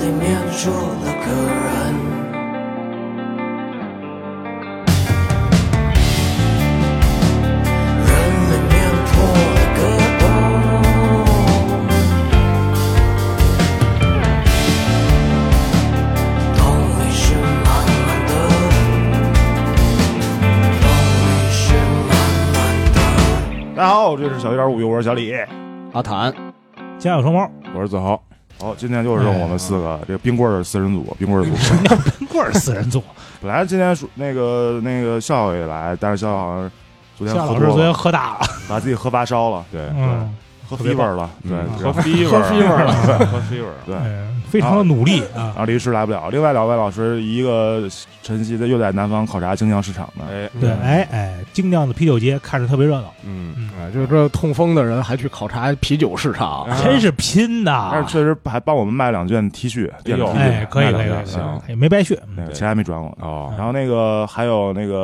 里面住了个人。人里面破了个洞，洞里是满满的，洞里是满满的。大家好，这是小一点五我是小李，阿谭，家有双 猫，我是子豪。哎好，今天就是我们四个，这个冰棍儿四人组，冰棍儿组。 棍儿四人组。本来今天说那个那个笑笑也来，但是笑笑好像昨天夏喝老师多昨天了，喝大了，把自己喝发烧了，对对，嗯，喝特别棒 fever 了，对嗯然后 fever，喝 fever 了对，喝 fever，对。哎非常的努力啊然。后李律师来不了，另外两位老师，一个晨曦的又在南方考察精酿市场呢，哎，对，哎哎，精酿的啤酒节看着特别热闹，嗯，哎，就是这痛风的人还去考察啤酒市场，真是拼但呐啊是！确实还帮我们卖两件 T 恤，电子 T 呦恤，哎，可以卖可两以，件可以行，也没白去。嗯那个钱还没转我呢。哦，然后那个还有那个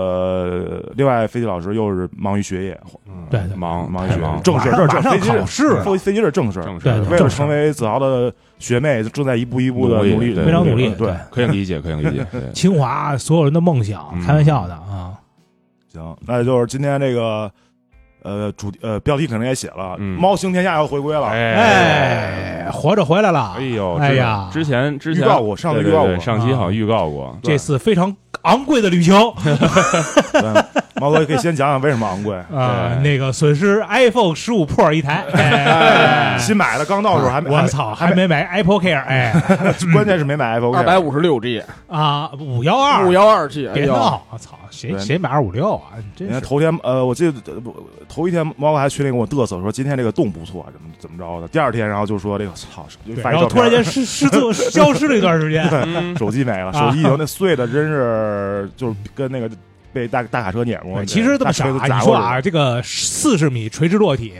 呃另外飞机老师又是忙于学业，对对忙忙于太学业忙，，正事儿，这是马上飞机考试飞飞机是正事儿，正对是对为了正事成为子豪的学妹，正在一步一步的努努力力，对非常努力对对，可以理解，可以理解， 对清华所有人的梦想，嗯开玩笑的啊！行，那就是今天这个呃主题呃标题肯定也写了，嗯猫行天下要回归了。哎，活着回来了哎！呦，哎呀之前之预前告过，上次对预对告对过，上期好像预告过，这次非常昂贵的旅行对猫哥可以先讲讲为什么昂贵。啊，那个损失 iPhone 十五 Pro 一台，哎新买的，刚到的时候还没，我操，还没买 Apple Care，哎 关键是没买 Apple 二百 Care。五十六 G，啊，五幺二五，幺二 G，哎别呦，闹！我操，谁对谁买二五六啊？你人真家是头天，呃，我记得呃不头一天，猫哥还群里跟我嘚瑟说今天这个洞不错，怎么怎么着的。第二天，然后就说这个操，就对，发然一后照突然片间失失踪 消失了一段时间，嗯手机没了，啊手机已经那碎的，真是就是跟那个被大大卡车碾过。其实这么想大锤子啊，砸你过说啊，这个四十米垂直落体，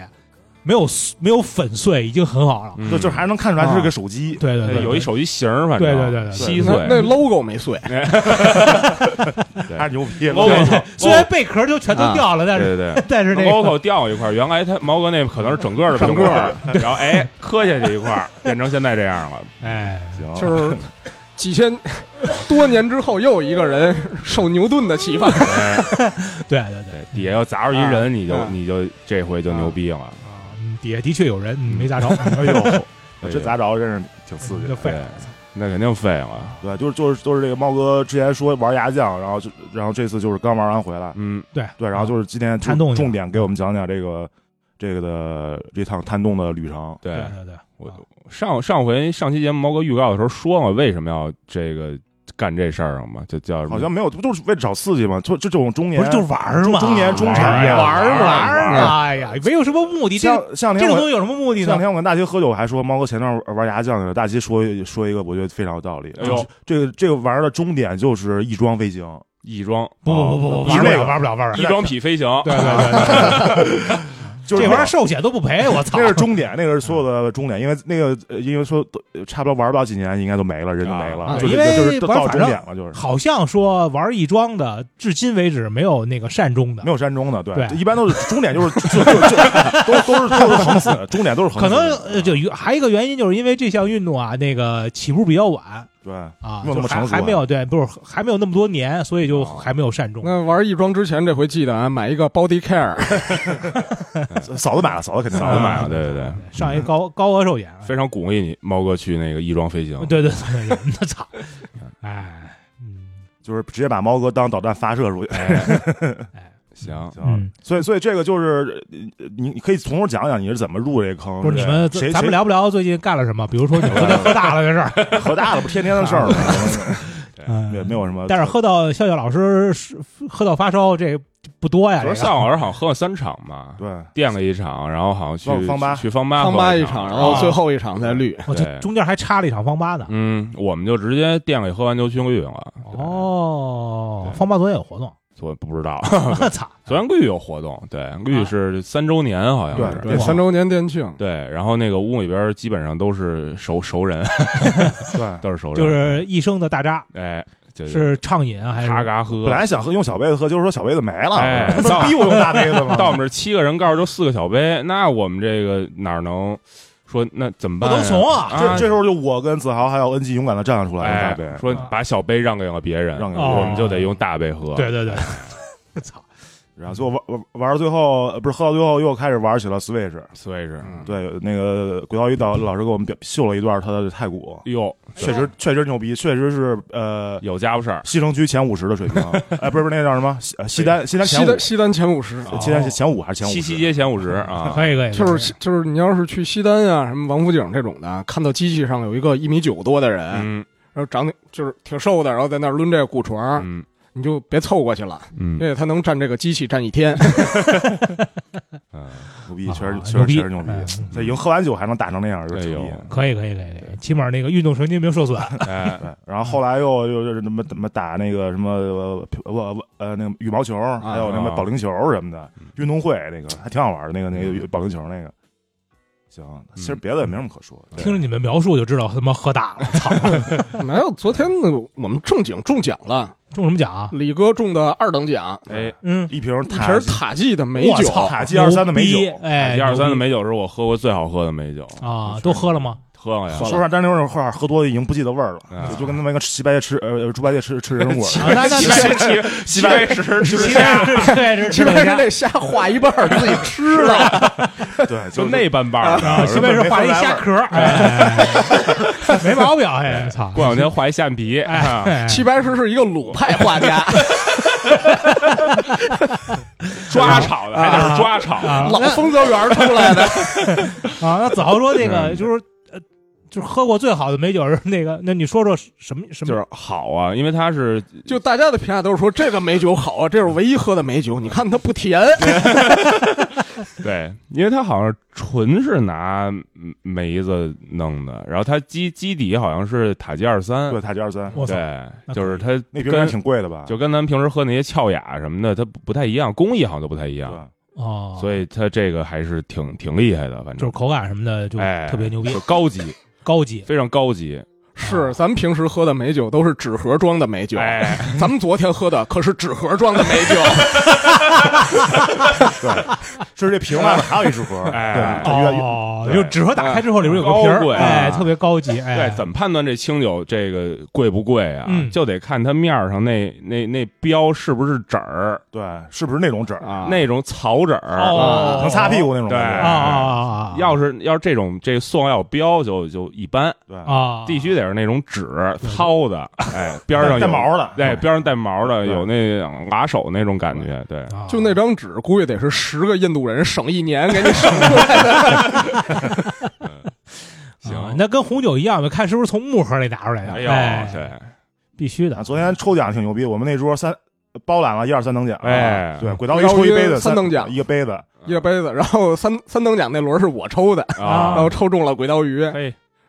没有没有粉碎，已经很好了。去，嗯就就还能看出来是个手机。对对对对，有一手手机型儿，反正对对对对对稀那那碎， logo 没碎，还是牛逼。哦猫哥虽然贝壳就全都啊掉了，但是对对对。 但是那哦 logo 掉一块儿，原来他毛哥那可能是整个的苹果儿，然后哎磕下去一块儿，变成现在这样了。哎，行，就是几千多年之后，又有一个人受牛顿的启发，哎对对对，对，底下要砸着一啊人，你就啊你就这回就牛逼了。啊，嗯底下的确有人嗯没砸着，哎呦，我哦哎这呦砸着真是挺刺激就的。废了。那肯定废了。对，就是就是就是这个猫哥之前说玩牙将，然后就然后这次就是刚玩完回来，嗯，对对，然后就是今天啊探洞重去重点给我们讲讲这个这个的这趟探洞的旅程。对对，对对，我上上回上期节目猫哥预告的时候说了，为什么要这个干这事儿了嘛？就叫什么好像没有，不就是为了找刺激吗？就就这种中年，不是就是玩儿嘛，中年中产玩玩儿儿玩儿嘛，哎呀，没有什么目的，这像像这天种我东西有什么目的前两呢？天我跟大齐喝酒，我还说猫哥前段玩牙将去了。大齐说说一个，我觉得非常有道理。哎呦，这个这个玩意儿的终点就是翼装飞行，翼装，不不不不不，是玩不那了，个玩不了，玩不翼了。装匹飞行，对对对就对，是这玩意儿儿。寿险都不赔，我操那！是终点，那个是所有的终点，因为那个呃因为说都差不多玩不到几年，应该都没了，人就没啊了，就是因为就是到玩到反终正点了，就是好像说玩亦庄的，至今为止没有那个善终的没，有山中的，对，对一般都是终点就是就就就都都是都是横死，终点都是横死，可能呃就有还有一个原因，就是因为这项运动啊，那个起步比较晚对啊，没有那就么还成熟啊还没有对，不是还没有那么多年，所以就还没有善终。那玩翼装之前，这回记得啊，买一个 Body Care，嫂子买了，嫂子肯定早就买了嗯了，对对对，上一高高额寿险啊，非常鼓励你猫哥去那个翼装飞行，对对对，对那操，哎，嗯，就是直接把猫哥当导弹发射出去。哎行，行啊嗯，所以所以这个就是呃你你可以从头讲讲你是怎么入这个坑，不是你们，谁咱们俩聊不聊最近干了什么？比如说你们昨天喝大了这事儿，喝大了不天天的事 儿吗？也嗯没有什么，但是喝到笑笑老师是喝到发烧，这不多呀。昨儿这夏个老师好像喝了三场吧，对垫了一场，然后好像哦去方八去方吧康喝巴了一一啊场，然然后后最后一场再绿，我对这中间还插了一场方吧呢。嗯，我们就直接店里喝完就去绿了。嗯对，哦，对方吧昨天有活动，昨不知道， 我 操！昨天绿有活动，对，绿是三周年好像是，对对，三周年店庆，对，然后那个屋里边基本上都是熟熟人， 对。都是熟人，就是一生的大渣哎，就是畅饮啊还嘎是？嘎喝，本来想喝用小杯子喝，就是说小杯子没了，哎 他 能逼我用大杯子吗？到我们这儿七个人，告诉就四个小杯，那我们这个哪儿能说那怎么不办呀？能怂啊！这啊这时候就我跟子豪还有恩基勇敢的站了出来，大哎杯，说把小杯让给了别人，让给哦我们就得用大杯喝。对对对， 操，然后就玩玩玩到最后，呃不是喝到最后又开始玩起了 Switch。所以是，对，那个鬼岛鱼导老师给我们表秀了一段他的太鼓，哟，确实确实牛逼，确实是呃有家伙事儿，西城区前五十的水平。哎，不是不是那叫什么西呃西单西单前西五单，西单前五十，西单前五还是前七五夕十？街前五十 啊，可以可以，就可以是就是你要是去西单啊，什么王府井这种的，看到机器上有一个一米九多的人，嗯然后长得就是挺瘦的，然后在那儿抡这个鼓床，嗯你就别凑过去了，嗯因为他能站这个机器站一天。嗯，牛逼，啊确实确牛实逼确实牛逼哎。这已经喝完酒还能打成那样，就哎是牛逼呦。可以可以可以，可以起码那个运动神经没有受损。哎，对，然后后来又又又什么怎么打那个什么呃我呃那个羽毛球，还有那么保龄球什么的，运动会那个还挺好玩的，那个那个保龄球那个。行，其实别的也没什么可说的。听着你们描述就知道他妈喝大了， 操！没有，昨天呢，我们正经中奖了，中什么奖啊？李哥中的二等奖，哎，嗯，一瓶一塔瓶塔记的美我酒，操塔基二三的美酒牛逼哎，第啊二三的牛美酒是我喝过最好喝的美酒逼，啊，都喝了吗？喝了呀，说实话，但是那会儿话喝多了已经不记得味儿啊了，就就跟他妈一个齐白夜吃呃猪八戒吃吃人参果似啊，那 那那西西白石吃虾， 对，是西吃班牙虾，那虾划一半儿自己吃了，的，对，就就那般半儿啊，的。西 贝是画了一虾壳，哎，没毛病，哎，操！过两天画一下眼皮，啊哎齐白石是一个鲁派画家，抓炒的，还得是抓炒的。啊老丰泽园出来的，啊，那子豪说那个嗯就是呃，就是喝过最好的美酒是那个，那你说说什么什 就么？是好啊，因为它是就大家的评价都是说这个美酒好啊，这是唯一喝的美酒，你看它不甜，对，因为它好像纯是拿梅子弄的，然后它基基底好像是塔基二三对，塔基二三我操！那对，就是它那瓶还跟挺贵的吧？就跟咱们平时喝那些俏雅什么的，它不不太一样，工艺好像都不太一对样，哦，所以以它这个还是挺挺厉害的，反就是正口感什么的就哎特别牛逼就，高级，高级。非常高级，是咱们平时喝的美酒都是纸盒装的美酒，哎，咱们昨天喝的可是纸盒装的美酒，是这瓶外面还有一纸盒，啊 哎对，越越哦，对就纸盒打开之后里边有个皮啊高儿，贵哎，啊特别高级，哎，对，怎么判断这清酒这个贵不贵啊？嗯就得看它面儿上那那那标是不是褶儿，对，是不是那种纸儿？啊那种草褶儿。哦，能擦屁股那种对啊感啊觉，啊啊啊！要是要是这种这塑料标就就一般，对，啊，必须得是那种纸 掏的，哎，边儿上带有毛的，对，边上带毛的，对有那把手那种感觉，对，啊就那张纸，估计得是十个印度人省一年给你 省出来的。啊行，那跟红酒一样，看是不是从木盒里拿出来的。哎哎呦，对，必须的啊，。昨天抽奖挺牛逼，我们那桌三包揽了一二三等奖，啊哎对，鬼刀一抽一杯子，三等奖一个杯子，啊一个杯子，然后三三等奖那轮是我抽的，然啊后，抽中了鬼刀鱼，嘿，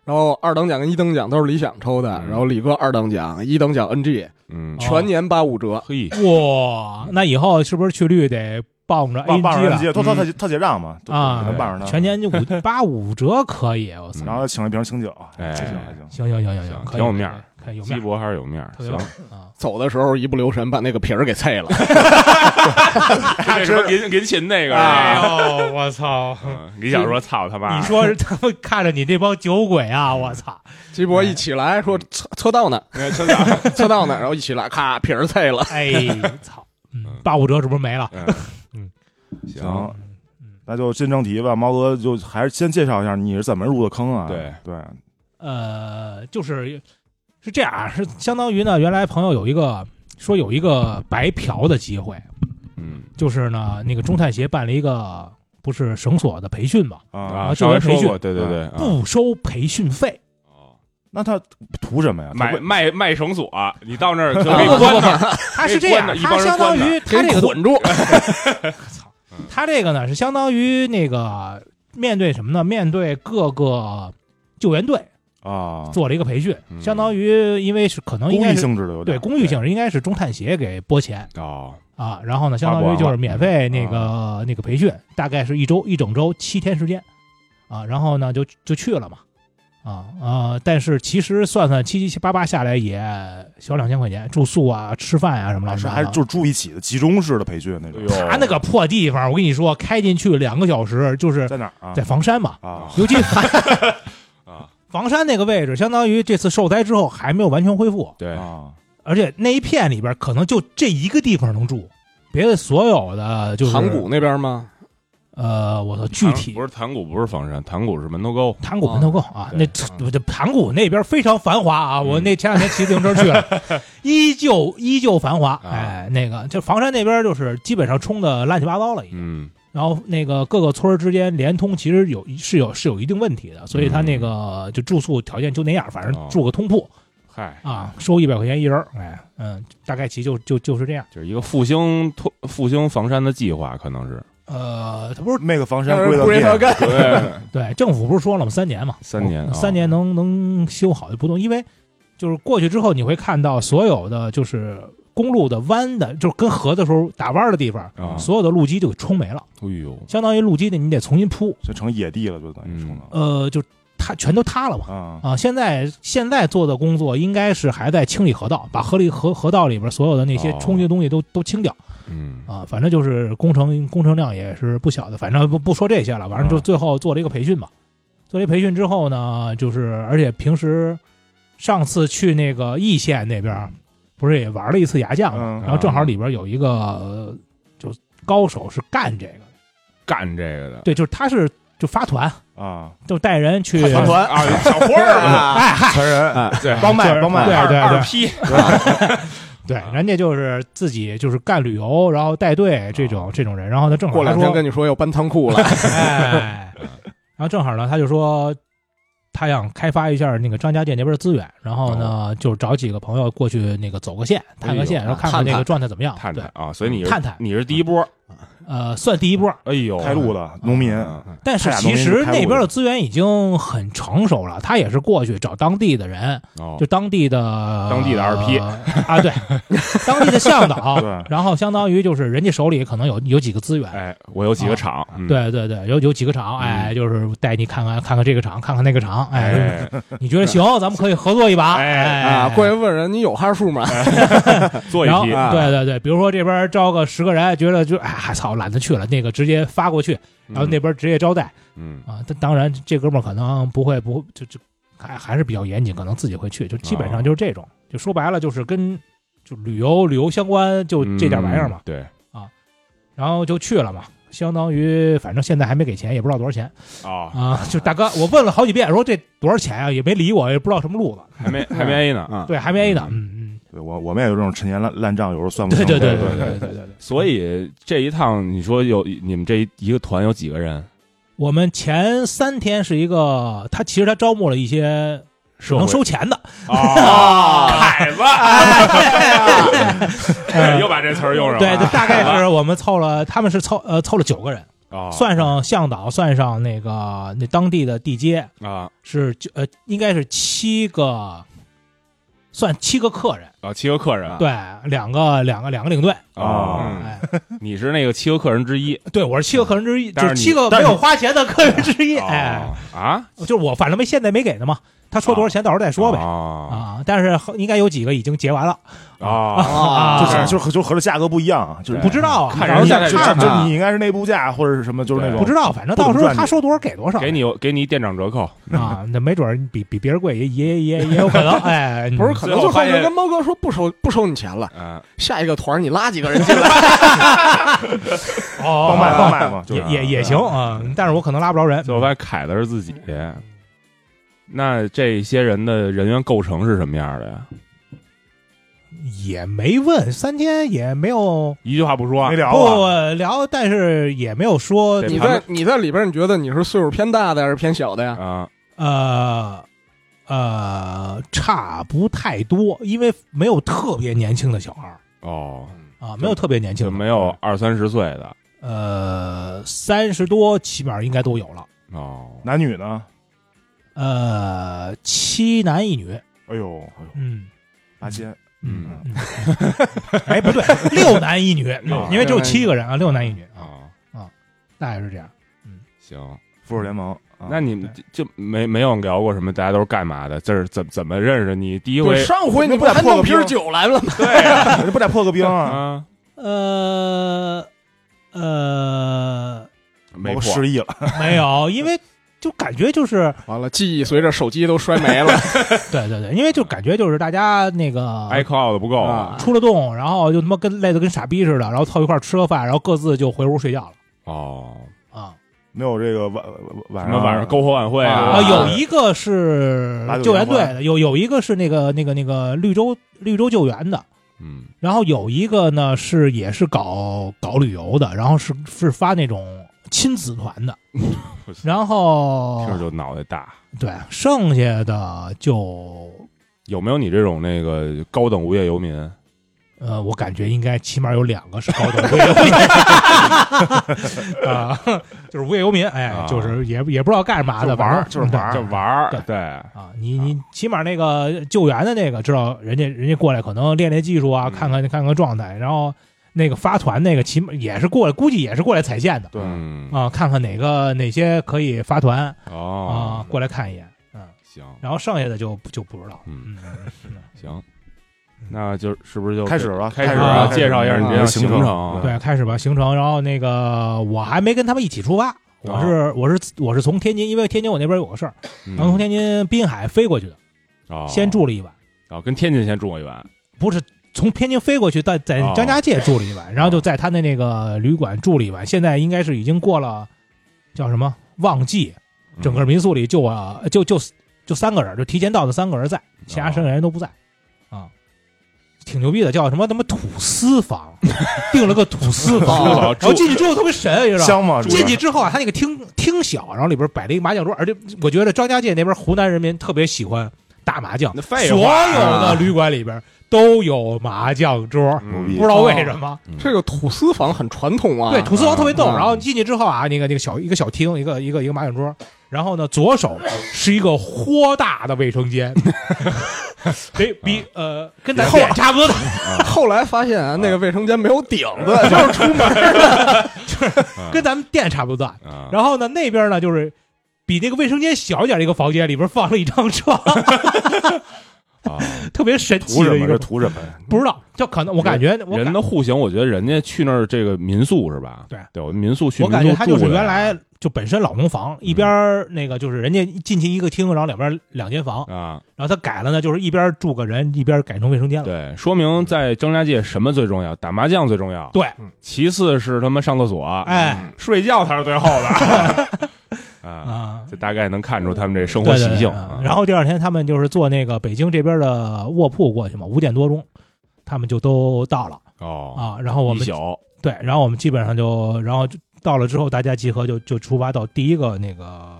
然后二等奖跟一等奖都是李想抽的，嗯然后李哥二等奖，一等奖 NG，嗯，哦全年八五折。嘿，哇，那以后是不是去率得傍着 A 棒棒 G 人了接，都嗯他他他结账嘛，都啊可能棒着？他，全年就 五八五折可以，我操！然后请了一瓶清酒，啊哎还行还行，行行行行嗯行行，可以挺有面儿，可以有鸡面儿，脖还是有面儿，特别行棒，啊！走的时候一不留神把那个皮儿给碎了， 这是说您您琴那个哎是吧， 呦，我操！嗯你想说操他妈你，说是他们看着你这帮酒鬼啊，我操！鸡哎脖一起来嗯说测测到呢，真的啊，测到呢，然后一起来咔皮儿碎了。哎，操！嗯，八五折是不是没了？嗯，行，行。嗯那就进正题吧，猫哥就还是先介绍一下你是怎么入的坑啊？对对，呃，就是是这样啊，是相当于呢，原来朋友有一个说有一个白嫖的机会，嗯就是呢，那个中泰协办了一个不是绳索的培训嘛，啊，啊，就上回跟说培训过，对对对，啊不啊收培训费。哦那他图什么呀？他买为卖卖绳索，你啊到那儿就不啊给不关不那儿，不，他是这给关样着，一他帮人相当于他给这个你东捆住，他这个呢是相当于那个面对什么呢？面对各个救援队啊，做了一个培训，嗯相当于因为是可能公应该益是性质的有啊对点，公益性质应该是中探协给拨钱哦，啊，然后呢，相当于就是免费那个那个啊培训，大概是一周一整周七天时间啊，然后呢就就去了嘛。啊呃，但是其实算算七七八八下来也小两千块钱，住宿啊、吃饭啊什么老乱七师八还糟就是住一起的集中式的培训那哎种呦，，他那个破地方，我跟你说，开进去两个小时，就是在哪儿啊在？房 山嘛，啊，尤其啊 房山那个位置，相当于这次受灾之后还没有完全恢复，对啊，而且那一片里边可能就这一个地方能住，别的所有的就是塘沽那边吗？呃，我操，具塘体不是塘沽，不是房山，塘沽是门头沟。盘古门头沟啊，那对我这盘古那边非常繁华啊！我嗯那前两天骑自行车去了，依旧依旧繁华。啊哎，那个就房山那边就是基本上冲的乱七八糟了已经。嗯，然后那个各个村儿之间连通，其实有是有是有一定问题的，所以他那个就住宿条件就那样，反正哦住个通铺嗨，啊，收一百块钱一人儿。哎，嗯，大概其就就就是这样。就是一个复兴拓复兴房山的计划，可能是呃，他不是那个房山让归人归他到干。对对政府不是说了吗？三年嘛，三年啊哦三年能能修好就不动，因为就是过去之后，你会看到所有的就是公路的弯的，就是跟河的时候打弯的地方，啊，所有的路基就给冲没了，哎呦，相当于路基的你得重新铺，就成野地了，就等于冲到呃，就塌全都塌了嘛。啊啊，现在现在做的工作应该是还在清理河道，把河里河河道里边所有的那些哦冲击的东西都、都清掉嗯啊，反正就是工程工程量也是不小的，反正不不说这些了，反正就啊最后做了一个培训嘛，做了一培训之后呢，就是而且平时上次去那个易县那边儿，不是也玩了一次牙将嘛，嗯然后正好里边有一个呃就高手是干这个的，干这个的， 对，就是他是就发团，啊，就带人去团团啊，小花儿啊， 啊，哎嗨。传人哎对，帮卖帮卖，对对二对，批，对啊，人家就是自己就是干旅游，然后带队这种这种人，然后他正好过他两天 说，跟你说要搬仓库了，哎，然后正好呢，他就说他想开发一下那个张家界那边的资源，然后呢就找几个朋友过去那个走个线、探个线，哎呦然后看看那个状态怎么样。探对探，啊，所以你是探探你是第一波，呃，算第一波，哎呦，开路的农民，嗯但是他俩农其民是实开悟的那边的资源已经很成熟了，他也是过去找当地的人，哦就，当地的当地的二批啊，对，当地的向导，对然后相当于就是人家手里可能有有几个资源，哎，我有几个厂，嗯，啊对对对，有有几个厂，哎，就是带你看看看看这个厂，看看那个厂，哎，哎，你觉得行，咱们可以合作一把，哎哎啊，过去问人你有哈数吗？做一然后批，嗯啊对对对，比如说这边招个十个人，觉得就哎还操懒得去了，那个直接发过去，然后那边直接招待嗯，啊。但当然这哥们儿可能不会不就就还还是比较严谨，可能自己会去，就基本上就是这种，就说白了就是跟就旅游旅游相关就这点玩意儿嘛嗯，，对，然后就去了嘛。相当于，反正现在还没给钱，也不知道多少钱 啊，啊。就大哥，我问了好几遍，说这多少钱啊，也没理我，也不知道什么路子。还没还没 A 呢，啊，对，还没 A 呢。嗯对我我们也有这种陈年烂烂账，有时候算嗯，不对清。对对对对对对对。所以这一趟你说有你们这一一个团有几个人？我们前三天是一个，他其实他招募了一些社会能收钱的， 啊，凯子，哎又把这词儿用上了，对，就大概是我们凑了，他们是凑呃凑了九个人，啊，算上向导，算上那个那当地的地接啊是九呃应该是七个，算七个客人，啊，七个客人对，两个两个两个领队，啊，哎，你是那个七个客人之一，对我是七个客人之一，但就是是你七个没有花钱的客人之一，哎。哦啊，就是我反正没现在没给呢嘛，他说多少钱到时候再说呗啊啊。但是应该有几个已经结完了，啊，啊，就啊是就是就合着价格不一样，就是不知道啊，看到人时家候就这看就你应该是内部价或者是什么，就是那种不知道，反正到时候他说多少给多少，给你给你店长折扣，啊，那没准儿比比别人贵也也也也有可能，哎，不是，可能最后最后发现就跟猫哥说不收不收你钱了，嗯，下一个团儿你拉几个人进 来，哦帮卖帮卖嘛，就是 也也也行啊，但是我可能拉不着人，最后发现凯子是自己。那这些人的人员构成是什么样的呀？也没问，三天也没有一句话不说没，不聊啊，不聊，但是也没有说对你他在们你在里边儿，你觉得你是岁数偏大的还是偏小的呀？啊，呃呃差不太多，因为没有特别年轻的小孩儿哦，啊，没有特别年轻就的，没有二三十岁的呃，三十多起码应该都有了。哦，男女呢？呃，七男一女，哎呦，哎呦嗯八千，嗯，嗯 哎，不对，六男一女，嗯因为只有七个人啊，六男一女啊，啊，大概是这样。哦行，复仇联盟啊那你们就就没没有聊过什么？大家都是干嘛的？这是怎怎么认识你？第一回对，上回你那不不得还破个弄冰瓶酒来了吗？你不得破个冰 啊？啊，呃 呃，没我破失忆了，没有，因为就感觉就是，完了，记忆随着手机都摔没了对对对，因为就感觉就是大家那个，iCloud 不够啊！出了洞，然后就他妈跟累得跟傻逼似的，然后凑一块儿吃个饭，然后各自就回屋睡觉了哦，啊。没有这个晚晚什上么晚上篝火晚会啊啊，有一个是拉救救援援队团的，有有一个是那个那个那个绿洲绿洲救援的，嗯，然后有一个呢是也是搞搞旅游的，然后是是发那种亲子团的 然听后着就脑袋大。对剩下的就有没有你这种那个高等无业游民？呃，我感觉应该起码有两个是高等无业游民 啊，就是无业游民，哎啊，就是也也不知道干嘛就的，玩儿反正就是玩儿就玩儿，对对，啊，你你起码那个救援的那个知道人家人家过来可能练练技术啊，嗯看看看看状态，然后那个发团那个起码也是过来，估计也是过来踩线的对，嗯啊，看看哪个哪些可以发团哦啊，过来看一眼，嗯，行然后剩下的就就不知道，嗯嗯，行，那就是不是就开始了开开始啊，始了介绍一下你这趟行程程。对，开始吧行程，然后那个我还没跟他们一起出发，我是、我是我是从天津，因为天津我那边有个事儿，啊嗯，然后从天津滨海飞过去的，哦先，住了一晚。哦，跟天津先住过一晚。不是从天津飞过去，在在哦张家界住了一晚，然后就在他的那个旅馆住了一晚。现在应该是已经过了叫什么旺季，整个民宿里就我就就就三个人，就提前到的三个人在，其他剩下人都不在啊。挺牛逼的，叫什么他妈土司房，订了个土司房，哦然后进去之后特别神，你知道吗？香吗？进去之后啊，他那个厅厅小，然后里边摆了一个麻将桌，而且我觉得张家界那边湖南人民特别喜欢打麻将，那所废有话啊的旅馆里边都有麻将桌，嗯牛不知道为什么。 这个土司房很传统哦啊，对，土司王特别逗。嗯啊然后进去之后啊，那个那个小一个小厅，一个一个一个麻将桌，然后呢，左手是一个豁大的卫生间， 比比呃跟咱店差不多大，后来发现啊，那个卫生间没有顶子，就是出门儿跟咱们店差不多大。啊，然后呢，那边呢就是比那个卫生间小一点的一个房间，里边放了一张床， 啊 特别神奇图什的一么？这个，图什么呀？不知道，就可能我感觉我人感的户型，我觉得人家去那儿这个民宿是吧？对对，我民宿去我感觉他就是民宿住嗯的原来就本身老农房，一边儿那个就是人家进去一个厅，然后两边儿两间房，啊，然后他改了呢，就是一边儿住个人，一边儿改成卫生间了。对，说明在张家界什么最重要？打麻将最重要，对，其次是他妈上厕所，哎睡觉才是最 后的 啊。啊，这大概能看出他们这生对活对习对性。啊啊然后第二天他们就是坐那个北京这边的卧铺过去嘛，五点多钟，他们就都到了哦，啊。然后我一们宿对，然后我们基本上就，然后就到了之后，大家集合就就出发到第一个那个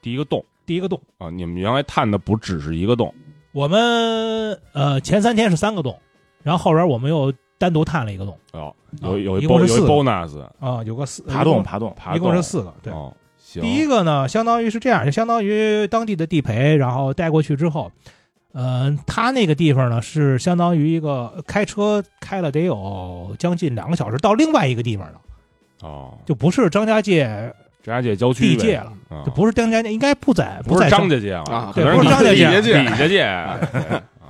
第一个洞第一个洞。啊，你们原来探的不只是一个洞我们呃前三天是三个洞，然后后边我们又单独探了一个洞哦，啊有有一一共 bon- 是有一四个 bonus 啊，有个四爬洞，爬洞，爬洞，一共是四个。对，哦，行，第一个呢，相当于是这样，就相当于当地的地陪，然后带过去之后，嗯、他那个地方呢是相当于一个开车开了得有将近两个小时到另外一个地方了，哦，就不是张家界张家界郊区地呗界了，啊就不是张家界，应该不在不在是张家界啊啊，可对能不是张家界底界底下 界，啊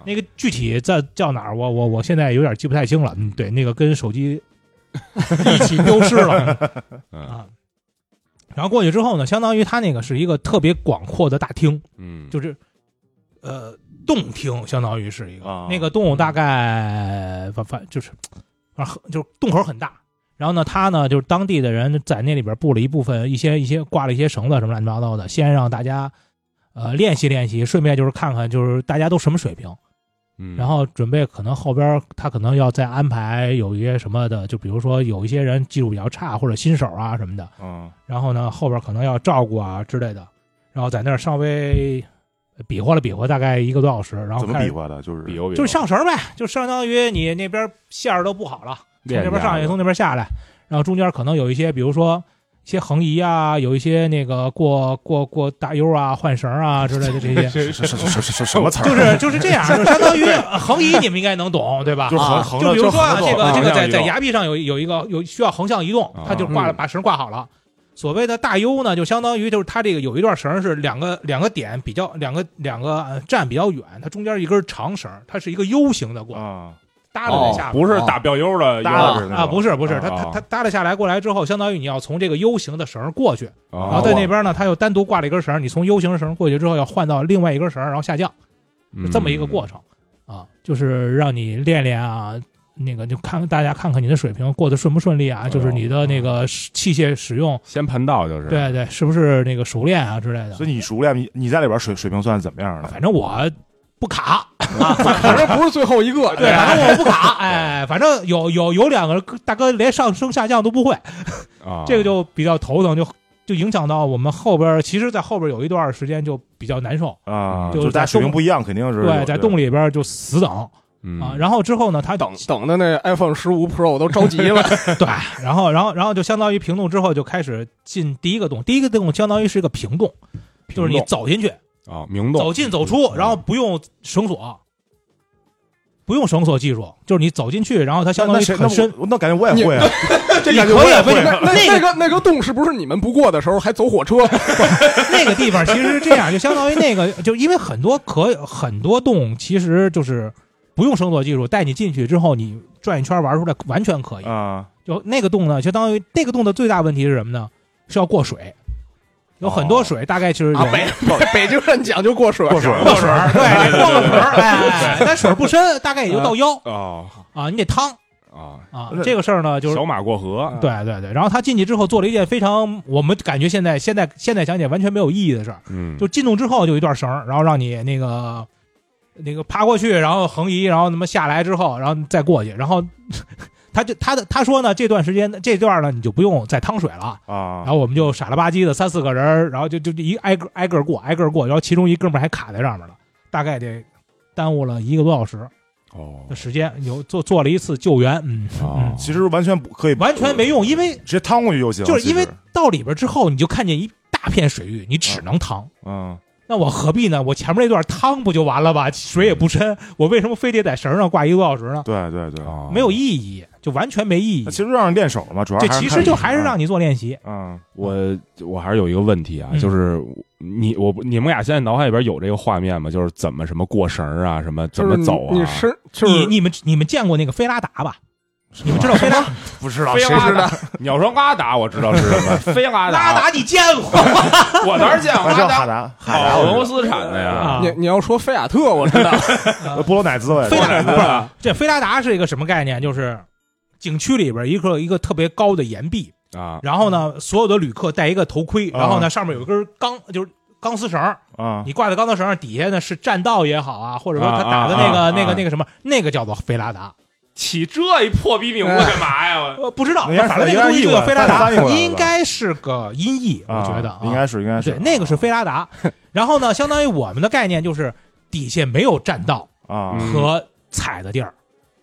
那个具体在叫哪儿？我我我现在有点记不太清了。嗯，对，那个跟手机一起丢失了嗯啊。然后过去之后呢，相当于它那个是一个特别广阔的大厅，嗯，就是呃洞厅，相当于是一个、啊那个洞大概反反就是啊，很就是洞口很大。然后呢，他呢就是当地的人在那里边布了一部分一些一些挂了一些绳子什么乱七八糟的，先让大家呃练习练习，顺便就是看看就是大家都什么水平。嗯然后准备可能后边儿他可能要再安排有一些什么的，就比如说有一些人技术比较差或者新手啊什么的，嗯，然后呢后边可能要照顾啊之类的，然后在那儿稍微比划了比划大概一个多小时，然后怎么开比始划的？就是比游比游就是上绳儿呗，就相当于你那边线儿都布好了，从练这边上一去，下从那边下来，然后中间可能有一些比如说。一些横移啊，有一些那个过过过大 U 啊、换绳儿啊之类的这些，是是是是是什么词儿？就是就是这样，就是相当于横移，你们应该能懂对吧？就是横啊横就着，比如说啊，横着走这个这横向个在移在动崖壁上有有一个有需要横向移动啊，它就挂了嗯把绳挂好了，所谓的大 U 呢，就相当于就是它这个有一段绳是两个两个点比较两个两个呃站比较远，它中间一根长绳，它是一个 U 型的过程，啊，耷拉在下边。不是打表优的搭腰了是那啊，种不是不是，啊它它啊它耷拉下来过来之后，相当于你要从这个 U 型的绳过去，然后啊在那边呢，它又单独挂了一根绳，你从 U 型绳过去之后，要换到另外一根绳，然后下降，是这么一嗯个过。程啊，就是让你练练啊，那个就看大家看看你的水平过得顺不顺利啊，就是你的那个使器械使用，先盘道就是，对对，是不是那个熟练啊之类的所。以你熟练，你你在里边水水平算怎么样的？反正我不卡，反正不是最后一个，对，反正我不卡，哎，反正有有有两个大哥连上升下降都不会，啊，这个就比较头疼，就就影响到我们后边儿。其实，在后边儿有一段时间就比较难受，啊，就是是大家在水平动不一样，肯定是对，在洞里边儿就死等嗯啊。然后之后呢，他等等的那 iPhone 十五 Pro 我都着急 了，对，然后然后然后就相当于平洞之后就开始进第一个洞，第一个洞相当于是一个平洞，就是你平走进去，洞啊，明洞走进走出，然后不用绳索。不用绳索技术，就是你走进去，然后它相当于那很深，那我那感觉我也会啊，这你感觉可我以也不是会那啊。那那个那个洞是不是你们不过的时候还走火车？那个地方其实是这样，就相当于那个，就因为很多可很多洞其实就是不用绳索技术，带你进去之后，你转一圈玩出来完全可以。啊，就那个洞呢，相当于那个洞的最大问题是什么呢？是要过水，有很多水，大概就是有、啊，北北京人讲究过水，过水过水儿，对，过个 水儿，哎，但水儿不深，大概也就到腰啊啊，你得趟啊，啊那。这个事儿呢，就是小马过河，对对对。然后他进去之后做了一件非常我们感觉现在现在现在想起来完全没有意义的事儿，嗯，就进洞之后就一段绳儿，然后让你那个那个爬过去，然后横移，然后他妈下来之后，然后再过去，然后 他就他的他说呢，这段时间这段呢你就不用再趟水了。啊然，后我们就傻了吧唧的三四个人儿，然后就就就一挨个挨个过，挨个过，然后其中一哥们儿还卡在上面了，大概得耽误了一个多小时哦的时间，有做做了一次救援，嗯，啊，其实完全不可以，完全没用，因为直接趟过去就行。就是因为其实到里边之后，你就看见一大片水域，你只能趟。嗯，那我何必呢？我前面那段趟不就完了吧？水也不深，我为什么非得在绳上挂一个多小时呢？对对对。啊没有意义，就完全没意义那。其实让人练手了嘛，主要嗯这还是其看实就你还是让你做练习，嗯我我还是有一个问题啊，嗯就是你我你们俩现在脑海里边有这个画面吗？就是怎么什么过绳儿啊，什么怎么走啊？你身就是你你们你们见过那个菲拉达吧？你们知道菲拉不知道非谁拉知道达，你要说阿达，我知道是什么，非阿拉达，达你见过？我当然见过反正阿哎哈达，达海达好我俄知道罗斯产的呀啊，你你要说菲亚特，我 知道，呃波罗乃兹呗，菲达拉对吧达这菲拉达是一个什么概念？就是景区里边一个一个特别高的岩壁，啊，然后呢，所有的旅客戴一个头盔，啊然后呢上面有一根钢，就是钢丝绳儿，啊你挂在钢丝绳上，底下呢是栈道也好啊，或者说他打的那啊啊啊个那啊个那个什么，那个叫做菲拉达。起这一破逼名字干嘛呀？ 我呃，不知道，那应该是反正那个东西就叫菲拉达翻译过来，的应该是个音译，我啊觉得啊应该是应该是对，那个是菲拉达。然后呢，相当于我们的概念就是底下没有栈道啊嗯和踩的地儿，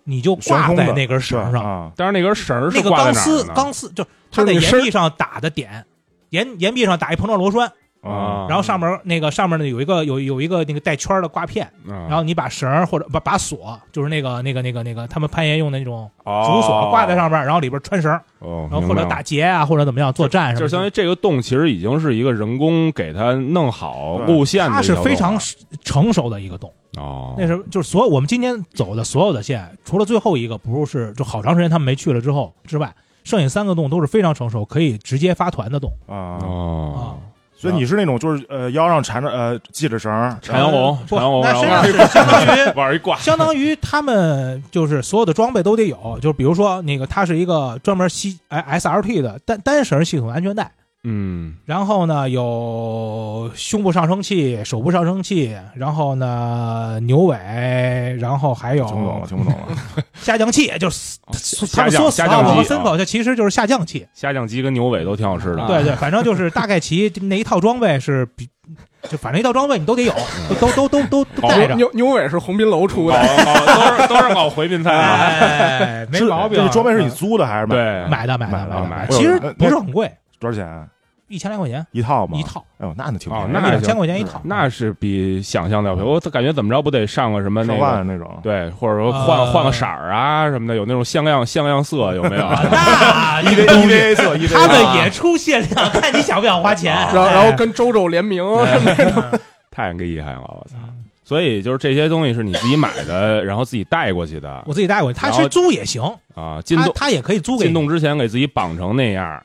你就悬挂空在的那根绳上，啊但是那根绳儿那是个挂钢在哪儿丝的呢钢丝就是它就在是你岩身壁上打的点，岩岩壁上打一膨胀螺栓，啊啊，然后上面那个上面呢有一个有有一个那个带圈儿的挂片，然然后你把绳儿或者把把锁，就是那个那个那个那个他们攀岩用的那种后竹锁挂在，上面，然后里边穿绳儿，哦，然后或者明白打了。结啊或者怎么样做站什么就的，相当于这个洞其实已经是一个人工给它弄好路线的它一条是洞了，非常成熟的一个洞。哦，那是就是所有我们今天走的所有的线，除了最后一个不是就好长时间他们没去了之后之外，剩下三个洞都是非常成熟，可以直接发团的洞啊，哦啊。所以你是那种就是呃腰上缠着呃系着绳儿，缠羊龙，不缠羊龙，那然后身上往一是啊相当于 往一挂，相当于他们就是所有的装备都得有，就是比如说那个它是一个专门吸哎 SRT 的单单绳系统安全带，嗯，然后呢有胸部上升器、手部上升器，然后呢牛尾，然后还听不懂有了，听不懂了。下降器，就是他下们说降死下啊我降和鸡森，口，这其实就是下降器。下降鸡跟牛尾都挺好吃的，对对，反正就是大概其那一套装备是比，就反正一套装备你都得有，都都都都都带着。牛牛尾是红滨楼出搞哦的，搞都是都是搞回民菜啊，哎，没是毛病。这个装备是你租的还是买？ 对，买的买啊买的的买的买买的的，其实不是很贵，多少钱？一一千来块钱一套吗？一。套，哎呦，那那挺便哦宜那的还两行千块钱一套，那是比想象的要便宜。我感觉怎么着不得上个什么那上个万那种。对，或者说换、呃换个色儿啊什么的，有那种像样像样色有没有？啊 啊 那 E V E V A 色，EVA 他们也出限量，看你想不想花钱。然后然后跟周周联名，哎太厉害了，我操！嗯所以就是这些东西是你自己买的，然后自己带过去的我自己带过去，他然后是租也行，啊。进他洞他也可以租给进你，洞之前给自己绑成那样，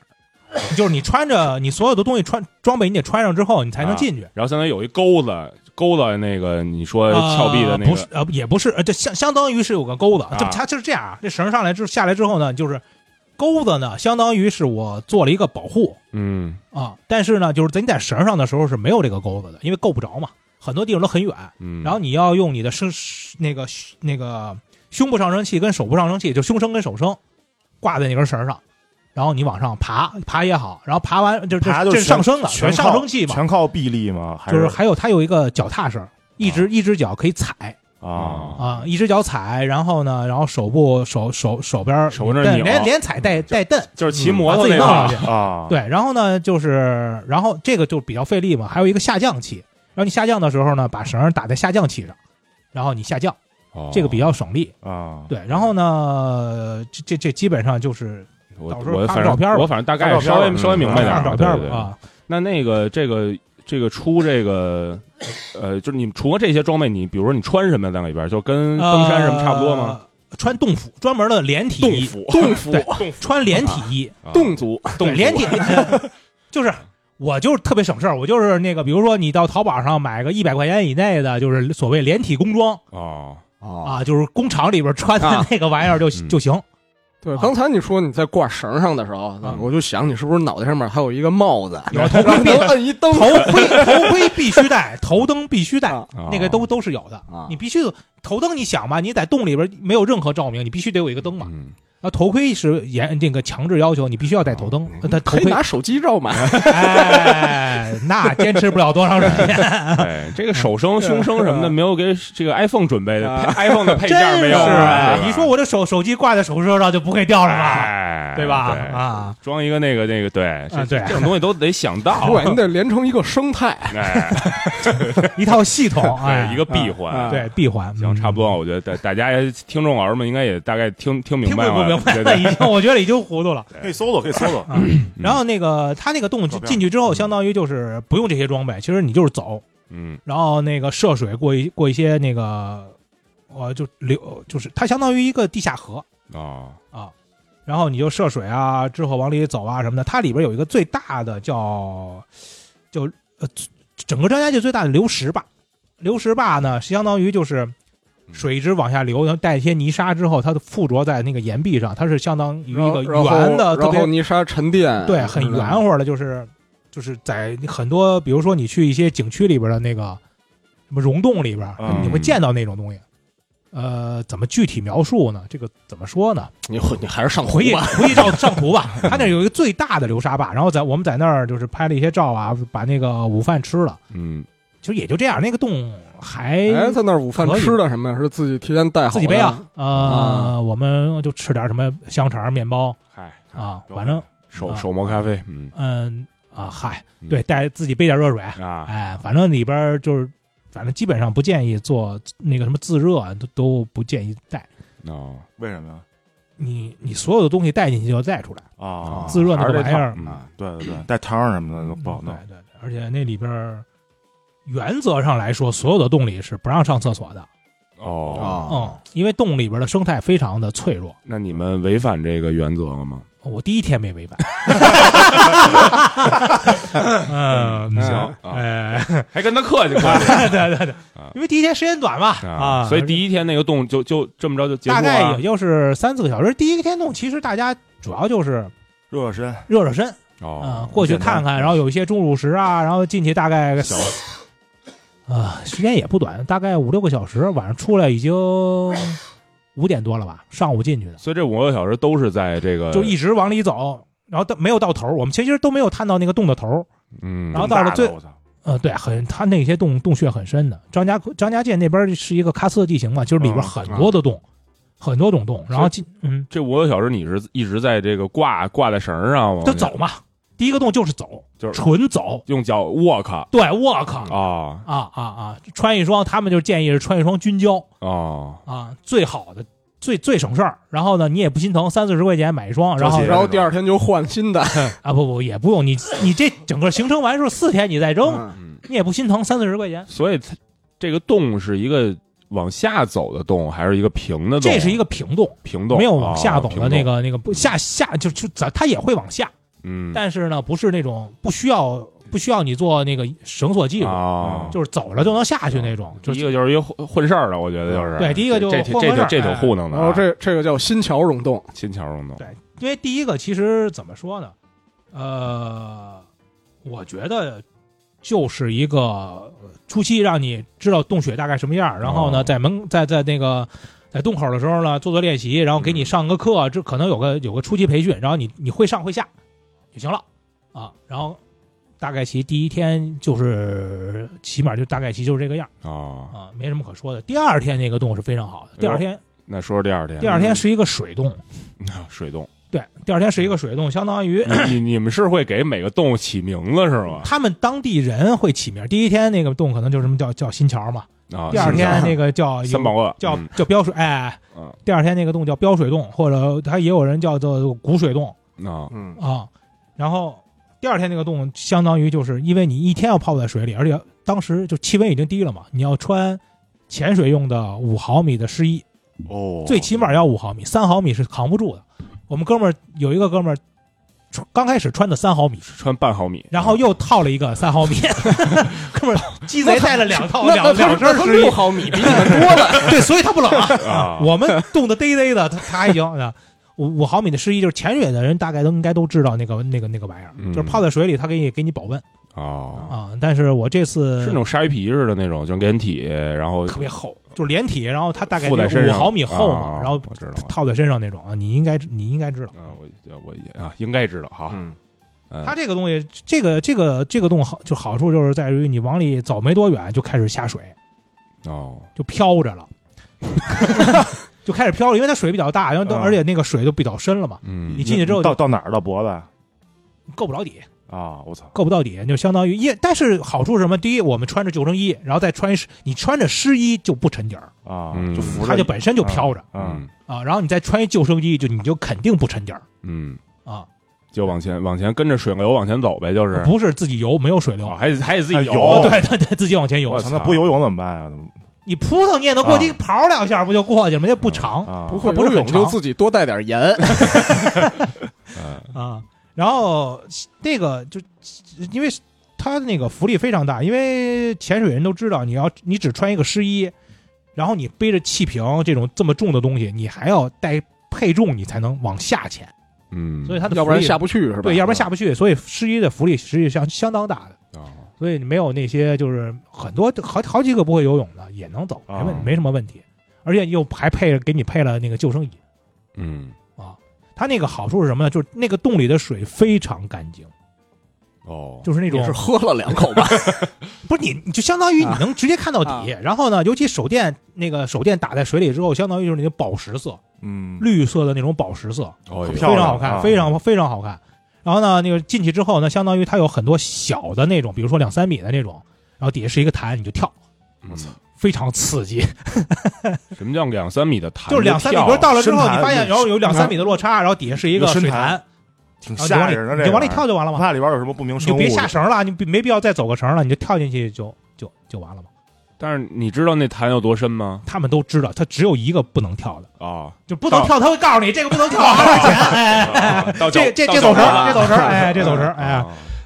就是你穿着你所有的东西穿装备，你得穿上之后你啊才能进去。然后相当于有一钩子，钩子那个你说峭壁的那呃不是个，呃，也不是，呃，这相相当于是有个钩子啊，这它就是这样啊，这绳上来之后下来之后呢，就是钩子呢，相当于是我做了一个保护嗯啊，但是呢，就是你在绳上的时候是没有这个钩子的，因为够不着嘛，很多地方都很远，嗯，然后你要用你的身那个那个胸部上升器跟手部上升器，就胸升跟手升，挂在那根绳上，然后你往上爬，爬也好，然后爬完就爬这就是上升了，全全靠上升器嘛，全靠臂力吗？还就是还有它有一个脚踏啊绳，一只、一只脚可以踩啊，啊，一只脚踩，然后呢，然后手部手手手边儿手那儿蹬扭连连踩带带蹬，就是骑嗯摩把托自己那弄上个去，啊，对，然后呢，就是然后这个就比较费力嘛，还有一个下降器，然后你下降的时候呢，把绳儿打在下降器上，然后你下降，哦这个比较省力。啊，对，然后呢，这这这基本上就是我到时候我发反照片正吧我反正大发概照片稍微吧稍微明白点看儿照片对吧对对啊，那那个这个这个出这个呃，就是你除了这些装备，你比如说你穿什么在里边儿，就跟登山什么差不多吗？呃？穿洞服，专门的连体衣，服啊洞服对穿连体衣，洞族，对，连体 就是。我就是特别省事儿，我就是那个，比如说你到淘宝上买个一百块钱以内的，就是所谓连体工装哦，啊。啊，就是工厂里边穿的啊那个玩意儿就嗯就行。对，啊刚才你说你在挂绳上的时候嗯，我就想你是不是脑袋上面还有一个帽子，有头盔能摁一灯嗯 头盔头盔必须戴，头灯必须戴啊，哦那个都都是有的啊。你必须头灯，你想吧，你在洞里边没有任何照明，你必须得有一个灯嘛。嗯啊，头盔是严那个强制要求，你必须要戴头哦灯。呃它头可以盔，拿手机照买。哎，那坚持不了多长时间， 哎，这个 手声、胸声什么的，没有给这个 iPhone 准备的啊 iPhone 的配件真儿没是有啊啊！对吧你说我这手手机挂在手腕上就不会掉了吧？哎，对吧？啊，装一个那个那个，对，这啊对这种东西都得想 到，对，你得连成一个生态。哎，一套系统，哎， 对，一个闭环啊，对闭环，行，嗯差不。多，我觉得大大家听众老师们应该也大概听听明听白不了，不明白对了，已对经我觉得已经糊涂了。可以搜搜，可以搜搜。啊嗯然后那个他那个洞照片进去之后，相当于就是不用这些装备，其实你就是走，嗯然后那个涉水过一过一些那个，呃，就流，就是它相当于一个地下河哦，啊。然后你就涉水啊，之后往里走啊什么的。它里边有一个最大的叫，就呃，整个张家界最大的流石坝。流石坝呢，相当于就是嗯水一直往下流，然后带一些泥沙之后，它的附着在那个岩壁上，它是相当于一然后个然后圆的，特然别后泥沙沉淀，对，很是吧圆乎的，就是就是在很多，比如说你去一些景区里边的那个什么溶洞里边，嗯你会见到那种东西。呃，怎么具体描述呢？这个怎么说呢？你回你还是上回去湖吧。回去照上图 吧。它那有一个最大的流沙坝，然后在我们在那儿就是拍了一些照啊，把那个午饭吃了，嗯，其实也就这样。那个洞还哎，在那儿午饭可以吃的什么呀？是自己提前带好的自己背啊，呃，啊我们就吃点什么香肠、面包嗨嗯啊，反正手啊手磨咖啡，嗯嗯啊，嗨嗯，对，带自己背点热水，啊，哎，反正里边儿就是，反正基本上不建议做那个什么自热啊，都都不建议带。哦为什么呀？你你所有的东西带进去就要带出来，啊，自热那个哦还是这玩意儿套嗯啊，对对对，带汤什么的都嗯不好嗯对弄。对对，而且那里边儿原则上来说，所有的洞里是不让上厕所的，哦，啊嗯，因为洞里边的生态非常的脆弱。那你们违反这个原则了吗？我第一天 没违反，嗯，行嗯啊，哎，还跟他客气客气对对对啊， 因为第一天时间短嘛，啊，所以第一天那个洞就就这么着就结啊束大了，概也就是三四个小时。第一个天洞其实大家主要就是热热身，热热身，嗯哦，，过去简单看看，然后有一些钟乳石啊，然后进去大概个小啊，时间也不短，大概五六个小时，晚上出来已经五点多了吧，上午进去的，所以这五个小时都是在这个就一直往里走，然后到没有到头儿，我们其实都没有探到那个洞的头儿，嗯，然后到了最这么大的我操呃，对，很，它那些洞洞穴很深的，张家口张家界那边是一个喀斯特地形嘛，就是里边嗯很多的洞，很多种洞，然后进嗯，这五个小时你是一直在这个挂挂在绳儿上吗？就走嘛，第一个动就是走，就是纯走。用脚 walk 对，我靠，啊啊啊啊！穿一双，他们就建议是穿一双军胶啊，啊，最好的，最最省事儿。然后呢，你也不心疼，三四十块钱买一双，然后着急然后第二天就换新的， 啊不不也不用你你这整个行程完之后四天你再扔，嗯嗯，你也不心疼三四十块钱。所以它这个洞是一个往下走的洞，还是一个平的洞？啊这是一个平洞，平洞，没有往下啊走平的那洞个、那个不下下就就咱它也会往下，嗯，但是呢不是那种不需要不需要你做那个绳索技术，啊，嗯就是走了就能下去那种。就第一是个就是一个混混事儿的，我觉得就是对第一个就这这混这混事挺儿这挺哎糊弄的然哦啊，后这这个叫新桥溶洞，新桥运动对，因为第一个其实怎么说呢，呃，我觉得就是一个初期让你知道洞穴大概什么样，然后呢，哦在门在在那个。在洞口的时候呢，做做练习，然后给你上个课，这可能有个有个初级培训，然后你你会上会下就行了啊。然后大概其第一天就是起码就大概其就是这个样啊。啊，没什么可说的。第二天那个洞是非常好的，第二天那说说第二天，嗯第二天是一个水洞，水洞，对，第二天是一个水洞，相当于你你你们是会给每个洞起名字是吗？他们当地人会起名儿。第一天那个洞可能就是什么叫叫新桥嘛，啊，第二天新那个叫 桥三宝鳄叫嗯叫标水，哎嗯，第二天那个洞叫标水洞，或者它也有人叫做古水洞啊嗯，啊。然后第二天那个洞相当于就是因为你一天要泡在水里，而且当时就气温已经低了嘛，你要穿潜水用的五毫米的湿衣，哦最起码要五毫米，三毫米是扛不住的。我们哥们儿有一个哥们儿穿，刚开始穿的三毫米，穿半毫米，然后又套了一个三毫米， 哥们儿鸡贼带了两套那两那两它那身它湿衣六，毫米 比你们 多了，对，所以他不冷啊。啊， 我们冻得嘚嘚的，他他还行啊。五五毫米的湿衣就是潜水的人大概都应该都知道那个那个那个玩意儿，嗯就是泡在水里，它给你给你保温哦，啊。但是我这次是那种鲨鱼皮似的那种，就连体，然后特别厚，就是连体，然后它大概附在身五上毫米厚嘛，啊然后我知道了套在身上那种啊，你应该你应该知道。啊，我我也啊应该知道哈，嗯，嗯它这个东西，这个这个这个洞好，就好处就是在于你往里走没多远就开始下水，哦，就飘着了， 就开始飘了，因为它水比较大，然后都、嗯而且那个水都比较深了嘛，嗯你进去之后到到哪儿到脖子啊够不着底，啊？我操！够不到底，就相当于也，但是好处是什么？第一，我们穿着救生衣，然后再穿你穿着湿衣就不沉底儿，啊嗯，就浮着，它就本身就飘着嗯，啊，然后你再穿一救生衣，就你就肯定不沉底儿嗯，啊，就往前往前跟着水流往前走呗，就是不是自己游，没有水流。哦还得还得自己哎游，游哦 对对对，自己往前游我我，操，操那不游泳怎么办呀？怎么你扑腾你也能过去，刨两下不就过去了吗？也不长啊，不会不是游很泳就长自己多带点盐，嗯啊。然后那个就因为它那个浮力非常大，因为潜水人都知道，你要你只穿一个湿衣，然后你背着气瓶这种这么重的东西，你还要带配重，你才能往下潜，嗯，所以它的要不然浮力下不去是吧？对，要不然下不去，所以湿衣的浮力实际上相当大的。哦所以没有那些就是很多好好几个不会游泳的也能走，没问啊没什么问题，而且又还配了给你配了那个救生椅嗯啊。它那个好处是什么呢？就是那个洞里的水非常干净，哦，就是那也种是啊喝了两口吧，不是你你就相当于你能直接看到底，啊然后呢，尤其手电那个手电打在水里之后，相当于就是那种宝石色，嗯，绿色的那种宝石色，哦很有漂非亮常好看，啊非常非常好看。然后呢，那个进去之后呢，相当于它有很多小的那种，比如说两三米的那种，然后底下是一个潭，你就跳，嗯我操非常刺激。啊什么叫两三米的弹？就是两三米，跳比如到了之后，深潭你发现然后有两三米的落差，然后底下是一个有深水潭潭，挺然后你吓往里人的，这你个往里跳就完了我嘛，怕里边有什么不明你生就物。别下绳了，你别没必要再走个绳了，你就跳进去就就就完了嘛。但是你知道那弹有多深吗？他们都知道，他只有一个不能跳的，啊，就不能跳，他会告诉你这个不 能跳，花钱，哎，到脚这这到这脚走绳，踝这走绳，哎，这走 绳，了哎呀，，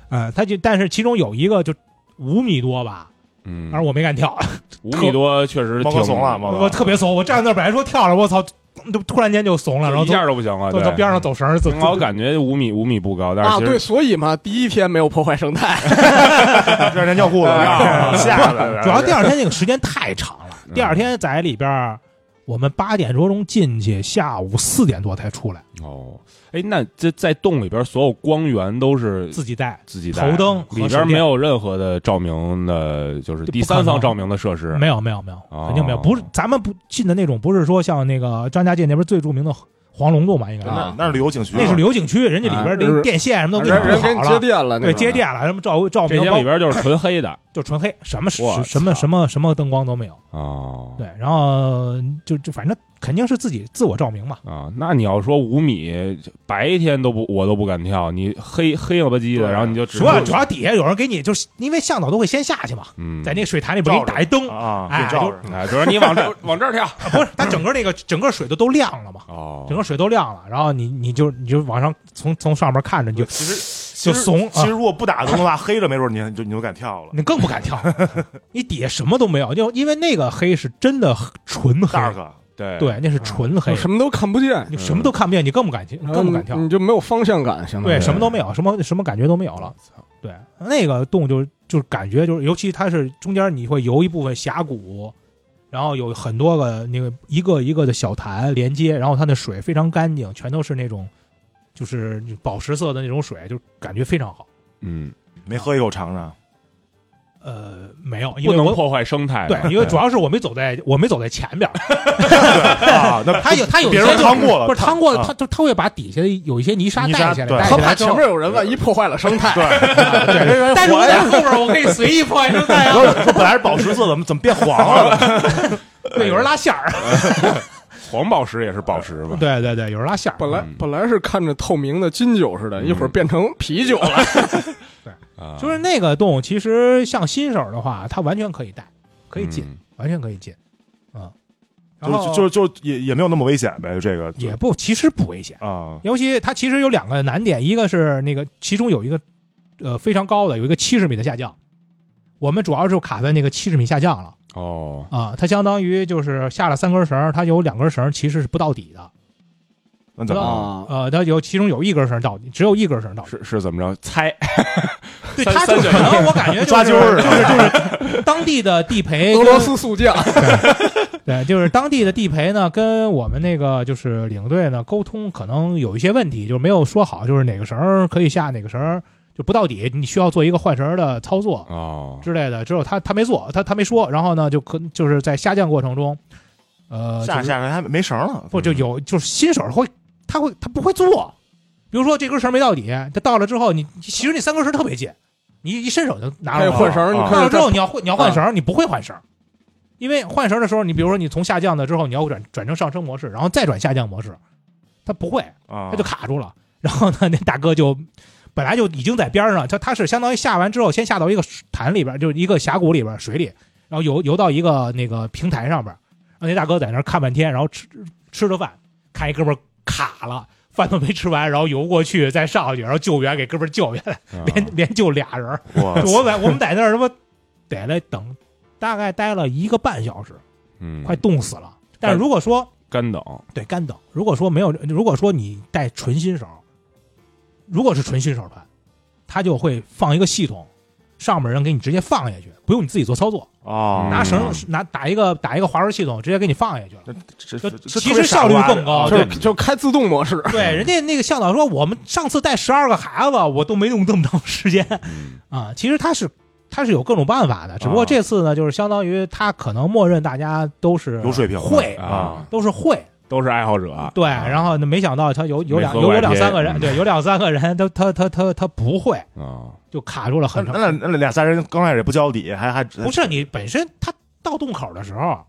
嗯，他就但是其中有一个就五米多吧，嗯，反正我没敢跳，五米多确实猫挺哥怂了，猫哥 我特别怂，我站那儿本来说跳了，我操，嗯就突然间就怂了，然后一从下都不行了，从对从边上走绳，走嗯老感觉五米五米不高，但啊，是其对，实所以嘛，第一天没有破坏生态， 让人尿裤子，哎 啊吓的。主要第二天那个时间太长了，嗯第二天在里边儿，我们八点多钟进去，下午四点多才出来，哦，哎，那这在洞里边所有光源都是自己带，自己带的头灯和里手边电没有任何的照明的，就是这第不可三方能照明的设施，没有没有没有，哦肯定没有，不是咱们不进的那种，不是说像那个张家界那边最著名的黄龙路嘛，应该是啊那那是旅游景区，那嗯是旅游景区，人家里边啊连电线什么都给人人给你铺你好接了，电了，那对，种接电了，什么照照这明间包里边就是纯黑的 就纯黑，什么我什什么操什么什么灯光都没有。哦对，然后就就反正肯定是自己自我照明嘛。啊，那你要说五米，白天都不我都不敢跳，你黑黑了吧唧的，对然后你就只主要主要底下有人给你，就是因为向导都会先下去嘛，嗯，在那个水潭里边给你打一灯，啊，哎给你照着。哎，就是你 往这往这儿跳不是，它整个那个整个水都都亮了嘛，哦整个水都亮了，然后你你就你就往上从从上面看着，你就其实就怂其实啊，如果不打灯的话，黑着没准你你就你就敢跳了。你更不敢跳， 你底下什么都没有，就因为那个黑是真的纯黑， dark 对，对，嗯那是纯黑我，什么都看不见，你什么都看不见，你更不敢嗯跳，更不敢跳然后你，你就没有方向感，相当于对，什么都没有，什么什么感觉都没有了。对，那个洞就就是感觉就是，尤其它是中间你会游一部分峡谷，然后有很多个那个一个一个的小潭连接，然后它那水非常干净，全都是那种就是宝石色的那种水，就感觉非常好。嗯，没喝一口尝尝，呃，没有，因不为能我破坏生态嘛，对，因为主要是我没走在我没走在前边儿， 啊，那它有它有别些人就趟过了，不是趟过了，啊它就它会把底下的有一些泥沙泥带沙起来，对带他起来怕之哎前后面有人，万一破坏了生态， 对， 但是我我在 后边儿我可以随意破坏生态啊。不是说本来是宝石色，怎么怎么变黄了？ 对，有人拉线儿。啊哎黄宝石也是宝石嘛， 对对对，有人拉线儿。本来嗯本来是看着透明的金酒似的，嗯一会儿变成啤酒了，啊 就是那个洞，其实像新手的话，他完全可以带，可以进，嗯完全可以进，嗯，然后就就就就也也没有那么危险呗，这个就也不，其实不危险。啊，尤其它其实有两个难点，一个是那个其中有一个呃非常高的，有一个七十米的下降，我们主要是卡在那个七十米下降了哦，啊、它相当于就是下了三根绳儿，它有两根绳儿其实是不到底的，那怎么了？啊，呃，它有其中有一根绳儿到底，只有一根绳儿到底。是是怎么着？猜对，三它就可三角能我感觉就是抓阄儿就是就是当地的地 陪俄跟罗斯速降，对，就是当地的地陪呢，跟我们那个就是领队呢沟通，可能有一些问题，就是没有说好，就是哪个绳儿可以下，哪个绳儿就不到底，你需要做一个换绳儿的操作哦，之类的。只有他他没做，他他没说，然后呢，就可就是在下降过程中，呃，下就是下来还没绳了，嗯不就有嗯就是新手会他会他不会做，比如说这根绳儿没到底，他到了之后，你其实那三根绳儿特别近，你一伸手就拿还着有了。哎换绳儿，啊你啊换看了之着后你要换你要换绳啊儿，你不会换绳儿，因为换绳儿的时候，你比如说你从下降的之后，你要转转成上升模式，然后再转下降模式，他不会，啊，他就卡住了。然后呢，那大哥就本来就已经在边儿上，他他是相当于下完之后，先下到一个潭里边儿，就是一个峡谷里边儿水里，然后游游到一个那个平台上边儿，然后那大哥在那儿看半天，然后吃吃着饭，看一哥们儿卡了。饭都没吃完，然后游过去，再上去，然后救援给哥们儿救下来，啊连连救俩人儿，我我在我们在那儿他妈得了等，大概待了一个半小时，嗯，快冻死了。但是如果说干等对干等，如果说没有，如果说你带纯新手，如果是纯新手团，他就会放一个系统，上面人给你直接放下去，不用你自己做操作，啊， 拿绳嗯拿打一个打一个滑轮系统，直接给你放下去了。这就这这其实效率更啊高，就对就开自动模式，对，人家那个向导说，我们上次带十二个孩子，我都没用这么长时间嗯啊。其实他是他是有各种办法的，只不过啊这次呢，就是相当于他可能默认大家都是有水平会啊，都是会都是爱好者，对，然后呢，没想到他有有两有没喝过有两 IPA 三个人，嗯对，有两三个人，他他他他他不会，啊，就卡住了很那长。那那俩仨人刚开始不交底，还还不是你本身他到洞口的时候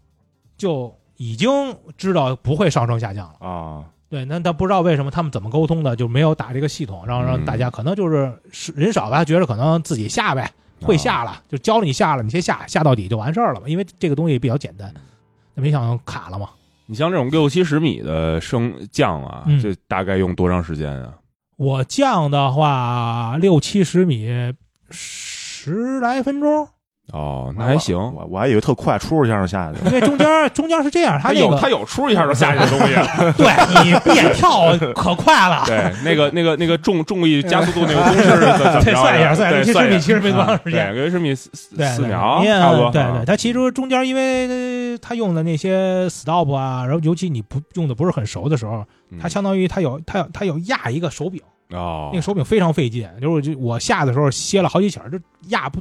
就已经知道不会上升下降了。啊，对，那他不知道为什么他们怎么沟通的，就没有打这个系统，让让嗯大家可能就是是人少吧，觉得可能自己下呗，啊会下了，就教了你下了，你先下，下到底就完事儿了嘛，因为这个东西比较简单。嗯那没想到卡了嘛，你像这种六七十米的升降啊嗯，这大概用多长时间啊？我降的话六七十米，十来分钟，哦，那还行，我我还以为特快，出入先生下去因为中间 中间是这样，他那有个哎他有出一下就下去的东西，对你变跳可快了，对，那个那个那个重重力加速度那个公式怎么着 对，嗯算一下，算一对下，七十算米一下其实没多长时间对，，六十米四四对，四对秒因为差不多，对啊对，它其实中间因为呃它用的那些 stop 啊，然后尤其你不用的不是很熟的时候，它相当于它有它有它有压一个手柄，嗯哦那个手柄非常费劲，就是我就我下的时候歇了好几起儿，就压不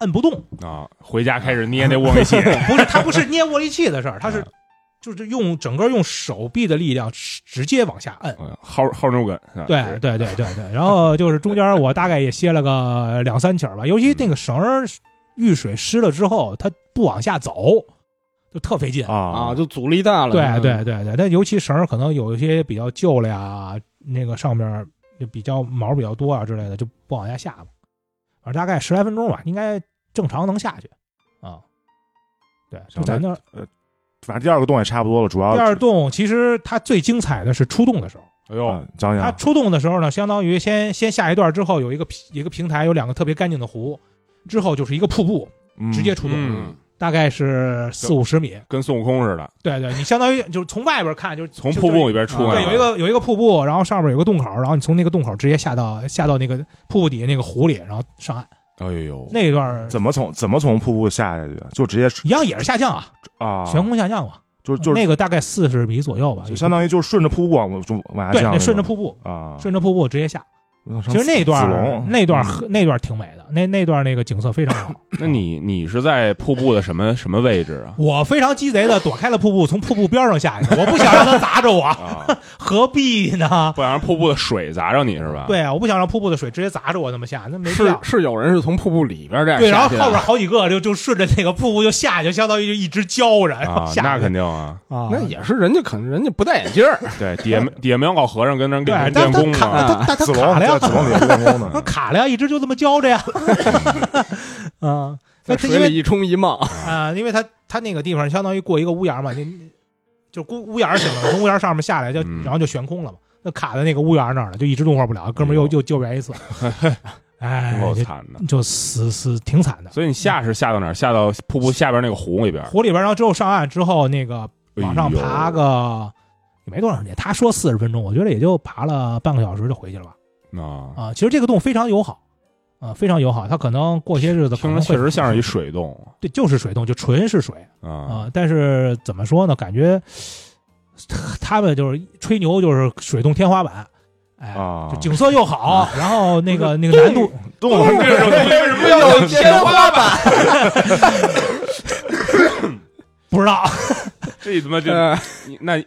摁不动。啊，回家开始捏那握力器，不是，它不是捏握力器的事儿，它是就是用整个用手臂的力量直直接往下摁。 嗯号号牛梗，啊对对对对对，然后就是中间我大概也歇了个两三起儿吧，尤其那个绳儿遇水湿了之后，它不往下走，就特费劲。啊 啊，，就阻力大了。嗯对对对对，但尤其绳儿可能有一些比较旧了呀，那个上面儿就比较毛比较多啊之类的，就不往下下了。反正大概十来分钟吧，应该正常能下去啊。对，就行咱那那儿反正第二个洞也差不多了，主要第二洞，其实它最精彩的是出洞的时候。哎呦，嗯讲它讲出洞的时候呢，相当于先先下一段之后有一个平一个平台，有两个特别干净的湖，之后就是一个瀑布，嗯直接出洞，嗯，大概是四五十米。跟孙悟空似的，对对，你相当于就是从外边看，就是从就瀑就布里边出啊对，来了，有一个有一个瀑布，然后上面有个洞口，然后你从那个洞口直接下到下到那个瀑布底下那个湖里，然后上岸。哎呦，那一段儿怎么从怎么从瀑布下下去，就直接一样也是下降啊，啊，悬空下降嘛，就就那个大概四十米左右吧，啊就相当于就是顺着瀑布往就往下对，降那种，顺着瀑布，啊，顺着瀑布直接下。我操其实那段子儿龙那段儿嗯很那段儿挺美的，那那段儿那个景色非常好。那你你是在瀑布的什么什么位置啊？我非常鸡贼的躲开了瀑布，从瀑布边上下去，我不想让它砸着我，啊， 何必呢？不想让瀑布的水砸着你是吧？对啊，我不想让瀑布的水直接砸着我，那么下，那没必是要。啊是有人是从瀑布里边这样对，然下后去的后边好几个就就顺着那个瀑布就下去，相当于就一直浇着，然啊后，下那去肯定啊，啊那也是人家肯人家不戴眼镜儿，对，底下 没底下没有搞和尚跟那儿对，练但练他功啊卡嘛，他他他子卡龙了在呀，子龙里练功他 呢，卡了呀，一直就这么浇着呀。啊，那在他水因为里一冲一冒， 啊，因为他他那个地方相当于过一个屋檐嘛，你就屋屋檐行了，从屋檐上面下来就嗯然后就悬空了嘛，那卡在那个屋檐那儿了，就一直动活不了，哥们儿又哎呦又救援一 次，哎，够就惨的。就死死挺惨的。所以你下是下到哪儿？下到瀑布下边那个湖里边，湖里边，然后之后上岸之后，那个哎往上爬个也没多长时间，他说四十分钟，我觉得也就爬了半个小时就回去了吧。哎呦啊，啊，其实这个洞非常友好，啊，非常友好。它可能过些日子可听能着会确实像是一水洞对，就是水洞，就纯是水啊啊。但是怎么说呢？感觉他们就是吹牛，就是水洞天花板，哎，啊就景色又好，然后那个那个难度，动了为什么要啊有天花板，不知 道。这他妈 这呃你那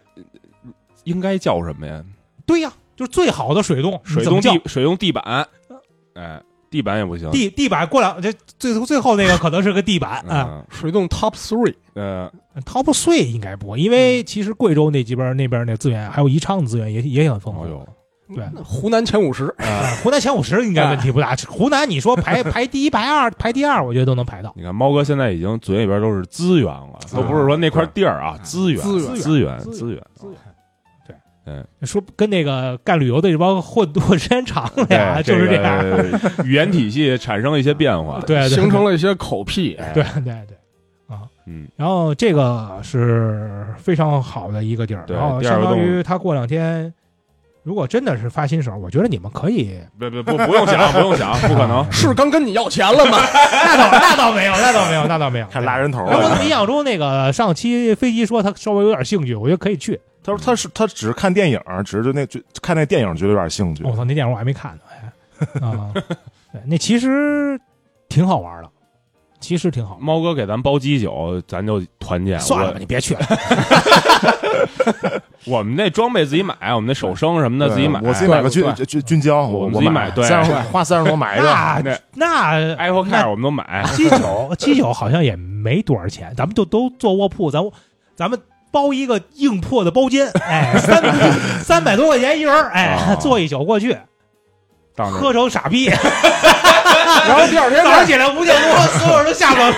应该叫什么呀？对呀，就是最好的水洞，你水怎么洞叫地水洞地板，哎，地板也不行。地地板过两这最最后那个可能是个地 板啊。嗯水洞 top three 呃， Top 碎应该不会，因为嗯其实贵州那几边那边那资源，还有宜昌的资源也也很丰富哦。呦，对，湖南前五十，啊，湖南前五十应该问题不啊大。湖南你说 排排第一、排二、排第二，我觉得都能排到。你看猫哥现在已经嘴里边都是资源了，都不是说那块地儿啊，资源资源资源资资源 说跟那个干旅游的这帮混 混时间长了哎呀，就是这样。样，这个语言体系产生了一些变化。对，对形成了一些口癖，对对对啊。嗯，然后这个是非常好的一个地儿，对然后第二相个当洞于他过两天，如果真的是发新手，我觉得你们可以。不不不，不用想，不用想，不可能。是刚跟你要钱了吗？ 那倒那倒没有，那倒没有，那倒没 有。开始拉人头哎。我了怎。么印象中那个上期飞机说他稍微有点兴趣，我觉得可以去。他说他是他只是看电影，只是对那就看那电影觉得有点兴趣哦我操，那电影我还没看呢，哎，啊、 对，那其实挺好玩的，其实挺好玩猫哥给咱包鸡酒，咱就团建。算了吧，你别去了。我我们那装备自己买，我们那手生什么的对自己买。我自己买个军对军军胶，我我们自己买对三十哎花三十多买一个，那那那 Apple Care 我们都买。七九七九好像也没多少钱，咱们就都坐卧铺，咱咱们包一个硬破的包间，哎，三三百 多块钱一人儿，哎啊，坐一宿过去，当时喝成傻逼， 然后第二天早上起来五点多，所有人都下班了，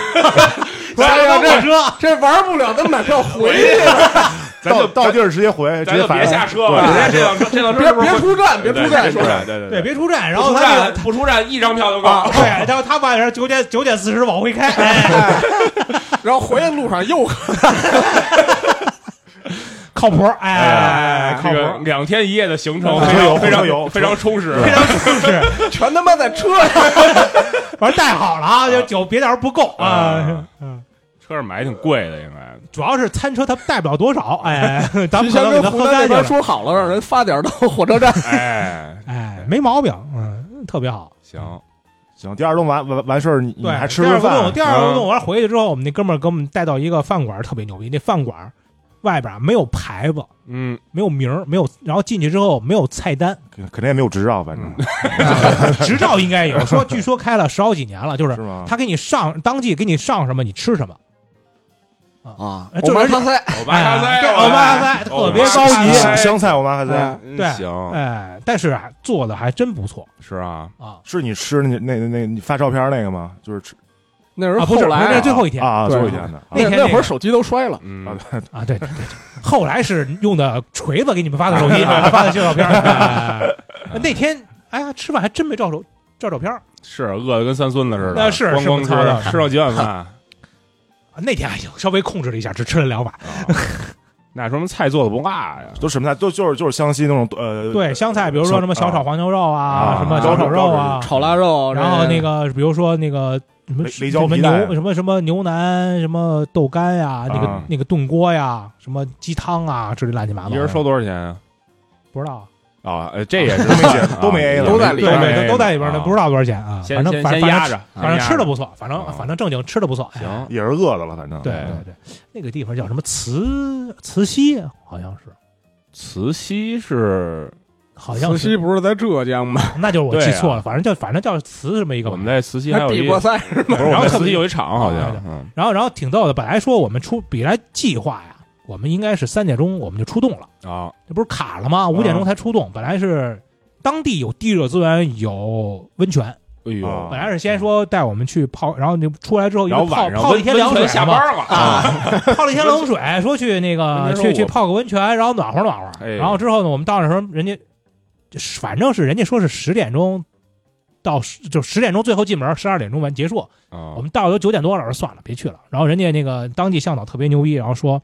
下哎呀班火车。这玩不了，咱买票回 去吧，咱就到到地儿直接回，直咱接就别返下车了，人家这辆车这辆车别别出站，别出站，出站，对对，别别出站，然不后出他那站个啊不出站一张票就够。对，然后他晚上九点九点四十往回开，哎，然后回来路上又 靠谱，哎，靠这个谱，两天一夜的行程火车游火非常非车常游非常充实，非常舒适，全他妈在车上，反正带好了啊，就酒别到时候不够啊啊，车上买挺贵的，应该主要是餐车他带不了多少，哎，咱们提前可能给跟他湖喝南那干净边了，说好了，让人发点到火车站。哎哎，没毛病，嗯，特别好。行，行，第二顿完完完事儿，你你对，嗯还吃第二顿个洞，饭第二个洞完回去之后，我们那哥们儿给我们带到一个饭馆，特别牛逼。那饭馆外边啊没有牌子，嗯，没有名儿，没有，然后进去之后没有菜单，肯肯定也没有执照，反正执照应该有，说 据说开了十好几年了，就是是吗？他给你上当季给你上什么，你吃什么，啊哎，我就们是他塞，欧哎巴塞，欧巴塞特别高级香香菜我妈还在，级对嗯行，哎，但是啊做的还真不错是啊，啊是你吃那那那那你发照片那个吗？就是吃那是啊，不后是，那来是最后一天啊，对最后一天的那那天那那会个儿手机都摔了，嗯啊， 啊，对对对，对后来是用的锤子给你们发的手机啊，发的旧照片儿。哎那天哎呀，吃饭还真没照手照照片儿，啊是饿得跟三孙子似的，那是光光是不糙的吃吃到几 碗饭。啊那天还行，稍微控制了一下，只吃了两碗。那说明菜做的不 辣呀，都什么菜？都就是就是湘西那种呃，对，香菜，比如说什么小炒啊黄牛肉啊，啊什么小炒肉啊，炒腊肉，然后那个个比如说那个什么雷什雷椒么皮蛋牛什么什么牛腩什么豆干呀，那个啊那个炖锅呀，什么鸡汤啊，之类乱七八糟一的。人收多少钱啊？不知道，啊，呃这也是都没写都没 A 了都在里对边没对，都都在里边呢，啊不知道多少钱啊。先反正先反先正压，着，反正先压吃的着不错，反正啊反正正经吃的不错。哎行，也是饿的了，啊反正嗯对对对，那个地方叫什么慈慈溪，好像是，慈溪是好像慈是，溪不是在浙江吗？那就是我记对啊错了，反正叫反正叫慈什么一个我吧们。在慈溪还那有帝一，国塞，不是我然们后在可慈能溪有一厂好啊像对，嗯，然后然后挺逗的，本来说我们出本来计划呀，我们应该是三点钟我们就出动了，啊，这不是卡了吗？五点钟才出动，本来是当地有地热资源有温泉，哎啊呦，本来是先说带我们去泡，然后就出来之后，因然后为泡晚上哎泡了一天温凉温水泉下嘛班了啊， 泡了一天冷水，说去那个温泉去说去我泡个温泉，然后暖和暖和。哎然后之后呢，我们到那时候，人家就是反正是人家说是十点钟到十就十点钟最后进门，十二点钟完结束。啊我们到都九点多了，我说算了，别去了。然后人家那个当地向导特别牛逼，然后说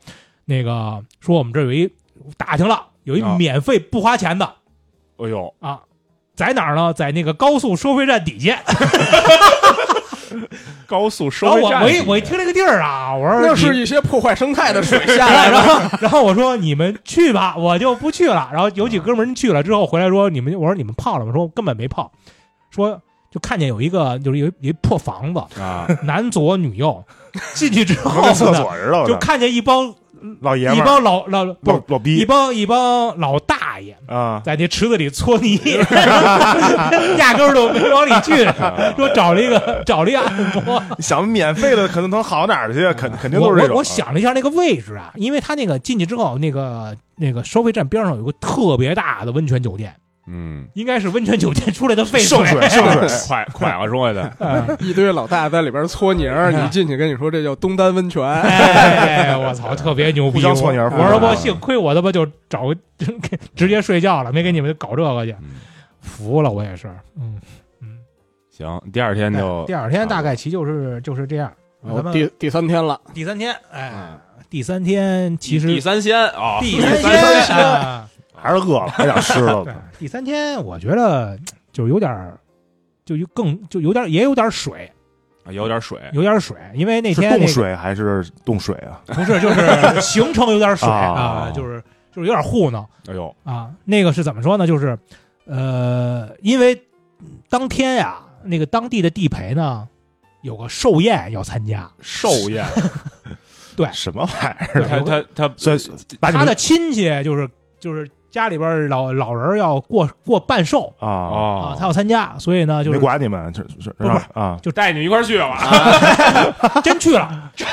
那个说我们这儿有一打听了，有一啊免费不花钱的哎呦，啊，在哪儿呢？在那个高速收费站底下。高速然收后费我站，我一我一听这个地儿啊，我说那你是一些破坏生态的水下来 哎然的，后然后我说你们去吧，我就不去了。然后有几哥们儿去了之后回来说你们，我说你们泡了吗？说根本没泡，说就看见有一个就是有一有一破房子，啊，男左女右，进去之跟后跟厕呢，所似的，我就操看见一帮老爷一们儿帮老老老不老一逼帮一帮老大爷。啊，在那池子里搓 泥，压根儿都没往里去，啊说找了一个找了一个按摩，想免费的可能能好哪儿去？ 肯肯定我都是这我种。啊我想了一下那个位置啊，因为他那个进去之后，那个那个收费站边上有个特别大的温泉酒店，嗯，应该是温泉酒店出来的废圣水圣水，快快了说回去，哎一堆老大爷在里边搓泥儿，你进去跟你说这叫东单温泉，哎，我操，特别牛逼！互相搓泥儿我互相我搓说泥我儿幸亏我他妈就找 个直接睡觉了，没给你们搞这个去，嗯服了我也是。嗯嗯，哎行，第二天就第二天大概其就是就是这样。然后咱们哦第第三天了，第三天，嗯哎，第三天其实第三鲜啊，第三三天啊。还是饿了，还想吃 对了。，第三天我觉得就是有点儿，就有更就有点儿也有点儿水，有点水，有点儿水，因为那哎是天那冻个水还是冻水啊？ 不是就是行程有点儿水啊啊，就是就是有点儿糊弄哎呦，啊。那个是怎么说呢？就是呃，因为嗯当天呀、那个当地的地陪呢有个寿宴要参加，寿 宴，什么玩意儿？他他他所以哎把你他们的亲戚就是就是家里边儿老老人儿要过过半寿啊，啊哦，，他要参加，所以呢就没是管你们，这这不是啊，就带你们一块儿去吧，真去 了，真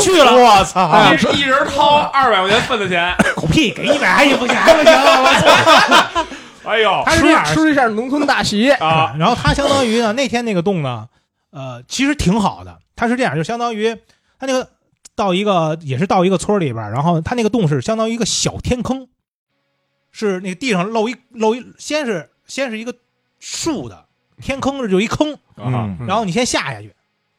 去了，我操！一一人掏二百块钱份子钱，狗屁，给一百还行不行？还不行，啊我哎呦操！他是这样吃吃一下农村大席，啊，然后他相当于呢，那天那个洞呢，呃，其实挺好的。他是这样，就相当于他那个到一个也是到一个村里边儿，然后他那个洞是相当于一个小天坑，是那个地上露一露一，先是先是一个竖的天坑，就一坑，啊，嗯然后你先下下去，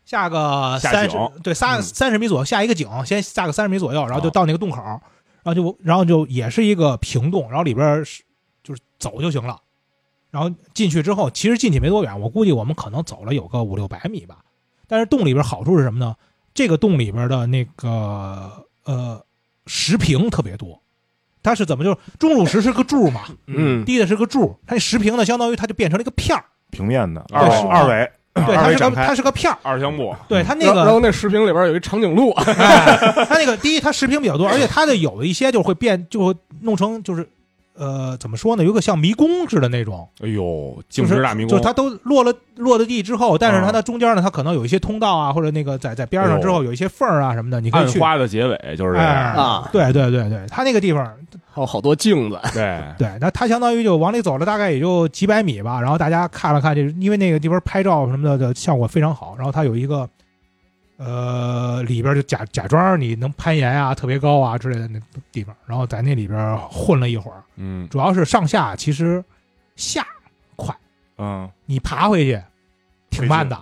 下个下三十井对三嗯三十米左右下一个井，先下个三十米左右，然后就啊哦到那个洞口，然后就然后就也是一个平洞，然后里边是就是走就行了。然后进去之后，其实进去没多远，我估计我们可能走了有个五六百米吧。但是洞里边好处是什么呢？这个洞里边的那个呃石屏特别多，它是怎么就是钟乳石是个柱嘛，嗯 低的是个柱，它那石屏呢相当于它就变成了一个片儿，平面的二二维维二维对，二它维是展个开它是个片儿，二香木，对它那然后然 个后那视频里边有一长颈鹿，啊哎它那个第一它食品比 较多，而且它的有的一些就会变，就会弄成就是呃怎么说呢，有一个像迷宫似的那种，哎呦，就净是值大迷就宫是，它都落了落了地之后，但是它啊的中间呢，它可能有一些通道啊，或者那个在在边哎上呦之后有一些缝儿啊什么的，你可暗以去。花的结尾就是这哎样，啊对对对对，它那个地方，还有好多镜子，对，对，那它相当于就往里走了大概也就几百米吧，然后大家看了看，这因为那个地方拍照什么的的效果非常好，然后它有一个。呃，里边就假假装你能攀岩啊，特别高啊之类的那地方，然后在那里边混了一会儿，嗯主要是上下其实下嗯，你爬回去挺慢的，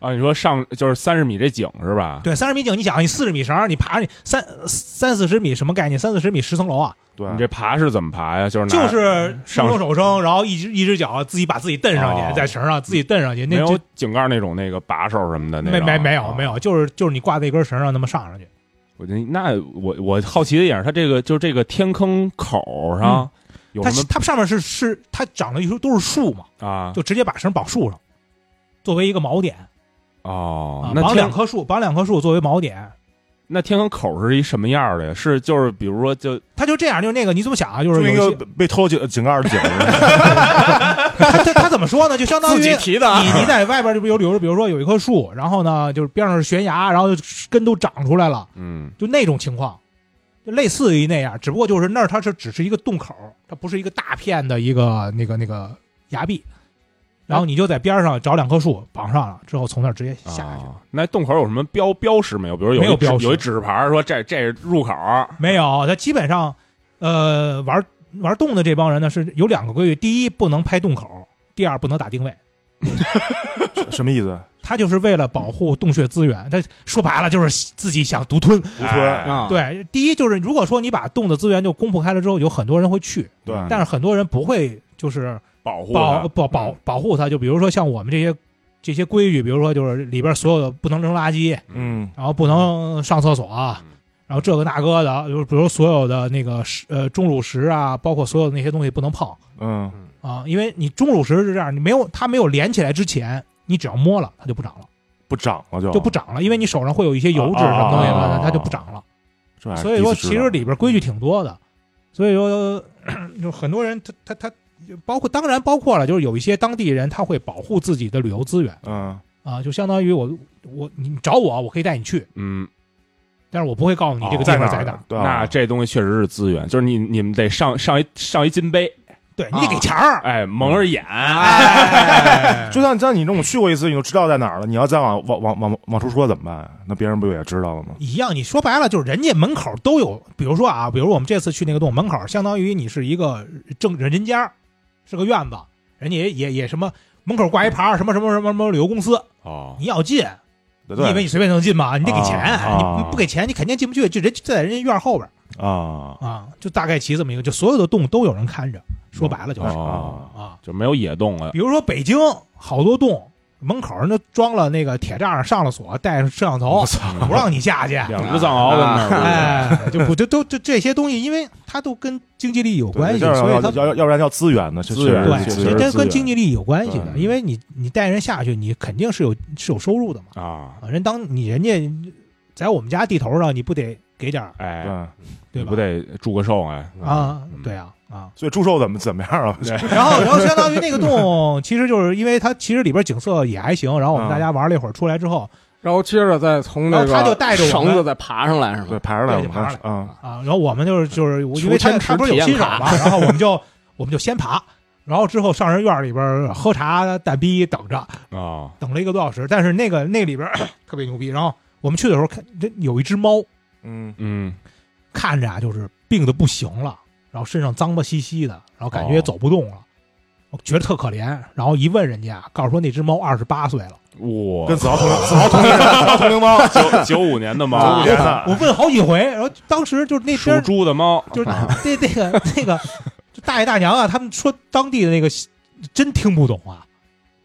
啊，你说上就是三十米这井是吧？对，三十米井，你想你四十米绳，你爬你三三四十米什么概念？三四十米十层楼啊，对，你这爬是怎么爬呀？就是拿就是上双手撑，然后一只一只脚自己把自己蹬上去，哦在绳上自己蹬上去，没那有就井盖那种那个把手什么的那没种没没有啊没有，就是就是你挂在一根绳上那么上上去，我觉得那我我好奇的一点，它这个就这个天坑口上有嗯它什么它上面是是它长的一株都是树嘛，啊？就直接把绳绑树上，作为一个锚点哦啊，，那绑天两棵树，绑两棵树作为锚点，那天坑口是一什么样的呀？是就是比如说就它就这样，就是那个你怎么想啊？就就是是一有个一些被偷井井盖儿的井，它它它怎么说呢？就相当自于己提的啊，你你在外边就比如比如比如说有一棵树，然后呢就是边上是悬崖，然后根都长出来了，嗯就那种情况，就类似于那样，只不过就是那儿它是只是一个洞口，它不是一个大片的一个那个那个崖壁，然后你就在边上找两棵树绑上了，之后从那儿直接下去。啊那洞口有什么标标识没有？比如有没有一指标识有一指示牌说这这是入口，没有，啊它基本上，呃，玩玩洞的这帮人呢是有两个规矩：第一，不能拍洞口；第二，不能打定位。 什么意思？它就是为了保护洞穴资源，它说白了就是自己想独吞。独哎吞，啊，对，第一就是如果说你把洞的资源就公布开了之后，有很多人会去，对嗯但是很多人不会就是保护保它保保保护它。就比如说像我们这些这些规矩，比如说就是里边所有的不能扔垃圾，嗯，然后不能上厕所啊嗯，然后这个那个的，就是比如所有的那个石呃钟乳石啊，包括所有的那些东西不能碰嗯，啊，因为你钟乳石是这样，你没有它没有连起来之前，你只要摸了它就不长了，不长了就就不长了，因为你手上会有一些油脂什么东西啊啊啊嘛啊，它就不长了。这玩意儿所以第说，一次其知道实里边规矩挺多的，所以说就很多人他他他，包括当然包括了，就是有一些当地人他会保护自己的旅游资源嗯，啊，就相当于我我你你找我，我可以带你去，嗯，但是我不会告诉你这个地在方哪在儿哪儿，？对啊那这东西确实是资源，就是你你们得上上一上一金杯，对你得给钱儿，哎，蒙着嗯眼，啊哎就像像你这种去过一次，你就知道在哪儿了。你要再往往往往往出说怎么办？那别人不也知道了吗？一样，你说白了就是人家门口都有，比如说啊，比如我们这次去那个洞门口，相当于你是一个正人家儿，是个院子，人家也也也什么门口挂一牌儿什么什么什么什么旅游公司，哦，你要进，对你以为你随便能进吗？你得给钱，啊你不给钱你肯定进不去，就人就在人家院后边啊啊，就大概起这么一个，就所有的洞都有人看着，说白了就是、哦，啊，就没有野洞了比如说北京好多洞门口人都装了那个铁栅栏，上了锁，带上摄像头，不让你下 去。两只藏獒在那儿，哎，就不就都就这些东西，因为它都跟经济利益有关系，这样所要以它要要要不然叫资源呢？这资源确实对，是其资实所源以这它跟经济利益有关系的，对因为你你带人下去，你肯定是有是有收入的嘛。啊，啊，人当你人家在我们家地头上，你不得给点儿，哎，对，。对你吧？不得祝个寿哎？啊嗯，对啊，啊 所以祝寿怎么怎么样啊？然后，然后相当于那个洞，其实就是因为它其实里边景色也还行。然后我们大家玩了一会儿，出来之后然后接着再从那然后个他就带着我们绳子再爬上来是对，吗？排上来对我爬们上啊，啊，然后我们就是就是因求为它签它池不是有体验新手卡嘛，然后我们就我们就先爬，然后之后上人院里边喝茶蛋逼等着，啊，等了一个多小时。但是那个那里边 特别牛逼。然后我们去的时候看，这有一只猫，嗯，嗯，看着啊，就是病的不行了，然后身上脏吧兮兮的，然后感觉也走不动了，我觉得特可怜。然后一问人家，告诉说那只猫二十八岁了。哇跟，子豪同龄，子豪 同龄，子豪同龄猫，九九五年的猫95，年我问好几回，然后当时就那属边猪的猫，哎就是啊那那个那个就大爷大娘啊，他们说当地的那个真听不懂啊，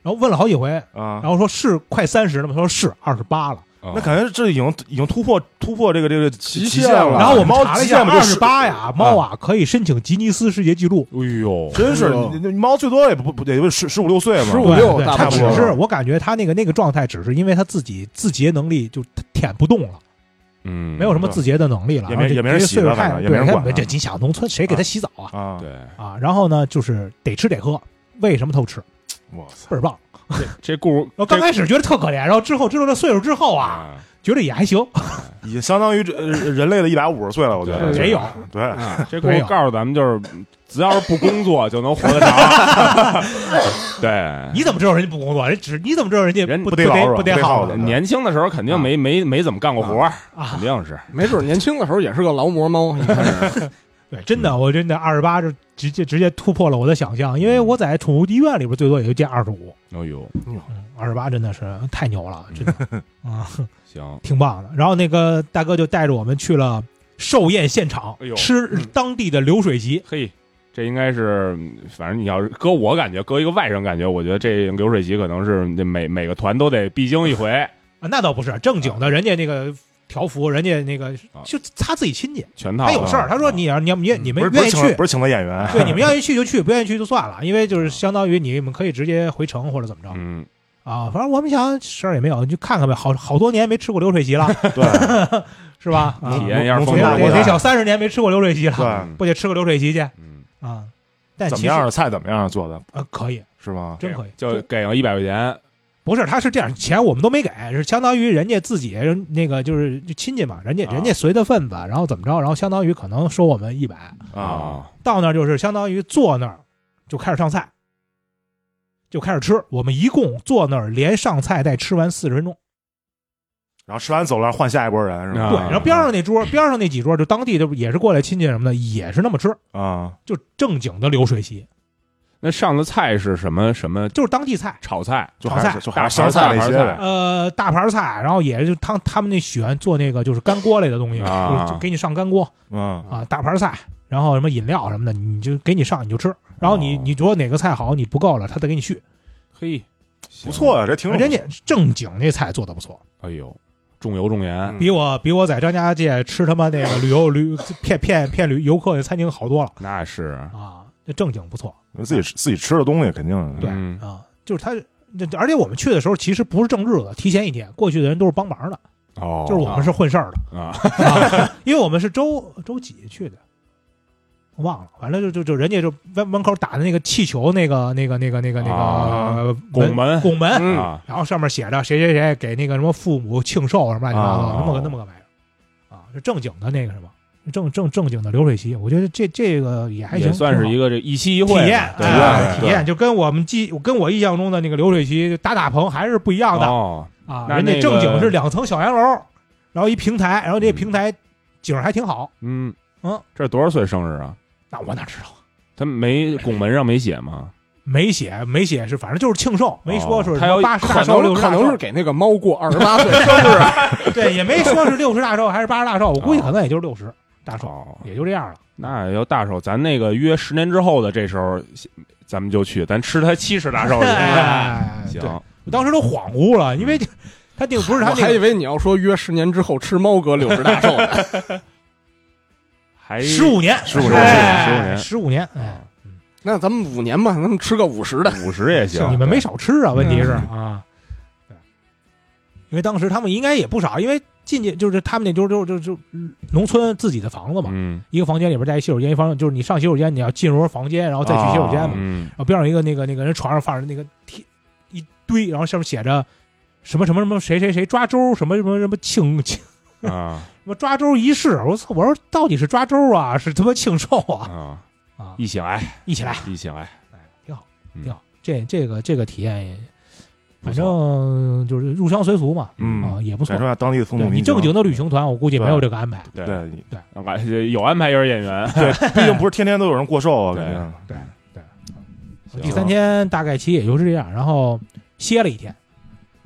然后问了好几回，啊然后说是快三十了吗？他说是二十八了。啊那感觉这已经已经突破突破这个这个极极限限了了。然后我们猫查了极一下，限不二就十是？八呀，猫啊可以申请吉尼斯世界纪录。哎呦，真是哎呦你你猫最多也不不也就十十五六岁嘛， 15对六对大他不只多是我感觉他那个那个状态，只是因为他自己自洁能力就舔不动了，嗯，没有什么自洁的能力了，也没而且也没人因为洗岁数了反太正也没对，人他管了这你想农村谁给他洗澡啊啊！嗯对，啊？然后呢，就是得吃得喝，喂什么都吃，我操，倍儿棒。这故然后哦刚开始觉得特可怜，然后之后知道这岁数之后啊，啊，觉得也还行，已经相当于这呃人类的一百五十岁了，我觉得对也有。对，啊这故没事有告诉咱们就是，只要是不工作就能活得长。 对，你怎么知道人家不工作？人只你怎么知道人家人不不得逮老鼠不不逮耗耗子年轻的时候肯定没没没怎么干过活儿，肯啊？定是没准儿年轻的时候也是个劳模猫，一开始对，真嗯的，我真的二十八就直接直接突破了我的想象，因为嗯我在宠物医院里边最多也就见二十五，哎呦，二十八真的是太牛了，真的啊，行，挺棒的。然后那个大哥就带着我们去了寿宴现场哎呦，吃当地的流水席。嘿，这应该是，嗯反正你要是搁我感觉，搁一个外人感觉，我觉得这流水席可能是这每每个团都得必经一回，啊，那倒不是正经的，人家那个条幅，人家那个啊就他自己亲戚，全套。他有事儿，他说你要你要你你们啊不是不愿是意请了去，不是请啊的演 员，对，你们愿意去就去，不愿意去就算了，因为就是相当于你们可以直接回城或者怎么着嗯，啊。反正我们想事儿也没有，就看看呗，好好多年没吃过流 水席了，对，是吧？啊，体验一下农风村情大也锅国菜得小啊三十年没吃过流水席了，对嗯不得吃个流水席去嗯，啊？但怎其么实样的菜怎么样做的啊，可以，是吗？真可以，就给了一百块钱，不是，他是这样，钱我们都没给，是相当于人家自己人那个就是就亲戚嘛，人家啊人家随的份子，然后怎么着，然后相当于可能收我们一百，啊，到那儿就是相当于坐那儿就开始上菜，就开始吃。我们一共坐那儿连上菜带吃完四十分钟，然后吃完走了换下一波人是啊对。吧？然后边上那桌边上那几桌就当地的也是过来亲戚什么的，也是那么吃，啊，就正经的流水席，那上的菜是什么什么就是当地菜。炒菜？就还炒菜是就还是湘菜那些大盘呗菜呃，大盘菜，然后也就他他们那喜欢做那个就是干锅类的东西，啊就是就给你上干锅，嗯，啊，大盘菜，然后什么饮料什么的，你就给你上你就吃，然后你哦你觉得哪个菜好，你不够了，他再给你续。嘿，不错啊呀，这挺有人家正经那菜做的不错，哎呦，重油重盐，比我比我在张家界吃他妈那个旅游旅 骗骗骗旅游客的餐厅好多了那是啊，这正经不错自己自己吃的东西肯定对嗯啊，就是他。这而且我们去的时候其实不是正日子，提前一天过去的人都是帮忙的，哦，就是我们是混事儿的，啊，啊，因为我们是周周几去的，我忘了。反正就就就人家就门门口打的那个气球，那个那个那个那个那个、啊呃拱门 拱门，嗯啊，然后上面写着谁谁谁给那个什么父母庆寿什么乱七八糟的，啊那么个那么个玩意儿啊，是正经的那个什么正正正经的流水席，我觉得这这个也还行，也算是一个。个这一期一会体嘛验，对体吧验哎对体验，就跟我们记，跟我印象中的那个流水席打打棚还是不一样的。哦，啊，那人那家个正经是两层小洋楼，然后一平台，然后这嗯平台景儿还挺好。嗯嗯，这是多少岁生日啊？那我哪知道？他没拱门上没写吗？没写，没写是，反正就是庆寿，没说是他要八十大可寿、六能十可大能是寿，给那个猫过二十八岁生日，对，也没说是六十大寿还是八十大寿，我估计可能也就是六十大寿，哦，也就这样了。那要大寿，咱那个约十年之后的这时候，咱们就去，咱吃他七十大寿去。 哎 行对，我当时都恍惚了，因为这他定不是他我那还以个为你要说约十年之后吃猫哥六十大寿 呢。还十五年， 15年哎15十五年，哎啊，那咱们五年吧，咱们吃个五十的。五十也行。你们没少吃啊，问题是啊，对因为当时他们应该也不少，因为进去就是他们那就就就就农村自己的房子嘛，嗯，一个房间里边带一洗手间，一房就是你上洗手间你要进入房间，然后再去洗手间嘛，嗯然后边上一个那个那个人床上放着那个贴一堆，然后上面写着什么什么什么谁谁谁抓周什么什么什么庆庆 啊什么抓周仪式，我操！我说到底是抓周啊，是他妈庆寿啊啊，啊！一起来，一起来，一哎起来，挺好，这这个这个体验也，不反错正就是入乡随俗嘛，啊嗯，也不错感受一。下当地的风对土你民正经情。的旅行团，我估计没有这个安排。对，对，啊有安排也是演员。毕竟不是天天都有人过寿啊，肯定。行第三天大概其实也就是这样，然后歇了一天。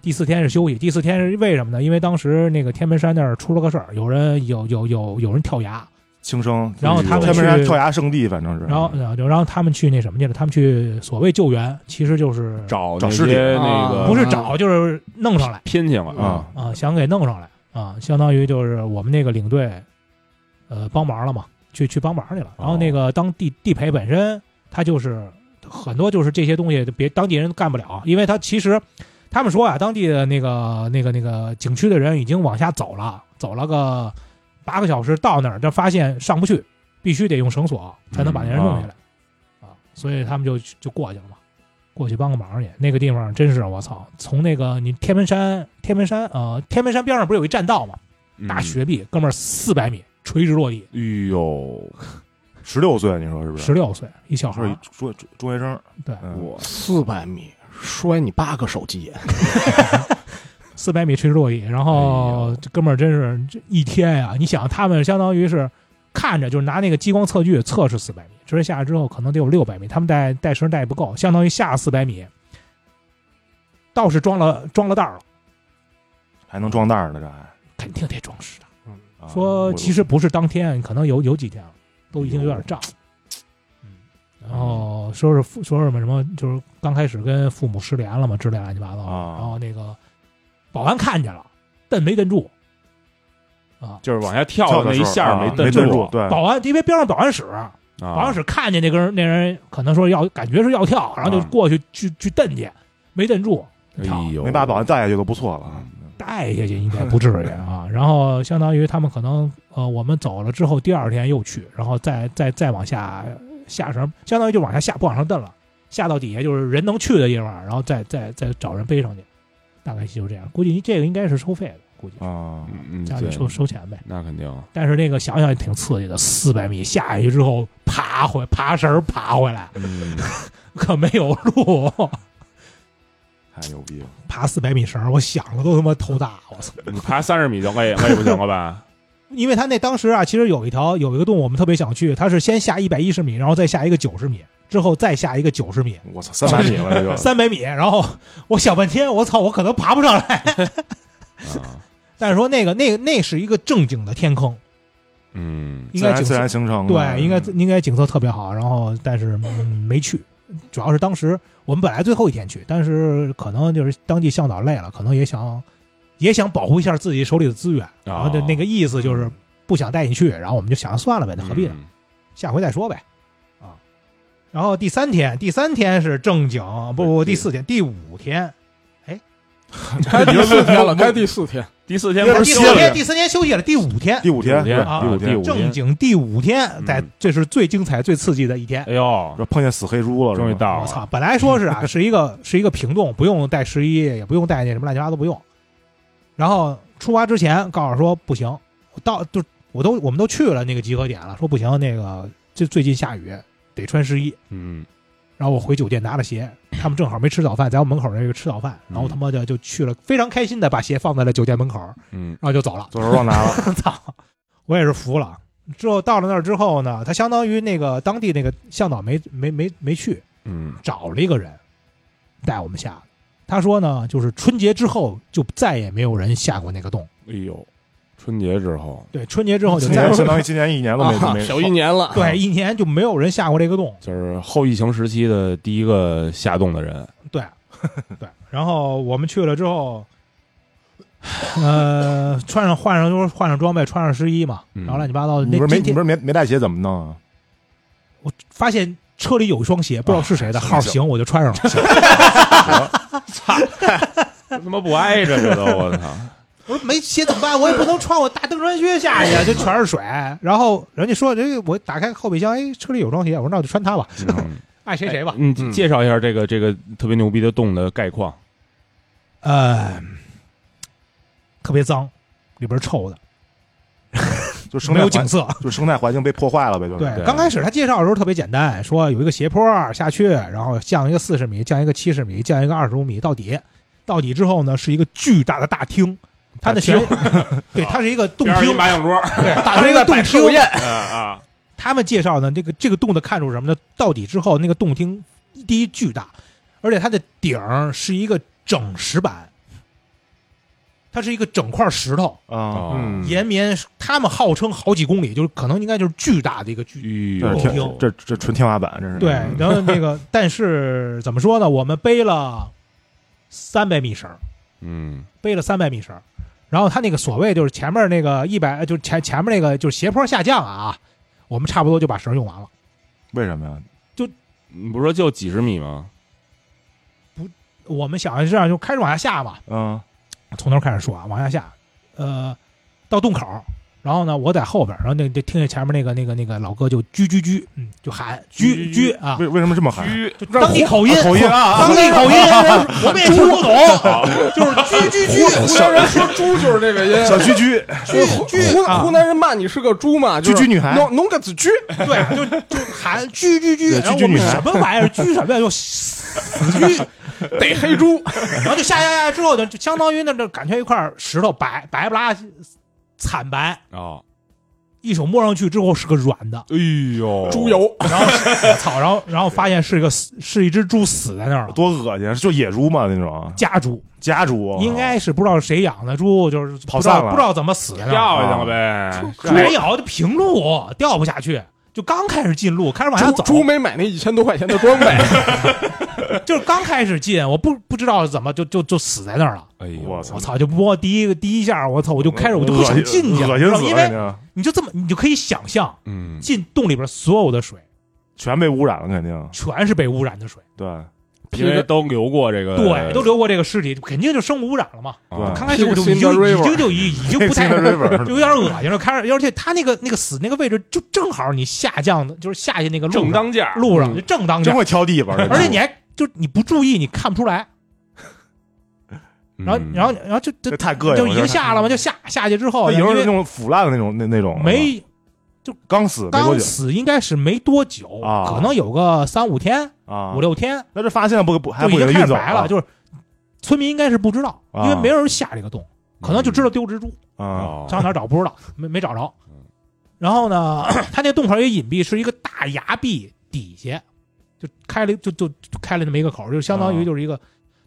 第四天是休息，第四天是为什么呢？因为当时那个天门山那儿出了个事儿，有人有有有有人跳崖，轻生，然后他们天门山去跳崖圣地，反正是，然后然后就然后他们去那什么去了，他们去所谓救援，其实就是找找那尸体些那个啊不是找就是弄上来拼去了啊，啊，想给弄上来啊，相当于就是我们那个领队，呃，帮忙了嘛，去去帮忙去了。然后那个当地地陪本身他就是很多就是这些东西就别当地人干不了，因为他其实他们说啊，当地的那个那个那个景区的人已经往下走了，走了个八个小时到那儿，但发现上不去，必须得用绳索才能把那人弄下来、啊，所以他们就就过去了嘛。过去帮个忙去，那个地方真是我操！从那个你天门山，天门山呃，天门山边上不是有一栈道吗？嗯大雪碧，哥们儿四百米垂直落地，哎呦，十六岁，你说是不啊是？十六岁一小孩是儿，中中中学生，对嗯我四百米摔你八个手机，四百米垂直落地，然哎后呦这哥们儿真是这一天呀、你想他们相当于是看着就是拿那个激光测距测试四百米，直接下来之后可能得有六百米，他们带带绳带不够，相当于下四百米，倒是装了装了袋儿了，还能装袋儿呢，这还肯定得装实啊的。说我其实不是当天，可能有有几天了，都已经有点胀。嗯，然后说是父说什么什么，就是刚开始跟父母失联了嘛，之类乱七八糟的。啊然后那个保安看见了，蹬没蹬住。就是往下跳跳的的那一下时候儿啊蹬没住，住，对，保安因为边上保安室，保嗯啊安室看见那根那人可能说要感觉是要跳，然后就啊过去去去蹬去，没蹬住，跳哎呦，没把保安带下去都不错了。啊带下去应该不至于 啊。然后相当于他们可能呃，我们走了之后，第二天又去，然后再再再往下下绳，相当于就往下下，不往上蹬了，下到底下就是人能去的地方，然后再再再找人背上去，大概就这样。估计这个应该是收费的，估计啊，嗯，嗯家里对收收钱呗。那肯定，但是那个想想也挺刺激的，四百米下去之后爬回爬绳儿爬回来，嗯， 可没有路，太牛逼了！ 爬四百米绳儿，我想了都他妈头大，我操！你爬三十米就累累不行 了吧？因为他那当时啊，其实有一条有一个洞，我们特别想去，他是先下一百一十米，然后再下一个九十米，之后再下一个九十米，我操，三百米了，这就三百米，然后 我想半天，我操，我可能爬不上来。啊，但是说那个那个那是一个正经的天坑，嗯，应自该然景自色然形成的，嗯对，应该应该景色特别好，然后但是、嗯没去，主要是当时我们本来最后一天去，但是可能就是当地向导累了，可能也想也想保护一下自己手里的资源，然后的那个意思就是不想带你去，然后我们就想算了呗，那何必呢？啊嗯下回再说呗，啊。然后第三天，第三天是正经，不不，第四天，第五天，该第四天 了，该第四天，第四天第不是四歇了天，第四天休息了，第五天，第五天，第五天对第五天，啊第五天正经第五天，嗯在这是最精彩、最刺激的一天。哎呦，说碰见死黑猪了，终于是吧到我了，操！本来说是啊，是一个是一个平洞，不用带十一，也不用带那什么乱七八糟都不用。然后出发之前告诉说不行，我到就我都我们都去了那个集合点了，说不行，那个就最近下雨，得穿十一。嗯，然后我回酒店拿了鞋，他们正好没吃早饭，在我门口那个吃早饭，然后他妈的就去了，非常开心的把鞋放在了酒店门口，然嗯后就走了。左手忘拿了， 操，我也是服了。之后到了那儿之后呢，他相当于那个当地那个向导没没没没去，嗯，找了一个人带我们下。他说呢，就是春节之后就再也没有人下过那个洞。哎呦，春节之后对，春节之后就今再年也相当于今年一年都没啊没小一年了，对一年就没有人下过这个洞。就是后疫情时期的第一个下洞 的人，对，对。然后我们去了之后，呃，穿上换上就是换上装备，穿上湿衣嘛，嗯然后乱七八糟的。你那不是没今你不天是没没带鞋怎么弄啊？我发现车里有一双鞋，不知道是谁的号，行，我就穿上了。他妈不挨着这都，我操，我说没鞋怎么办？我也不能穿我大登山靴下去啊，这全是水。然后人家说，这个我打开后备箱，哎，车里有双鞋，我说那我就穿它 吧，嗯爱谁谁吧。你介绍一下这个这个特别牛逼的洞的概况，呃，特别脏，里边臭的，就生没态有环景色。就生态环境被破坏了呗，就是对，对刚开始他介绍的时候特别简单，说有一个斜坡儿下去，然后降一个四十米，降一个七十米，降一个二十五米到底。到底之后呢，是一个巨大的大厅，它的悬， 对，它是一个洞边上一厅，麻将桌， 对， 它是一个洞厅。啊啊，他们介绍呢，这个这个洞的看处是什么呢？到底之后那个洞厅，第一巨大，而且它的顶儿是一个整石板，它是一个整块石头，啊，嗯，延绵，他们号称好几公里，就是可能应该就是巨大的一个巨。哎这呦是天，这这纯天花板，这是对，然后那个，但是怎么说呢？我们背了三百米绳，嗯，背了三百米绳，然后他那个所谓就是前面那个一百，就是前前面那个就是斜坡下降啊，我们差不多就把绳用完了。为什么呀？你不是说就几十米吗？我们想这样就开始往下下嘛，嗯从头开始说啊，往下下，呃，到洞口，然后呢，我在后边，然后那就听见前面那个那个那个老哥就啾啾啾，嗯，就喊啾啾啊，为为什么这么喊？就当地口音，啊口音 啊，当地口音，我们也听不懂，就是啾啾啾，湖南人说猪就是这个音。小蛐蛐，湖湖湖南人骂你是个猪嘛，就居居女孩农农个子居，对，就就喊啾啾啾，对然后啾啾我们女孩什么玩意儿，啾什么呀，就死啾，逮黑猪，然后就下下下之后就就相当于那那感觉一块石头白白不拉，惨白，啊，一手摸上去之后是个软的，哎呦，猪油，然后是 草，然后然后发现是一个死是一只猪死在那儿了，多恶心！就野猪嘛那种家猪家猪，哎应该是不知道谁养的猪，就是跑不知道散了不知道怎么死在那儿，掉下去了呗，哎没有就平路掉不下去，就刚开始进路，开始往下猪走，猪没买那一千多块钱的装备， 就是刚开始进，我不不知道怎么就就就死在那儿了，哎呦，我操我操！就摸第一个第一下，我操！我就开始我就不想进去了，恶你知心道死吗了，因肯为定你就这么你就可以想象嗯，进洞里边所有的水全被污染了，肯定全是被污染的水，对因为都流过这个，对，都流过这个尸体，肯定就生物污染了嘛。啊对刚开始我就 Pigs in 已经 the 已 river 经就已已经 不太 Pigs in the river 就有点恶心了。开始，而且他那个那个死那个位置，就正好你下降的，就是下去那个路正上当价，路上嗯就正当真间，会挑地方，而且你还就你不注意，你看不出来。嗯然后，然后，然后就就这太膈应了就已经下了嘛，就下下去之后，他因有是那为种腐烂的那种那那种没刚死没多刚久死，应该是没多久，啊可能有个三五天、啊，五六天，那这发现不不还就不已给经他开运始走白了，就是村民应该是不知道，因啊嗯为没有人下这个洞，可能就知道丢蜘蛛，啊嗯哦上哪儿找不知道，没没找着。然后呢， 他那洞口也隐蔽，是一个大崖壁底下，就开了就就就开了那么一个口，就相当于啊就是一个，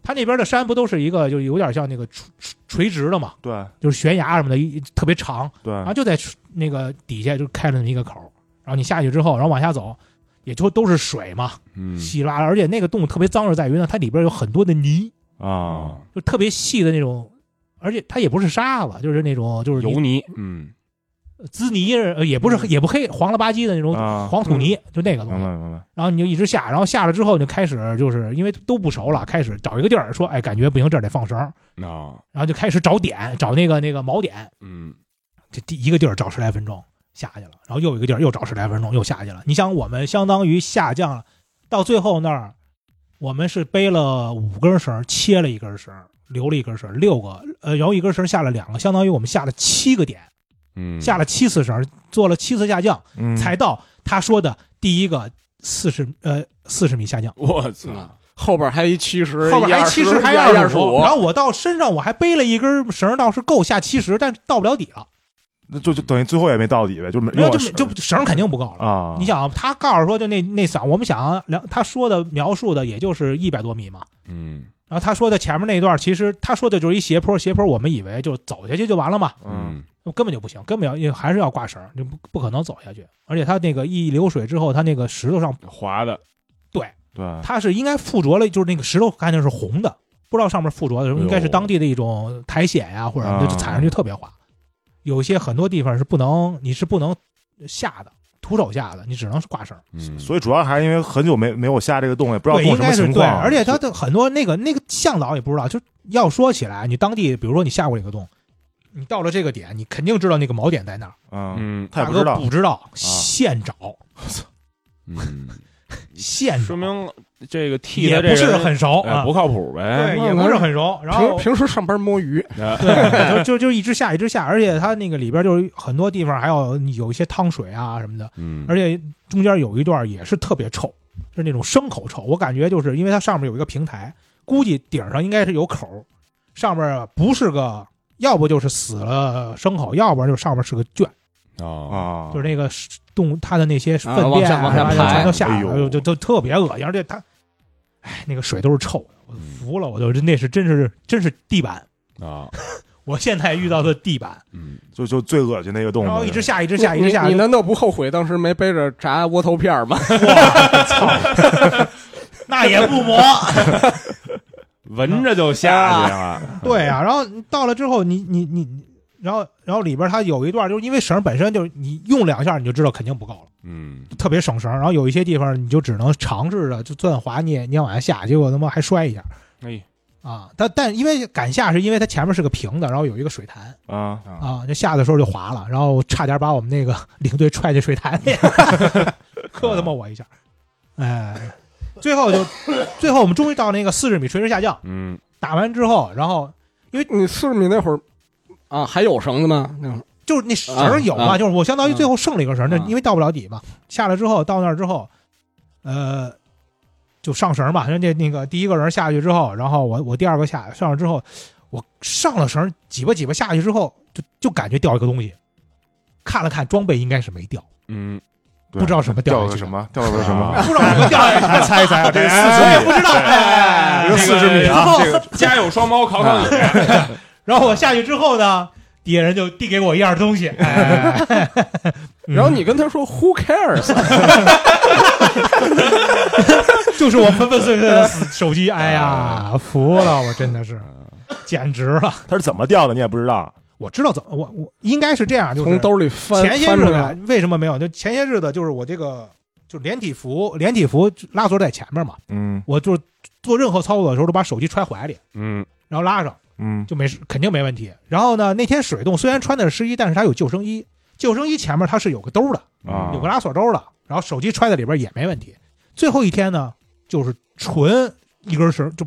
他那边的山不都是一个就有点像那个垂垂垂直的嘛，对就是悬崖什么的，一特别长，对然后就在那个底下就开了那么一个口，然后你下去之后，然后往下走，也就都是水嘛，嗯稀拉拉，而且那个洞特别脏是在于呢，它里边有很多的泥，啊，就特别细的那种，而且它也不是沙子，就是那种就是泥油泥，嗯，滋泥，呃也不是也不黑黄了吧唧的那种嗯啊黄土泥，就那个明东白西。明白，然后你就一直下，然后下了之后你就开始就是因为都不熟了，开始找一个地儿说，哎，感觉不行，这儿得放绳，啊，然后就开始找点，找那个那个锚点，嗯，这第一个地儿找十来分钟下去了，然后又一个地儿又找十来分钟又下去了。你想，我们相当于下降了，到最后那儿，我们是背了五根绳，切了一根绳，留了一根绳，六个，呃，然后一根绳下了两个，相当于我们下了七个点，嗯，下了七次绳，做了七次下降，嗯，才到他说的第一个四十呃四十米下降。我操，啊后边还一七十，后边还七七十，还二十十五然，后我到身上我还背了一根绳，倒是够下七十，但是到不了底了，那就就等于最后也没到底呗，就没没有就用就绳肯定不够了。啊，你想，他告诉说就那那嗓，我们想啊两，他说的描述的也就是一百多米嘛。嗯然后他说的前面那一段，其实他说的就是一斜坡，斜坡我们以为就走下去就完了嘛，嗯嗯，根本就不行，根本要因为还是要挂绳，就不不可能走下去。而且他那个一流水之后，他那个石头上，滑的，对它是应该附着了，就是那个石头看见是红的，不知道上面附着的什么，应该是当地的一种苔藓呀、或者什么的，就踩上去特别滑。有些很多地方是不能，你是不能下的，徒手下的，你只能是挂绳。嗯，所以主要还是因为很久没没有下这个洞，也不知道对，洞应什么该是情对，况，啊而且他的很多那个那个向导也不知道，就要说起来，你当地比如说你下过这个洞，你到了这个点，你肯定知道那个锚点在哪儿，嗯，嗯他也大不知哥道不知啊道，现找，嗯，现说找，明这个 T 也的不这是人很熟哎啊不，靠谱呗，对，也不是很熟，然平后。平时上班摸鱼，啊对，就就就一直下一直下，而且它那个里边就是很多地方还有有一些汤水啊什么的，嗯，而且中间有一段也是特别臭，就是那种牲口臭。我感觉就是因为它上面有一个平台，估计顶上应该是有口儿，上面不是个，要不就是死了牲口，要不然就上面是个圈，啊，啊，就是那个动物它的那些粪啊往便下往下什么的排全都下哎来呦了，就就就特别恶心，而且它，嗯哎，那个水都是臭的，我服了，我就那是真是真是地板。啊，我现在遇到的地板，嗯，就就最恶心那个动物，然后一直下，一直下，一直下嗯你，你，难道不后悔当时没背着炸窝头片儿吗？那也不磨。闻着就下去了。对啊，然后你到了之后，你你你，你然后然后里边它有一段，就是因为绳本身就是你用两下你就知道肯定不够了，嗯，特别省绳。然后有一些地方你就只能尝试着就算滑你也你也往下下，结果他妈还摔一下哎，啊！但但因为敢下是因为它前面是个平的，然后有一个水潭啊啊，啊，就下的时候就滑了，然后差点把我们那个领队踹进水潭里，磕他妈我一下，哎，最后就最后我们终于到那个四十米垂直下降，嗯，打完之后，然后你四十米那会儿啊，还有绳子吗？那会儿就是那绳儿有啊嘛，啊就是我相当于最后剩了一根绳儿，那啊因为到不了底嘛，下来之后到那儿之后，呃，就上绳儿嘛，人家那个第一个人下去之后，然后我我第二个下上了之后，我上了绳儿，挤吧挤吧下去之后，就就感觉掉一个东西，看了看装备应该是没 掉，嗯，对不知道什么掉掉了下个去哎什么，掉了个什么 啊，不知道什么掉下去了，猜一猜啊，这个四我也十不知道。哎米，这个四十米啊，这个家有双猫烤烤你，然后我下去之后呢，底下人就递给我一样东西，哎 嗯然后你跟他说 Who cares？ 就是我粉粉碎碎的死手机，哎呀， 服了，我真的是，简直了！它是怎么掉的你也不知道，我知道怎么，我我应该是这样，就是从兜里翻前些翻日出来，子为什么没有？就前些日子就是我这个就是连体服，连体服拉锁在前面嘛，嗯我就是做任何操作的时候都把手机揣怀里，嗯然后拉上嗯就没事，肯定没问题。然后呢，那天水洞虽然穿的是湿衣，但是它有救生衣，救生衣前面它是有个兜的，啊有个拉锁兜的，然后手机揣在里边也没问题。最后一天呢，就是纯一根绳，就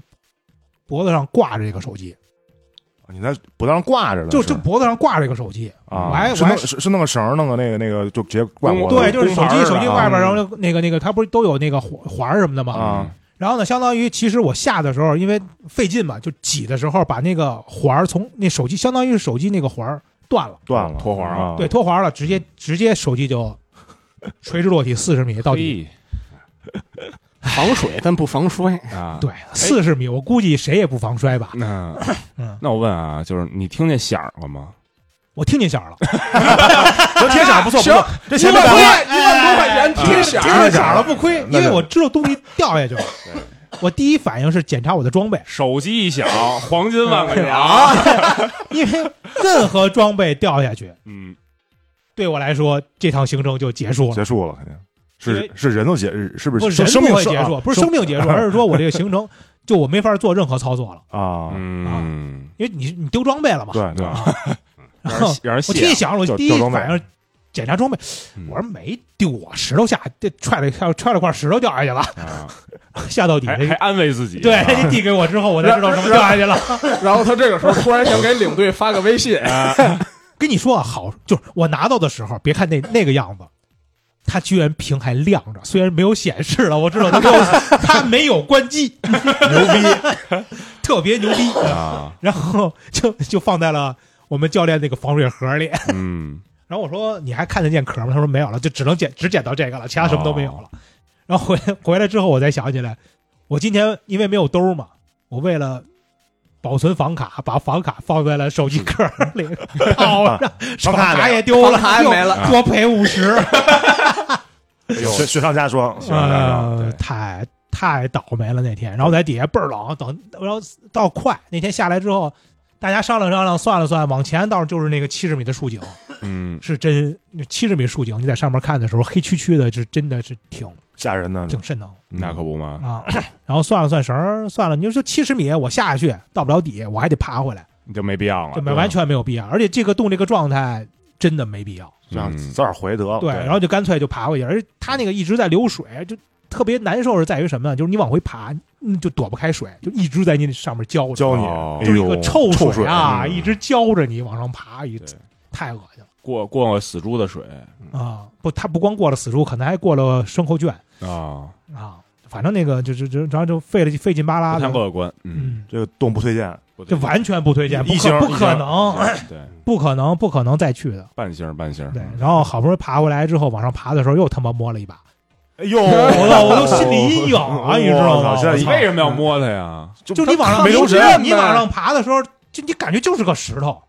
脖子上挂着一个手机，你在脖子上挂着的是，就就脖子上挂着一个手机。啊，我还是我还弄是是弄个绳儿弄个那个那个就直接挂脖子，对，就是手公牌机儿手机的啊外边，然后那个那个，它不是都有那个环环儿什么的吗？啊然后呢，相当于其实我下的时候，因为费劲嘛，就挤的时候把那个环儿从那手机，相当于是手机那个环儿断了，断了脱环儿啊，对，，脱环儿了，直接直接手机就垂直落体四十米到底。嘿防水但不防摔。啊，对，四十米，我估计谁也不防摔吧。那嗯那我问啊，就是你听见响儿了吗？我听见响儿了，这铁铲不错，不错，这前面一咱万多们块，一万多块钱贴响听儿，见响儿了不亏，因为我知道东西掉下去了。我第一反应是检查我的装备，手机一 响，黄金嗯万啊块钱。啊因为任何装备掉下去，嗯，对我来说这趟行程就结束了结。束了，肯定因是为是人都结，是是不不，是人生生不命会是结啊束，不是生命结束，而是说我这个行程就我没法做任何操作了，啊，嗯，啊因为你你丢装备了嘛。对对，让人让人啊哦我听谢见响儿了，就我第掉一装备反应是检查装备，嗯我说没丢啊，石头下这踹了一下，踹了块石头掉下去了， 啊，下到底还这还安慰自己。对啊， 这递给我之后，我才知道什么啊掉下去了。然后他这个时候突然想给领队发个微信， 跟你说啊，好，就是我拿到的时候，别看那那个样子，它居然屏还亮着，虽然没有显示了，我知道它没有，它没有关机，牛逼， 特别牛逼。啊，然后就就放在了我们教练那个防水盒里。嗯， 然后我说你还看得见壳吗？他说没有了，就只能捡只捡到这个了，其他什么都没有了。然后回回来之后，我才想起来，我今天因为没有兜嘛，我为了。保存房卡，把房卡放在了手机壳里，套上，房卡也丢了，房卡也没了又多赔五十，雪雪上加霜，雪上加霜，呃，太太倒霉了那天。然后在底下倍儿冷，等然后到快那天下来之后，大家商量商量，算了算，往前倒是就是那个七十米的竖井，嗯，是真七十米竖井，你在上面看的时候黑黢黢的，是真的是挺吓人呢，挺瘆得慌那可不嘛，啊。然后算了算绳儿，算了，你就说七十米我下去到不了底，我还得爬回来，你就没必要了。这嗯没完全没有必要。而且这个洞这个状态真的没必要。这样嗯早点回得了，对，然后就干脆就爬回去，而且它那个一直在流水，就特别难受是在于什么呢？就是你往回爬，嗯，就躲不开水，就一直在你上面浇着，教哦你，就是一哎个呦臭臭啊，嗯一直浇着你往上爬，一对太恶心过过过死猪的水嗯了啊！不，他不光过了死猪，可能还过了身后圈啊，啊，反正那个就就就然后就费了费劲巴不拉的，太乐观。嗯，嗯，这个洞不推荐，不对这完全不推荐，不一可星不一可星能，对，不可能，不可能再去的。半星儿半星儿。对，然后好不容易爬回来之后，往上爬的时候又他妈摸了一把，哎呦，我操， 我都心理阴影啊，你知道吗？我操现在你一我操为什么要摸它呀？就就你往上没留神你往上爬的时候，就你感觉就是个石头，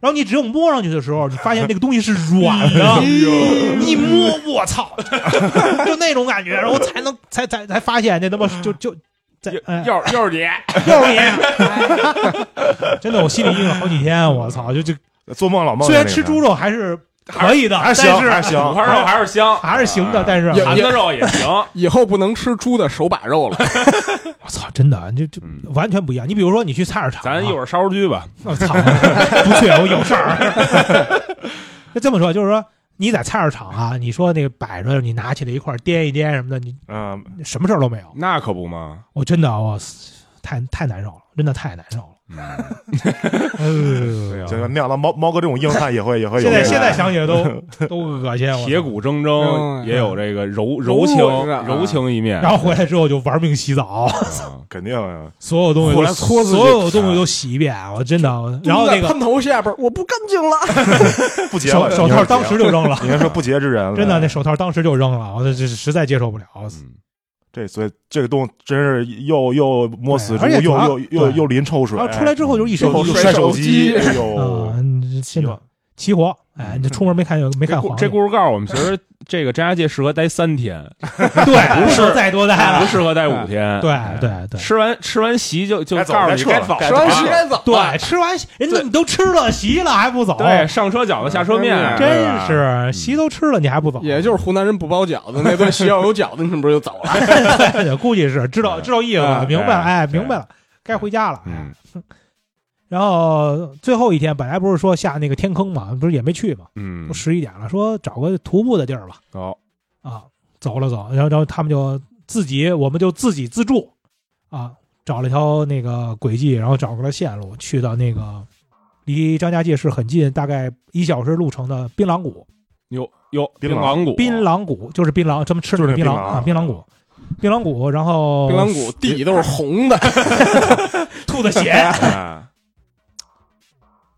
然后你只有摸上去的时候，你发现那个东西是软的，一摸我操， 就那种感觉，然后才能 才才才发现那他妈就就在哎又又是你，又是你，哎真的我心里阴了好几天，我操，就就做梦老梦见那个。虽然吃猪肉还是可以的，还行但是还 行，五花肉还是香，还是行的，但是盘子肉也行， 以后不能吃猪的手把肉了。我啊操，真的就就嗯完全不一样。你比如说你去菜市场啊，咱一会儿烧猪吧， 我操，不去，我有事儿。 那这么说，就是说你在菜市场啊，你说那个摆着，你拿起来一块儿掂一掂什么的，你嗯，什么事儿都没有。那可不嘛，我真的，我太太难受了，真的太难受了。 哎呦这个没想到猫猫哥这种硬汉也会也会有现这在个。现在想起来都都恶心。我铁骨铮铮嗯也有这个柔柔情柔啊柔情一面然，后回来之后就玩命洗澡，嗯肯定呀所有东西后都来搓自己所有东西都洗一遍，我真的。然后那在个喷头下边，我不干净了。不结手了手套当时就 扔了，你应该说不洁之人了，真的那手套当时就扔了，我这这实在接受不了。我嗯这所以这个动物真是又又摸死猪，对又而且主要又又对又淋臭水，然后出来之后就是一身又一摔手摔哎呦哦啊，，嗯真的齐活， 哎，你出门没看见没这看故黄历这故事告诉我们，其实这个张家界适合待三 天，对，不是能再多待 不了，适合待五天。对对对吃完吃完席就就该走告诉该你撤该了走了，该吃完啊洗该走。对，吃完人家你都吃了席了还不走，啊对，上车饺子下车面，对哦真吧是席都吃了你还不走， 也就是湖南人不包饺子那顿，席要有饺子，你是不是就走了？ 是估计是知道知道意思了，嗯明白了，哎哎，明白了，该回家了。嗯，然后最后一天本来不是说下那个天坑嘛，不是也没去嘛，嗯都，十一点了，说找个徒步的地儿吧，好，啊，走了走，然后然后他们就自己，我们就自己自助，啊，找了条那个轨迹，然后找了线路，去到那个离张家界市很近，大概一小时路程的槟榔谷。有有槟榔榔骨，槟榔谷就是槟榔，他们吃就是那槟榔槟榔啊，槟榔谷，槟榔谷，然后槟榔谷地都是红的，吐的血。哎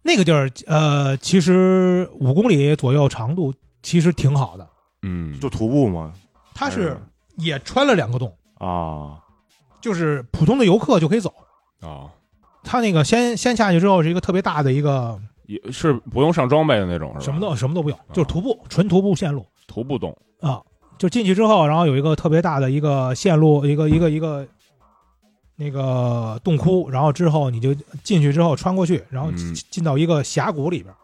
那个地儿，呃，其实五公里左右长度，其实挺好的。嗯，就徒步嘛它是也穿了两个洞，啊，就是普通的游客就可以走。啊，它那个先先下去之后是一个特别大的一个也是不用上装备的那种，是吧？啊什么都什么都不用，就是徒步，纯徒步线路徒步动，啊。就进去之后，然后有一个特别大的一个线路，一个一个一个那个洞窟，然后之后你就进去之后穿过去，然后嗯进到一个峡谷里边，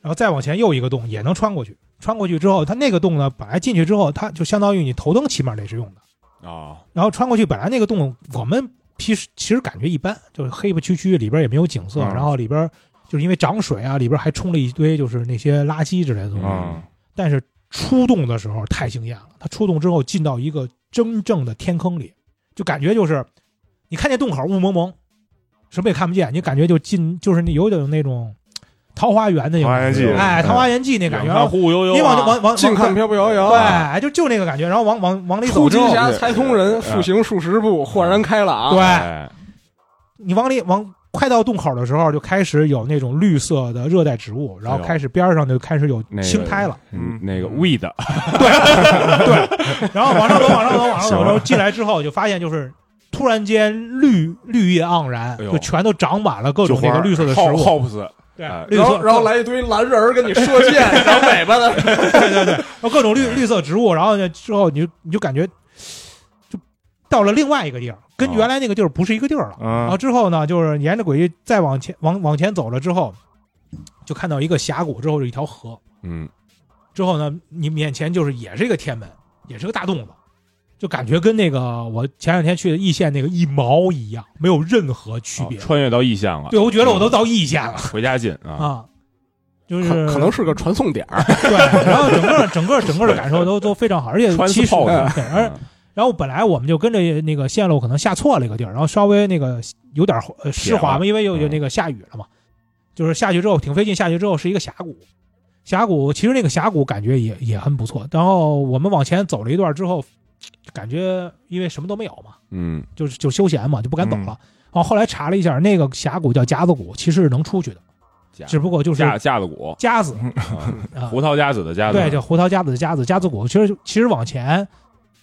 然后再往前又一个洞也能穿过去。穿过去之后，它那个洞呢，本来进去之后，它就相当于你头灯起码得是用的。啊，然后穿过去，本来那个洞我们其实其实感觉一般，就是黑不黢黢，里边也没有景色，嗯然后里边就是因为涨水啊，里边还冲了一堆就是那些垃圾之类的东西。啊嗯但是出洞的时候太惊艳了，它出洞之后进到一个真正的天坑里，就感觉就是你看见洞口雾蒙蒙，什么也看不见，你感觉就进就是那有点那种桃花源的那种感桃觉花源记哎，嗯桃花源记那感觉，远然看后忽忽悠悠啊，你往往往哎近看飘飘摇摇。对，就就那个感觉，然后往往往里走兔之金后，峡财通人，复行数十步，豁然开朗。对。哎，你往里往快到洞口的时候，就开始有那种绿色的热带植物，然后开始边上就开始有哎那个青苔了，嗯，那个 weed，然后往上走，往上走，往上行啊走，然后进来之后就发现就是。突然间绿，绿叶盎然，哎呦就全都长满了各种就花那儿个绿色的植 Hop- 物， hops，对哎，绿然后色，然后来一堆蓝人儿跟你射 箭，长尾巴的，然后各种绿绿色植物，然后呢之后你就你就感觉就到了另外一个地儿，跟哦原来那个地儿不是一个地儿了。然后嗯之后呢，就是沿着轨迹再往前往往前走了之后，就看到一个峡谷，之后是一条河，嗯，之后呢，你面前就是也是一个天门，也是个大洞子，就感觉跟那个我前两天去的易县那个一毛一样，没有任何区哦好别。哦穿越到异乡了，对，我觉得我都到易县了回家近啊，啊，就是可可能是个传送点儿。对，然后整个整个整个的感受都都非常好，而且穿嗯其实泡对的，而然后本来我们就跟着那个线路可能下错了一个地儿，然后稍微那个有点呃湿滑铁嘛，因为有有嗯那个下雨了嘛，就是下去之后挺费劲，下去之后是一个峡谷，峡谷其实那个峡谷感觉也也很不错。然后我们往前走了一段之后，感觉因为什么都没有嘛，嗯，就是就休闲嘛，就不敢走了。然后后来查了一下，那个峡谷叫夹子谷，其实是能出去的，架只不过就是架架子鼓，夹子啊胡桃夹子的夹子，对，叫胡桃夹子的夹子夹子谷。其实其实往前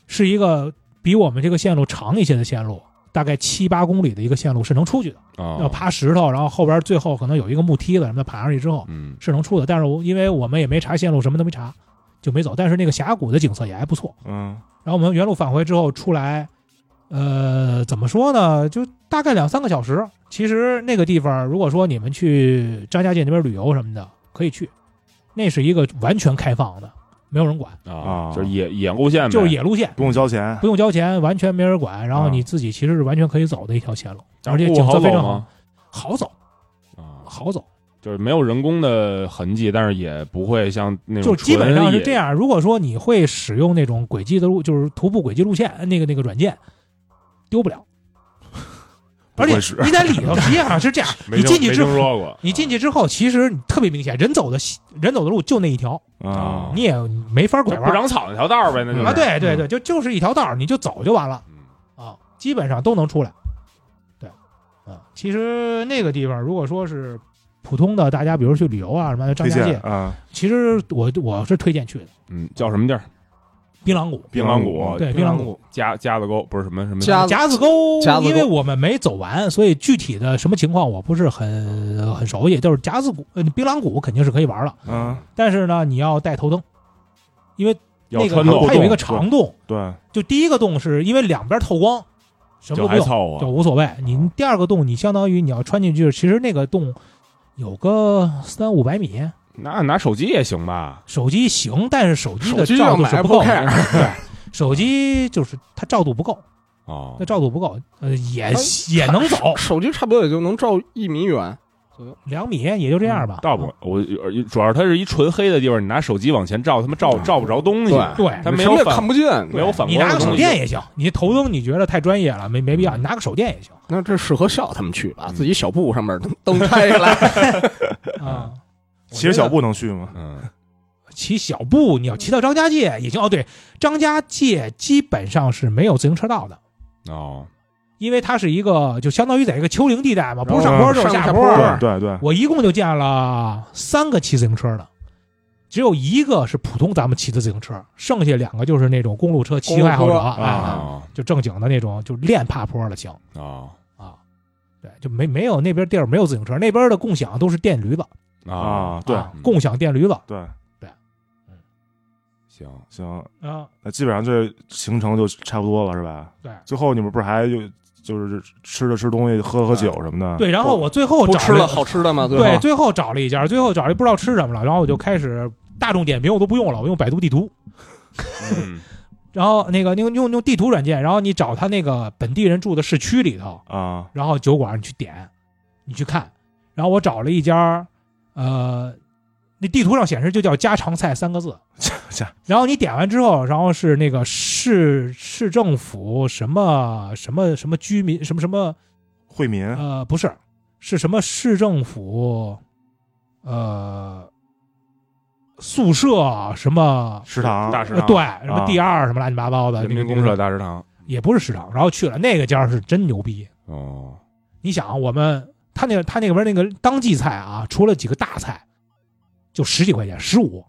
是一个比我们这个线路长一些的线路，大概七八公里的一个线路是能出去的，啊，要爬石头，然后后边最后可能有一个木梯子什么的，爬上去之后嗯是能出的。但是我因为我们也没查线路，什么都没查，就没走。但是那个峡谷的景色也还不错。嗯，然后我们原路返回之后出来，呃，怎么说呢？就大概两三个小时。其实那个地方，如果说你们去张家界那边旅游什么的，可以去，那是一个完全开放的，没有人管，啊，啊就是野野路线呗，就是野路线，不用交钱，不用交钱，完全没人管。然后啊你自己其实是完全可以走的一条线路，峡而且谷景好色非走常好啊吗，？好走，啊，好走。就是没有人工的痕迹，但是也不会像那种就基本上是这纯野。，样。如果说你会使用那种轨迹的路，就是徒步轨迹路线那个那个软件，丢不了。不而会且使你在里头，实际上是这样没你听进去没之听后，说过，你进去之后，其实你特别明显，人走的西人走的路就那一条，啊你也没法就拐不弯长草那条道儿呗，那就是啊。，对对对，就就是一条道儿，你就走就完了嗯啊，基本上都能出来。对，啊，其实那个地方如果说是普通的大家，比如去旅游啊什么的，张推家荐界，啊，其实我我是推荐去的嗯，叫什么地儿？槟榔谷。槟槟榔榔谷谷，对，槟槟榔榔谷谷、夹夹子沟不是什么什么夹夹子沟夹，子沟因为我们没走完，所以具体的什么情况我不是很很熟悉。就是夹子谷、呃槟榔谷肯定是可以玩了，嗯，但是呢，你要带头灯，因为要那个穿透它有一个长洞，对，就第一个洞是因为两边透光，什么就都不还用，凑就合，无所谓。你第二个洞，你相当于你要穿进去，其实那个洞有个三五百米，那拿手机也行吧？手机行，但是手机手的机照要度买是不够 Apple 的， Care，手机就是它照度不够，哦那，照度不够，呃，也哎也能走。手机差不多也就能照一米远。两米也就这样吧。啊倒不，我呃主要是它是一纯黑的地方，你拿手机往前照，他妈照照不着东西，对对它没什么有也反看不见。没有反你光拿的个东手西电也行，你头灯你觉得太专业了，没没必要，你拿个手电也行那这适合笑他们去吧，自己小布上面灯灯拆下来，啊。骑着小步能去吗？嗯，骑小步，你要骑到张家界也行。哦，对，张家界基本上是没有自行车道的，哦，因为它是一个就相当于在一个丘陵地带嘛，不是然上后坡就是上下坡坡对。对对对，我一共就见了三个骑自行车的，只有一个是普通咱们骑的自行车，剩下两个就是那种公路车骑公路爱好者车啊啊就正经的那种，就练爬坡的行。哦啊，对，就没没有那边地儿没有自行车，那边的共享都是电驴子啊，啊，对啊嗯共享电驴子对，行，行，啊，那基本上这行程就差不多了，是吧？对最后你们不是还就就是吃着吃东西，喝喝酒什么的？对，然后我最 后不找吃了好啊吃的吗？最 对，后最后找了一家，最后找了一不知道吃什么了，然后我就开始大众点评我都不用了，我用百度地图，嗯然后那个用用用地图软件，然后你找他那个本地人住的市区里头，啊，然后酒馆你去点，你去看，然后我找了一家，呃，那地图上显示就叫家常菜三个字家家，然后你点完之后，然后是那个市市政府什么什么什么居民什么什么惠民嗯呃不是是什么市政府，呃宿舍什么食堂大食呃堂对什么第二什么乱七八糟的嗯啊人民公社大食堂也不是食堂，然后去了那个家是真牛逼，哦，你想，我们他那他那边那个当季菜啊，除了几个大菜，就十几块钱，十五。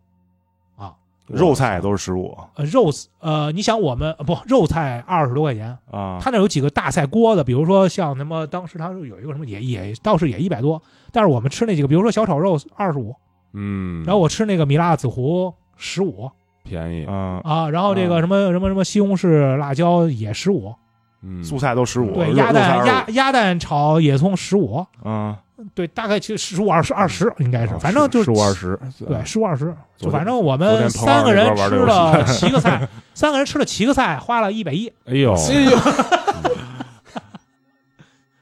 啊肉菜都是十五呃，肉呃，你想我们呃不肉菜二十多块钱，啊他那有几个大菜锅子，比如说像什么当时他有一个什么也也倒是也一百多，但是我们吃那几个，比如说小炒肉二十五，嗯，然后我吃那个米辣子糊十五便宜，啊，啊，然后这个啊什么什么什么西红柿辣椒也十五，嗯，素菜都十五，对，肉鸭蛋肉菜鸭鸭蛋炒野葱十五， 25啊，对，大概其实十五二十二十应该是，哦反正就是十五二十，对，十五二十，就昨天反正我昨们天彭三个老师人玩吃这了七个菜，三个人吃了七个菜，花了一百一，哎呦，哎呦，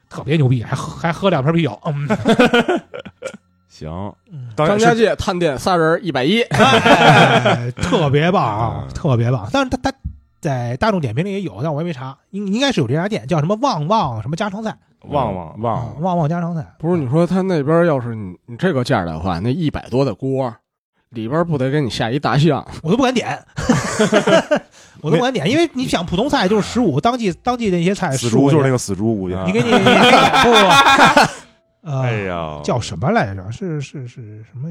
特别牛逼，还喝还喝两瓶啤酒，嗯，行，嗯当然张家是界探店仨人一百一，哎 特别棒啊，嗯特别棒。但是他他在大众点评里也有，但我也没查，应应该是有这家店，叫什么旺旺什么家常菜，旺旺旺嗯，旺旺家常菜。 不是你说他那边要是你你这个价儿的话，那一百多的锅里边不得给你下一大象？我都不敢 点，我都不敢点，因为你想普通菜就是十五，当季当季那些菜死15猪就是那块个死猪，估计啊钱你给你你给你不不 不，呃哎呀，叫什么来着？是是是什么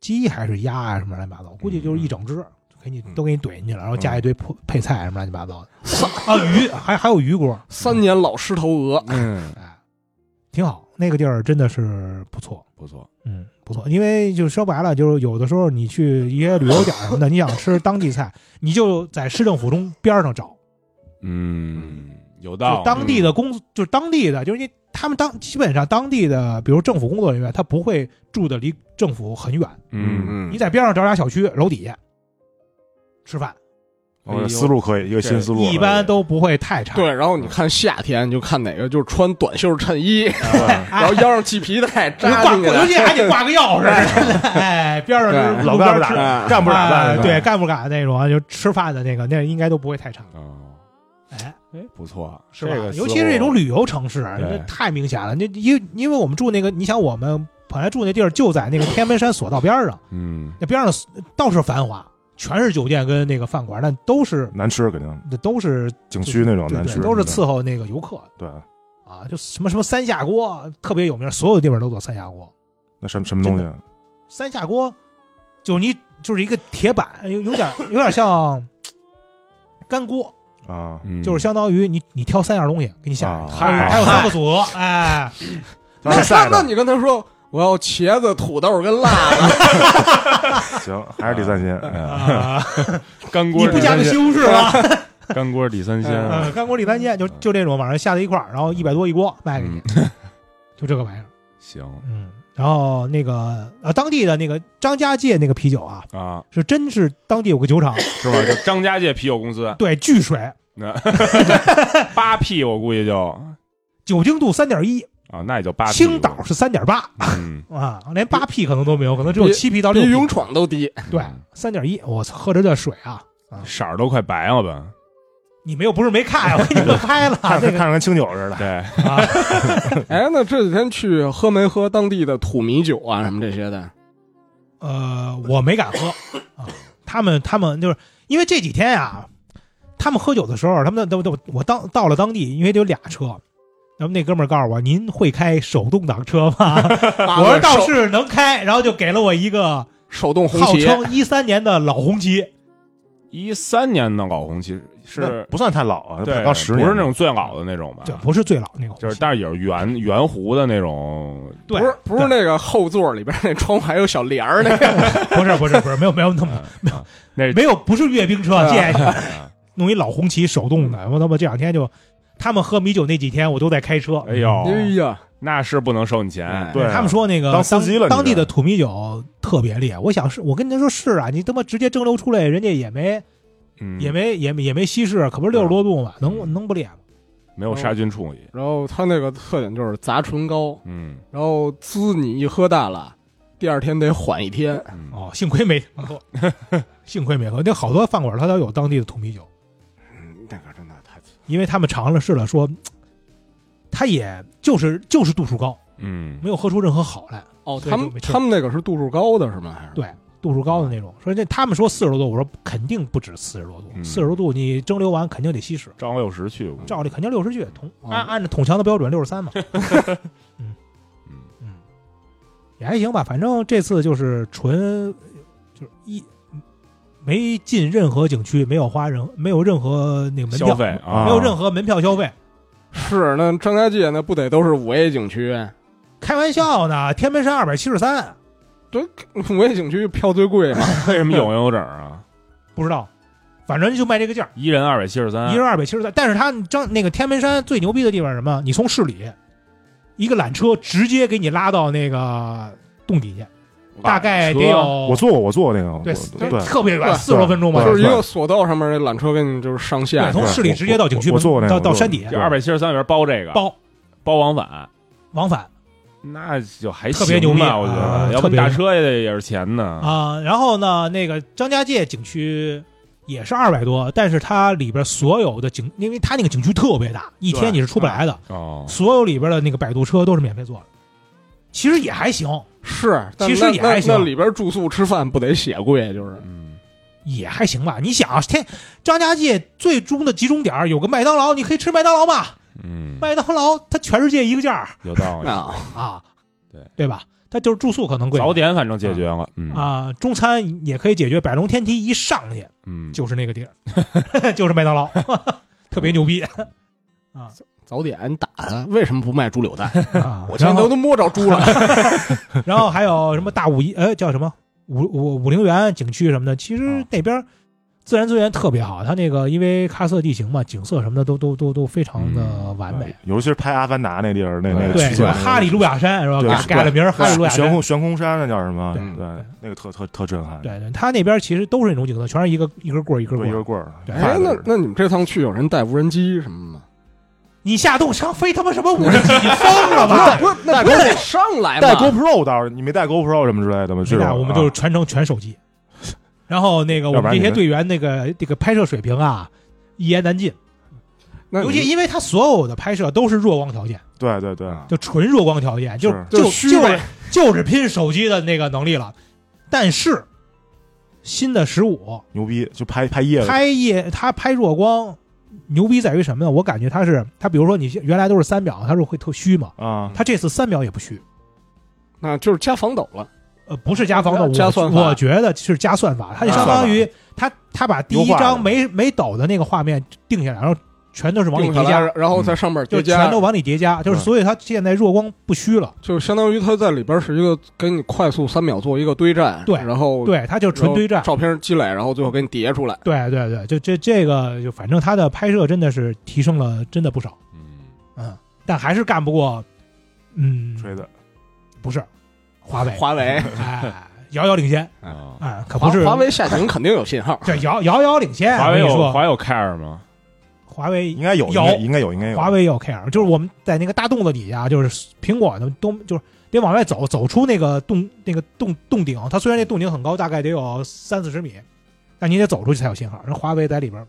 鸡还是鸭啊？什么乱七八糟？估计就是一整只，给你嗯都给你怼进去了，然后加一堆配配菜什么乱七八糟的，啊鱼还还有鱼锅，嗯三年老狮头鹅，嗯，哎，挺好，那个地儿真的是不错，不错，嗯，不错，因为就说白了，就是有的时候你去一些旅游点儿什 么的，你想吃当地菜，你就在市政府中边儿上找，嗯，有就道理，当地的工，就是当地的，就是因为他们当基本上当地的，比如政府工作人员，他不会住的离政府很远，嗯，嗯你在边上找俩小区楼底下吃饭，哎呦哦思路可以，一个这新思路。啊一般都不会太差。对，然后你看夏天，你就看哪个就是穿短袖衬衣，哎，然后腰上系皮带扎挂进去尤的，其还得挂个钥匙，真的 哎，边上对是老干部打啊的，干部打哎扮的，对，干部打的那种，就吃饭的那个，那应该都不会太差。哦，哎，哎，不错，是吧？这个思路尤其是这种旅游城市，对这太明显了。那因为因为我们住那个，你想我们本来住那地儿就在那个天安门山索道边儿上，嗯，那边儿上倒是繁华，全是酒店跟那个饭馆，但都是难吃肯定，那都是景区那种对难对吃，都是伺候那个游客对。啊，就什么什么三下锅特别有名，所有地方都做三下锅。那什么什么东西？三下锅就是你就是一个铁板，有有点有点像干锅，啊，嗯就是相当于你你挑三样东西给你下啊，还有还有三个组合，哎。那晒 那的你跟他说我要茄子、土豆跟辣子，行，还是李三鲜。 哎呀啊，干锅你不加个西红柿吗？ 干锅底三鲜， 嗯，干锅里三鲜就就这种，晚上下在一块儿，然后一百多一锅卖给你，嗯， 就这个玩意儿。行嗯，然后那个呃，当地的那个张家界那个啤酒啊，啊，是真是当地有个酒厂，是吧？就张家界啤酒公司对，巨水，那八 P，我估计就酒精度三点一，啊，那也就八 P，青岛是三点八嗯，啊，连八 P 可能都没有，可能只有比七 P 到六比勇 P。闯都 低。对，三点一，我操，喝着这水啊！色儿都快白了吧？你们又不是没看啊呀，我给你们拍了啊看着那看着跟清酒似的，对，个啊，哎，那这几天去喝没喝当地的土米酒啊什么这些的？呃，我没敢喝啊。他们他们就是因为这几天啊，他们喝酒的时候，他们都都我当到了当地，因为有俩车。然后那哥们儿告诉我：“您会开手动挡车吗？” 我啊说：“倒是能开。”然后就给了我一个手动红号旗，称一三年的老红旗，一三年的老红旗那是，不算太老啊，对，到十年不是那种最老的那种吧？啊这不是最老那个红旗，就是，但是也是圆圆弧的那种，对，不是不是那个后座里边那窗户还有小帘儿那个，不是不是不是没有没有那么没有，啊那是没有不是阅兵车，谢谢你啊。弄一老红旗手动的，我他妈这两天就他们喝米酒那几天，我都在开车。哎呦，哎呀，那是不能收你钱哎，对啊他们说那个当司机了当你地这的土米酒特别烈。我想是，我跟他说是啊，你他妈直接蒸馏出来，人家也没嗯也没也没也没稀释，可不是六十多度嘛，能能不烈吗？没有杀菌处理， 然后它那个特点就是砸唇膏，嗯然后滋你一喝大了，第二天得缓一天。嗯，哦，幸亏没 喝，幸亏没喝。那好多饭馆它都有当地的土米酒，那个真的太因为他们尝了试了，说它也就是就是度数高，嗯没有喝出任何好来，哦，对他就们没事他们那个是度数高的是吗？还是对，度数高的那种。说这他们说四十多度，我说肯定不止四十多度，嗯四十多度你蒸馏完肯定得稀释。张六十去过，照例肯定六十去，同啊哦按按照统强的标准六十三 嘛。嗯嗯嗯，也还行吧，反正这次就是纯就是一没进任何景区，没有花任没有任何那个嗯门消票，费啊，没有任何门票消费。是那张家界那不得都是五 A 景区？开玩笑呢，天门山二百七十三，五 A 景区票最贵嘛？为什么有有整啊？不知道，反正就卖这个价儿，一人二百七十嗯三，一人二百七十三。但是他张那个天门山最牛逼的地方是什么？你从市里一个缆车直接给你拉到那个洞底下，大概得有我坐过，我坐过那个，对我对，特别远，对四十多分钟吧，对就是一个索道上面那缆车给你就是上对，线，从市里直接到景区我门我坐过那个到我坐到过山底这二百七十三里边包这个包包往返，往返那就还特别牛逼行吧我觉啊得，要不特别打车也得也是钱呢。啊。嗯然后呢，那个张家界景区也是二百多，但是它里边所有的景，因为它那个景区特别大，一天你是出不来的，嗯哦，所有里边的那个摆渡车都是免费坐的。其实也还行，是，但其实那也还那行那里边住宿吃饭不得血贵，就是嗯，也还行吧。你想啊，天张家界最终的集中点儿有个麦当劳，你可以吃麦当劳吧？嗯，麦当劳它全世界一个价儿有道理。啊，啊，对对吧？但就是住宿可能贵早点反正解决了，嗯啊，中餐也可以解决。百龙天梯一上去嗯，就是那个地儿， 就是麦当劳，特别牛逼嗯啊早点你打他，为什么不卖猪 柳蛋？ 啊！我现在都能摸着猪 了。然后还有什么大武一，呃，叫什么武武武陵源景区什么的，其啊实那边自然资源特别好，它那个因为喀斯特地形嘛，景色什么的都都都都非常的嗯完哎美。尤其是拍《阿凡达》那地儿，那那个对，取什景么哈利路亚山是吧？对改改了名儿哈利路亚悬山。空悬空山那叫什么？对对，那个特特特震撼，对对，它那边其实都是那种景色，全是一个一根棍儿一根对棍一根。儿棍儿。对快哎，那的那你们这趟去有人带无人机什么的吗？你下洞上飞他妈什么五十级，你疯了吧？不是，那不得上来带 GoPro 倒是你没带 GoPro 什么之类的吗？没是打，我们就是全程全手机。然后那个我啊要不们然你这些们队员那个这个拍摄水平啊，一言难尽。那尤其因为它所有的拍摄都是弱光条件，对对对，就纯弱光条件，就是就就虚就伪是就是拼手机的那个能力了。但是新的十五牛逼，就拍拍夜拍夜，它拍弱光牛逼在于什么呢？我感觉它是它，比如说你原来都是三秒，它是会特虚嘛，啊，它这次三秒也不虚。那就是加防抖了，呃，不是加防的，加算法我我觉得是加算法，它就啊相当于他他把第一优化了张没没抖的那个画面定下来，然后全都是往里定下叠来加，，嗯然后在上面就叠加，全都往里叠加，就是对所以它现在弱光不虚了，就相当于它在里边是一个给你快速三秒做一个堆栈，对然后对，它就然纯后堆栈，照片积累，然后最后给你叠出来。对对对，就这这个就反正它的拍摄真的是提升了真的不少，嗯嗯，但还是干不过，嗯，吹的，不是华为，华为，哎，遥遥领先，啊，哎，可华不是，华为下井肯定有信号 这遥遥遥领先，华为哎我跟你有说华为有 Care 吗？华为应该有，有应该应该有，应该有。华为也有 Care，就是我们在那个大洞子底下，就是苹果的东，就是得往外走，走出那个洞那个洞洞顶。它虽然那洞顶很高，大概得有三四十米，但你得走出去才有信号。人华为在里边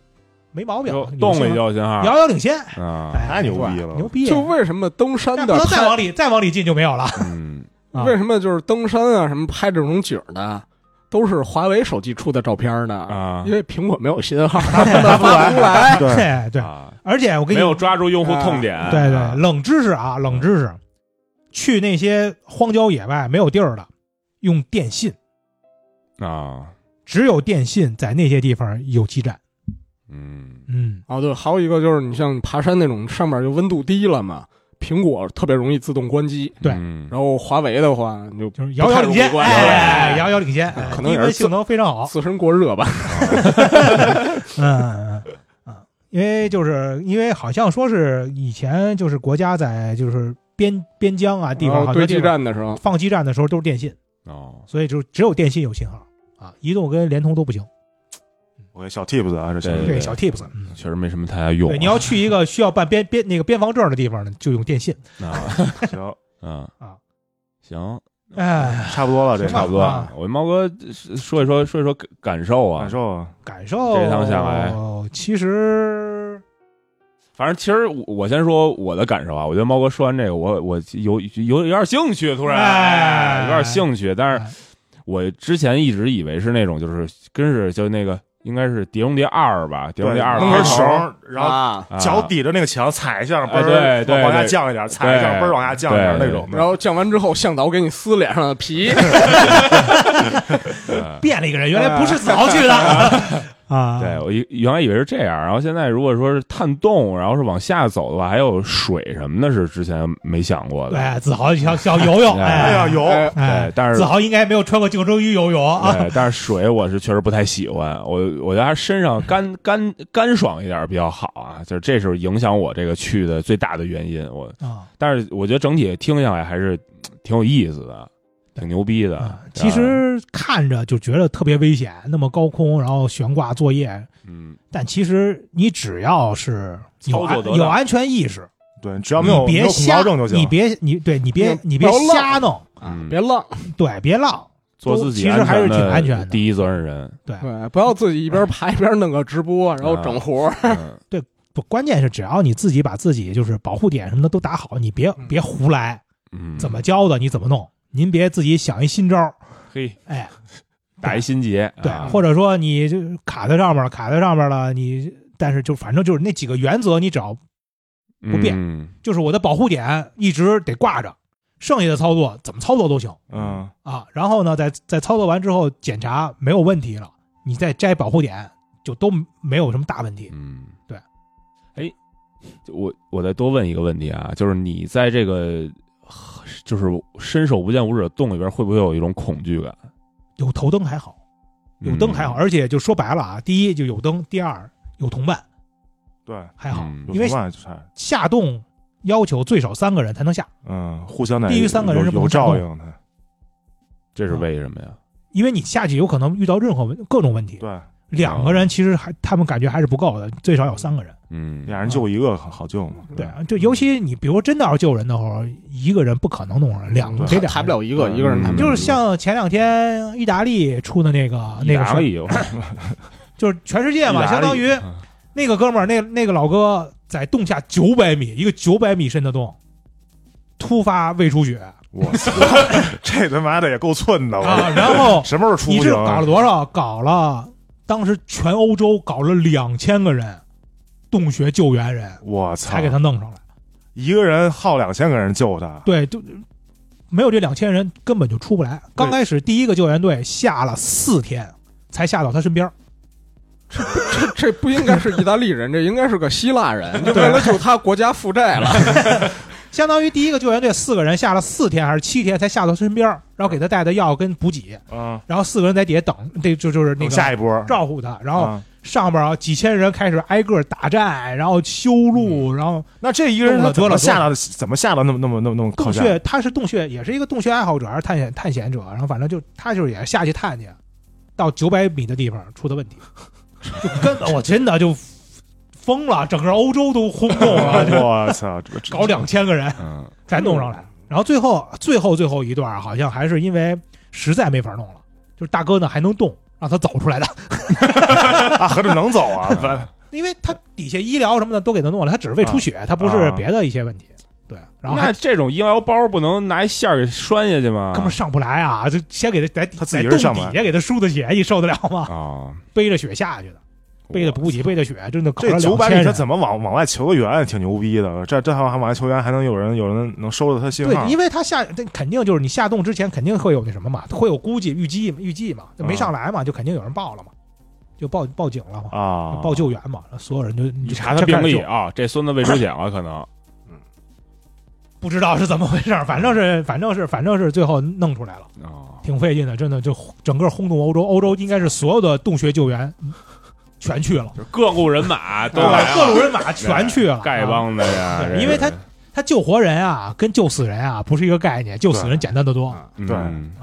没毛病有，动有力信号就行啊遥遥领先，啊，太哎牛逼了牛逼！就为什么登山但不的能再拍，往里再往里进就没有了。嗯，啊为什么就是登山啊什么拍这种景儿的，都是华为手机出的照片呢？啊因为苹果没有信 号，他们发 不出来。对，哎对对，啊，而且我跟没你有抓住用户痛点，对啊对，冷知识啊，冷知识，去那些荒郊野外没有地儿的，用电信，啊，只有电信在那些地方有基站。嗯嗯。哦，对，还有一个就是你像爬山那种，上面就温度低了嘛，苹果特别容易自动关机，对嗯然后华为的话你就就是遥遥领先，不太容易关嗯哎，遥遥领先，哎可能也因是为性能非常好，自身过热吧。嗯嗯嗯，因为就是因为好像说是以前就是国家在就是边边疆啊地方然好后多堆地哦基方站的时候，放基站的时候都是电信，哦，所以就只有电信有信号啊，移动跟联通都不行。我给小 tips 啊，这小对这 tips 个小 tips，嗯确实没什么太大用啊，对，你要去一个需要办边边那个边防证的地方呢，就用电信。啊行，嗯啊行，哎，差不多了，这行吧哦差不多啊，我跟猫哥说一说说一说感感受啊感，受啊，感受这趟下来，其实反正其实我我先说我的感受啊，我觉得猫哥说完这个，我我有有有点兴趣，突然、哎有点兴趣，但哎是我之前一直以为是那种就是跟是就那个应该是《碟中谍二》吧，《碟中谍二》弄开根头绳儿，然后啊，啊脚抵着那个墙踩一下，哎嘣对儿对往下对降一点，踩一下对嘣儿往下降一点对那种的。然后降完之后，向导给你撕脸上的皮，哎对变了一个人，原来不是早去的 啊，哎对，我一原来以为是这样，然后现在如果说是探洞，然后是往下走的话，还有水什么的，是之前没想过的。哎对，子豪想想游泳，哎哎呀，游，有哎哎对，，但是子豪应该没有穿过救生衣游泳啊。对，但是水我是确实不太喜欢，我我觉得还是身上干干干爽一点比较好啊，就是这是影响我这个去的最大的原因。我啊但是我觉得整体听下来还是嗯挺有意思的，挺牛逼的。啊啊！其，实看着就觉得特别危险，那么高空，然后悬挂作业，嗯，但其实你只要是有操作安得当有安全意识，对，只要没有你没有别恐瞎高症就行。你别你对你别嗯你别不要浪瞎弄，啊嗯别浪，对，别浪，做自己其实还是挺安安全全的的第一责任人。对对，不要自己一边爬一边弄个直播，然后整活儿。嗯不，关键是只要你自己把自己就是保护点什么的都打好，你别嗯别胡来，嗯，怎么教的你怎么弄，您别自己想一新招儿，嘿哎，打一心结？对，啊或者说你就卡在上面了，卡在上面了，你但是就反正就是那几嗯个原则，你只要就是我的保护点一直得挂着，剩下的操作怎么操作都行嗯啊。然后呢，在在操作完之后检查没有问题了，你再摘保护点就都没有什么大问题。嗯，对。哎，我我再多问一个问题啊，就是你在这个就是伸手不见五指的洞里边，会不会有一种恐惧感？有头灯还好，有灯还好，嗯而且就说白了啊，第一就有灯，第二有同伴对，还好，嗯因为有同伴就差下洞要求最少三个人才能下，嗯，互相得低于三个人是不有有能下照动应的，这是为什么呀？因为你下去有可能遇到任何问各种问题。对，两个人其实还他们感觉还是不够的，最少有三个人。嗯，俩人救一个好好救嘛，对，啊就尤其你比如真的要救人的时候，一个人不可能弄上，两个对得抬两不个人。了一个，嗯一个人抬不了一个。就是像前两天意大利出的那个啊那个事哪儿，里 有？就是全世界意大嘛，利相当于嗯那个哥们儿，那那个老哥在洞下九百米，一个九百米深的洞，突发胃出血我操，这他妈的也够寸的，我啊，然后什么时候哦 出你不这行搞啊了？多少？搞了，当时全欧洲搞了两千个人，洞穴救援人我操才给！他啊弄上来。一个人耗两千个人救他，对，就没有这两千人根本就出不来。刚开始第一个救援队下了四天才下到他身边儿，这这不应该是意大利人，这应该是个希腊人，就对为了救他国家负债 了。相当于第一个救援队四个人下了四天还是七天才下到他身边儿，然后给他带的药跟补给，嗯，然后四个人在底下等，这就就是那等哦个下一波，照顾他，然后嗯上边儿啊几千人开始挨个打战，然后修路，然后那这一个人动他怎了得了么下到怎么下到那么那么那么那么靠洞下？穴，他是洞穴，也是一个洞穴爱好者还是探险探险者，然后反正就他就是也下去探去，到九百米的地方出的问题，就根 本我真的就疯了，整个欧洲都轰动 了，就哎我操，这这搞两千个人嗯才弄上来，然后最后最后最后一段好像还是因为实在没法弄了，就是大哥呢还能动，让他走出来的，啊，合着能走 啊？反因为他底下医疗什么的都给他弄了，他只是胃出血，他不是啊别的一些问题，对，然后还那这种医疗包不能拿一线儿给拴下去吗？哥们儿上不来啊，就先给他在他自己在人洞上底不来下给他输的血，你受得了吗？啊，背着血下去的，背着补给，背着血，真的搞这了九两百千米他人。怎么往往外求个援，挺牛逼的。这这还往外求援，还能有人有人能收到他信号对，？因为他下，这肯定就是你下洞之前肯定会有那什么嘛，会有估计、预计、预计嘛，啊就没上来嘛，就肯定有人报了嘛，就报报警了嘛，啊，报救援嘛，所有人就你你查他病病历，啊，这孙子胃出血了，可 能不知道是怎么回事儿，反正是反正是反正是最后弄出来了，啊，挺费劲的，真的就整个轰动欧洲，欧洲应该是所有的洞穴救援全去了，就是各路人马都对来吧？了啊各路人马全去了，丐啊帮的呀，对这个因为他他救活人啊，跟救死人啊不是一个概念，救死人简单得多。嗯对，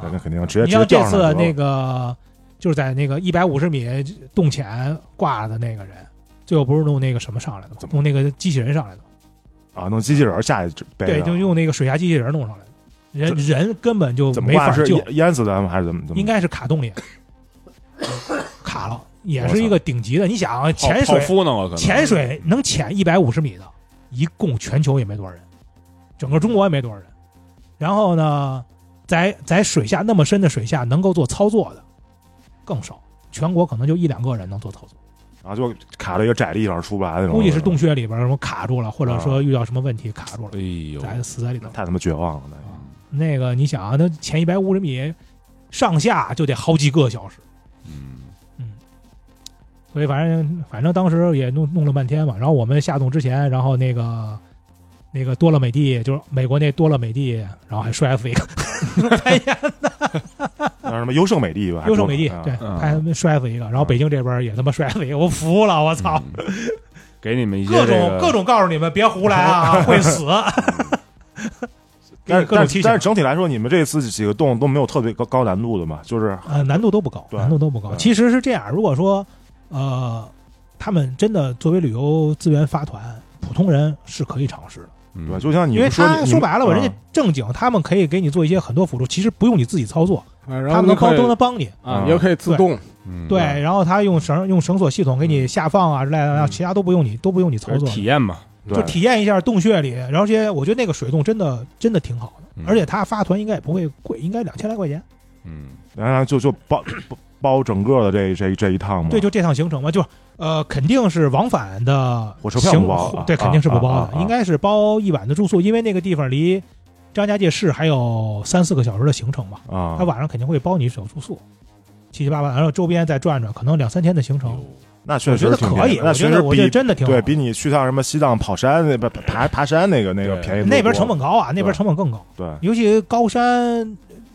那那肯定直接啊直接你像这吊上次来那个个就是在那个一百五十米洞前挂的那个人，最后不是弄那个什么上来的吗？弄那个机器人上来的吗，啊，弄机器人下去背对，着就用那个水下机器人弄上来的，人人根本就怎么没法挂是救，淹淹死他们还是怎嗯么怎么？应该是卡 洞里卡了，也是一个顶级的。你想啊潜泡水泡芙呢，我可能潜水能潜一百五十米的，一共全球也没多少人，整个中国也没多少人。然后呢，在在水下那么深的水下能够做操作的更少，全国可能就一两个人能做操作，然后就卡在一个窄地上出不来那种，估计是洞穴里边什么卡住了，或者说遇到什么问题卡住了啊哎，呦，在死在里头。太他妈绝望了。那那个你想啊，那潜一百五十米上下就得好几个小时，嗯所以反正反正当时也弄弄了半天嘛。然后我们下洞之前，然后那个那个多乐美帝，就是美国那多乐美帝，然后还摔死一个，拍那什么优胜美地吧？还优胜美帝啊，对，嗯还摔死一个。然后北京这边也他妈摔死一个，我服了，我 操！嗯给你们一些各这种个各种告诉你们别胡 来啊，会死。给但你是嗯各种但是提醒但是，整体来说，你们这次几个洞都没有特别高高难度的嘛，就是呃，难度都不高，对难度都不高。对其实是这样，如果说呃，他们真的作为旅游资源发团，普通人是可以尝试的。嗯对吧？就像你因为们说他你说们白了吧，人家啊正经，他们可以给你做一些很多辅助，其实不用你自己操作，啊然后他们能帮你可都以能帮你。嗯啊，也可以自动嗯对，然后他用绳用绳索系统给你下放啊之类的，嗯然后其他都不用你都不用你操就是作，体验嘛，对就体验一下洞穴里。然后这些，我觉得那个水洞真的真的挺好的嗯，而且他发团应该也不会贵，应该两千来块钱。嗯然后就就包包整个的这这这一趟嘛。对，就这趟行程嘛，就呃，肯定是往返的火车票行不包啊对，啊肯定是不包啊啊的，啊应该是包一晚的住宿，因为那个地方离张家界市还有三四个小时的行程吧，啊他，晚上肯定会包你小住宿，七七八八，然后周边再转转，可能两三天的行程，那确我觉实得挺可便宜以，那我确觉实得我觉得比真的挺好对比你去趟什么西藏跑山那不爬爬山那个那个对便宜多那边多成本高啊，那边成本更高，对，尤其高山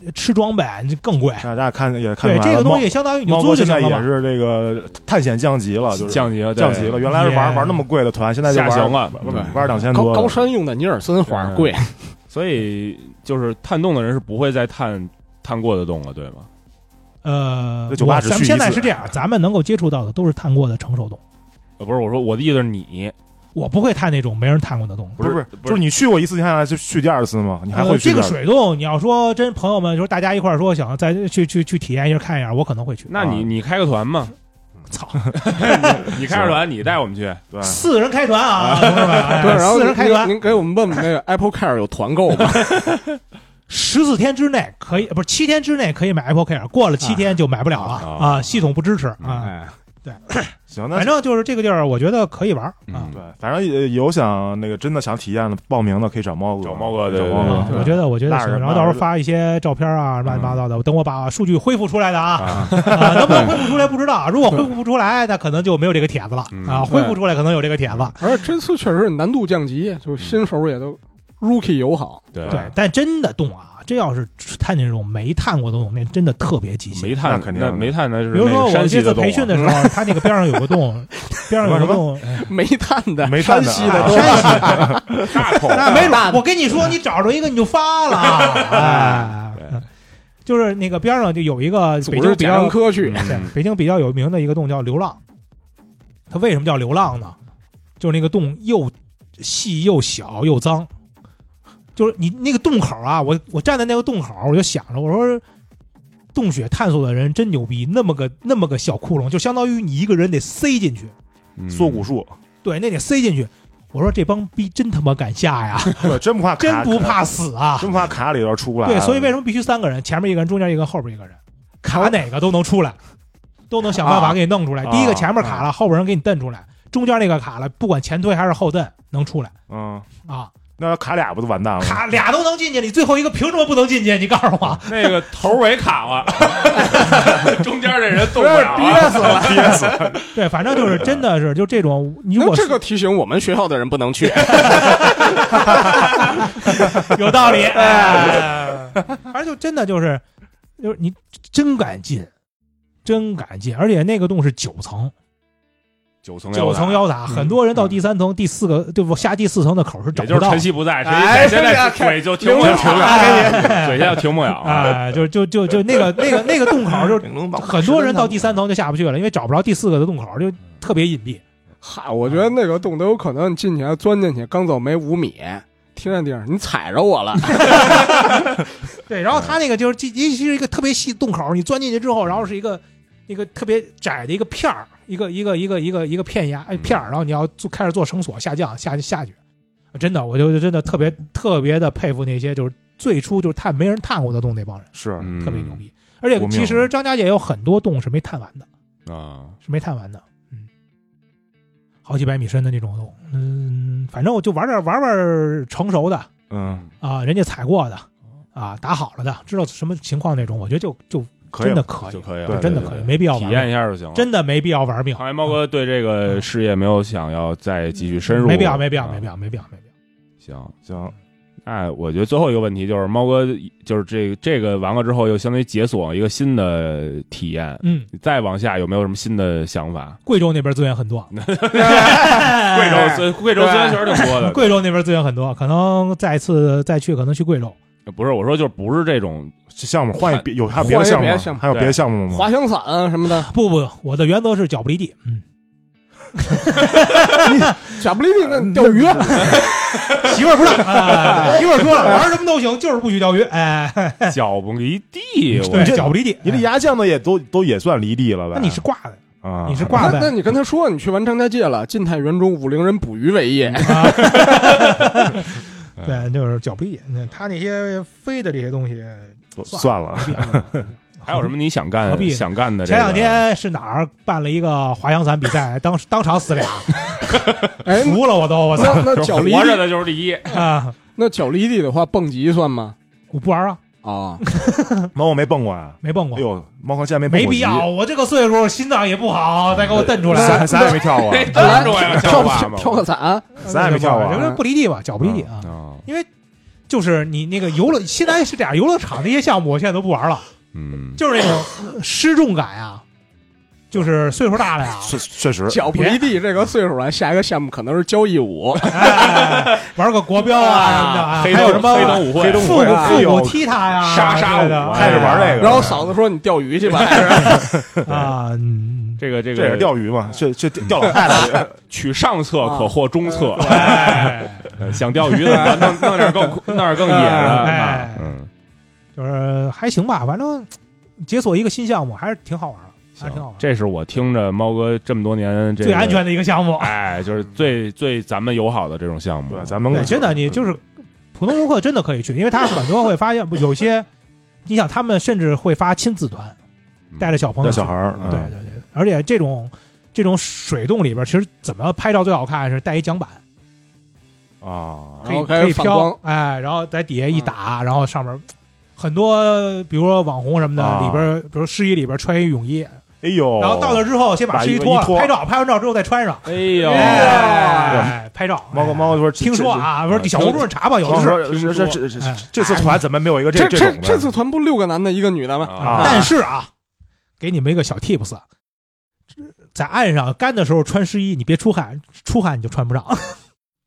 呃吃装备你更贵。那大家看也看对出来这了个东猫西，相当于你猫租哥就现行在也了嘛。是这个探险降级了，啊就是降级了，对降级了，原来是玩也玩那么贵的团，现在就下玩行了嗯玩对玩两千高多了，高山用的尼尔森花贵，所以就是探洞的人是不会再探探过的洞了，对吗？呃这，酒吧我只咱们去一现在次是这 样，咱们能够接触到的都是探过的成熟洞，呃不是，我说我的意思是你，我不会探那种没人探过的洞。不是不是，不是就是你去过一次，你看就去第二次嘛，你还呃会去这第个二次水洞，你要说真朋友们，就是大家一块儿说想再去去去体验一下看一下，我可能会去。啊那你你开个团嘛，嗯操， 你开个团，你带我们去，对。四个人开 团啊，同志们，嗯哎对，然后四个人开您团，您给我们问问那个 Apple Care 有团购 吗？十四天之内可以，不是七天之内可以买 Apple Care，过了七天就买不了了啊嗯啊，系统不支持啊。哎，行，那反正就是这个地儿，我觉得可以玩啊嗯。对，反正也有想那个真的想体验的报名的，可以找猫哥，找猫哥对找对猫对哥啊，嗯对我觉得我觉得那是行，然后那到时候是发一些照片啊，乱七八糟嗯的。等我把数据恢复出来的啊，啊，啊，能不能恢复出来不知道。如果恢复不出来，那可能就没有这个帖子了嗯啊。恢复出来可能有这个帖子，而且这次确实是难度降级，就新手也都 Rookie 友好，对对。但真的洞啊，这要是探那种没探过的洞，那真的特别极限。没探那肯定的那没探那是比如那说个我山西这次的洞啊培训的时候，他那个边上有个洞， 边上有个洞，哎煤炭的、煤炭山的西啊的都山西大口， 那没准，我跟你说，你找着一个你就发了啊。哎，就是那个边上就有一个北组京织比甲较壳，科去，对嗯北京比较有名的一个洞叫流浪。它为什么叫流浪呢？就是那个洞又细又小又脏，就是你那个洞口啊，我我站在那个洞口，我就想着，我说洞穴探索的人真牛逼，那么个那么个小窟窿，就相当于你一个人得塞进去。嗯缩骨术，对，那得塞进去。我说这帮逼真他妈敢下呀，对，真不怕卡，嗯真不怕死啊！真不怕卡里头出不来。对，所以为什么必须三个人？前面一个人，中间一个，后边一个人，卡哪个都能出来，都能想办法给你弄出来。啊第一个前面卡了，后边人给你蹬出来；中间那个卡了，不管前推还是后蹬，能出来嗯，啊！那要卡俩不就完蛋了？卡俩都能进去，你最后一个凭什么不能进去？你告诉我，那个头尾卡了，中间这人动不了 憋啊，死了。憋死了， 对，反正就是真的是就这种，你如那果这个提醒我们学校的人不能去，有道 理，哎反正就真的就是就是你真敢进，真敢进，而且那个洞是九层。九层九层腰腰塔，很多人到第三层、第四个，对不？下第四层的口嗯是打，找也就不是到晨。曦不在，晨曦哎在现在这个腿就停不了，留不哎 了，腿现在停不了 啊，啊，就就就就那个那个那个洞口， 就很多人到第三层就下不去了，因为找不着第四个的洞口，就特别隐蔽。嗨，我觉得那个洞都有可能进去钻进去，刚走没五米，听见地上你踩着我了，对，然后它那个就是其其实是一个特别细的洞口，你钻进去之后，然后是一个那个特别窄的一个片儿，一个一个一个一个一个片崖哎片儿，然后你要做开始做绳索下降下下去。真的，我就真的特别特别的佩服那些就是最初就是探没人探过的洞那帮人。是嗯特别牛逼。而且不妙其实张家界有很多洞是没探完的，啊，是没探完的，嗯，好几百米深的那种洞，嗯，反正我就玩点玩玩成熟的嗯，啊，人家踩过的哦啊，打好了的，知道什么情况那种，我觉得就就可以啊真的了，可就以，可以对对了，真的对可以，对没必要体玩验一命，下就行了。嗯真的嗯没必要玩命，看来猫哥对这个事业没有想要再继续深入，没必要，没必要，啊没必要，没必要，没必要。行，行，那我觉得最后一个问题就是，猫哥就是这这个完了之后，又相当于解锁一个新的体验。嗯，再往下有没有什么新的想法？贵州那边资源很多，贵州虽贵州资源确实挺多的，哎贵州那边资源很多，可能再次再去，可能去贵州。不是我说就不是这种这项目换一别有还有换别的一项别目的吗项目还有别对的项目嗯吗？滑翔伞啊什么的，不不，我的原则是脚不离 地，嗯，假不离地嗯那钓鱼，啊媳妇儿不让，哎媳妇儿说了，玩什么都行，就是不许钓鱼。哎，脚不离地。我 对，脚不离地，你这哎牙降的也都都也算离地了吧？那你是挂的，啊，你是挂那那的，你跟他说你去完张家界了，晋太园中武陵人捕鱼为业，嗯啊对，就是脚不离地。那他那些飞的这些东西，啊算 了，没必要还有什么你想干何必呢想干的这前个？两 天是哪儿办了一个滑翔伞比赛，当当场死俩，哎，服了我都，我操那那脚离活着地的就是第一，啊！那脚离地的话，蹦极算吗？我不玩啊，啊，猫我没蹦过啊，没蹦哎过，呦，猫哥竟然没蹦没过必极要。我这个岁数，心脏也不好，再给我蹬出来咱。 咱也没跳哎过，啊来这玩意儿像跳话跳吗跳个伞，咱也没跳过啊这个不离地吧，脚不离地啊。啊，就是你那个游乐，现在是这样，游乐场那些项目我现在都不玩了，嗯，就是那种失重感啊，就是岁数大了呀，确确实，脚不离地这个岁数了，下一个项目可能是交谊舞，哎 玩个国标啊什么的啊，还有什黑么灯舞会，黑灯复舞会啊，哎古复呦古踢踏呀，沙沙之类舞的，啊开始玩这个，然后嫂子说你钓鱼去吧， 还是个啊，嗯，这个这这也个是钓鱼嘛，这这钓老太太去， 取上策可获中策，哎，呃 想钓鱼的弄弄点更弄点更野的哎，嗯，就是还行吧，反正解锁一个新项目还是挺好玩的，还是挺好行玩，的，这是我听着猫哥这么多年这个最安，全的一个项目。哎，就是最最咱们友好的这种项目对，，咱们对，真嗯的，你就是普通游客真的可以去，因为他很多会发现不有些，你想他们甚至会发亲子团，嗯带着小朋友带去，小孩儿，嗯对对对，而且这种这种水洞里边，其实怎么拍照最好看是带一桨板，嗯啊，可然以后开始可以反飘光，哎，然后在底下一打，然后上面很多，比如说网红什么的，啊里边比如湿衣里边穿一泳衣，哎呦，然后到那之后先把把湿衣衣服脱一了，脱拍照，拍完照之后再穿上，哎呦，哎，拍照，猫哥哎猫哥说，听说啊，不是小红书上查吧，有猫的哥是。说，这这这这哎这次团怎么没有一个这这这种这的？次团不六个男的一个女的吗？啊但是啊，给你们一个小 tips，啊在岸上干的时候穿湿衣，你别出汗，出汗你就穿不上。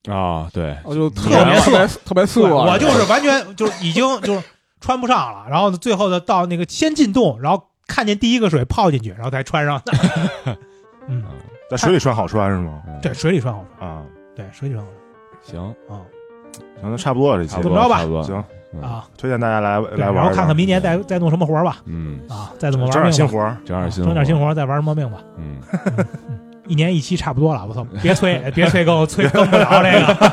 啊，对，我就特特别别色特别特别对，色，我就是完全就是已经就是穿不上了，然后最后呢到那个先进洞，然后看见第一个水泡进去，然后才穿上。嗯，在水里穿好穿是吗？嗯对，水里穿好穿，啊，对，水里穿好穿行，啊行，那差不多了，这差期不怎么多着吧差不多，行，嗯啊，推荐大家来对来玩然玩，后看看明年再再弄什么活儿吧，嗯，啊，再怎么玩整点命新吧活儿， 整点新，啊整点新，活儿，再玩什么命吧。嗯，一年一期差不多了，我操！别催，别催更，催更不了这个。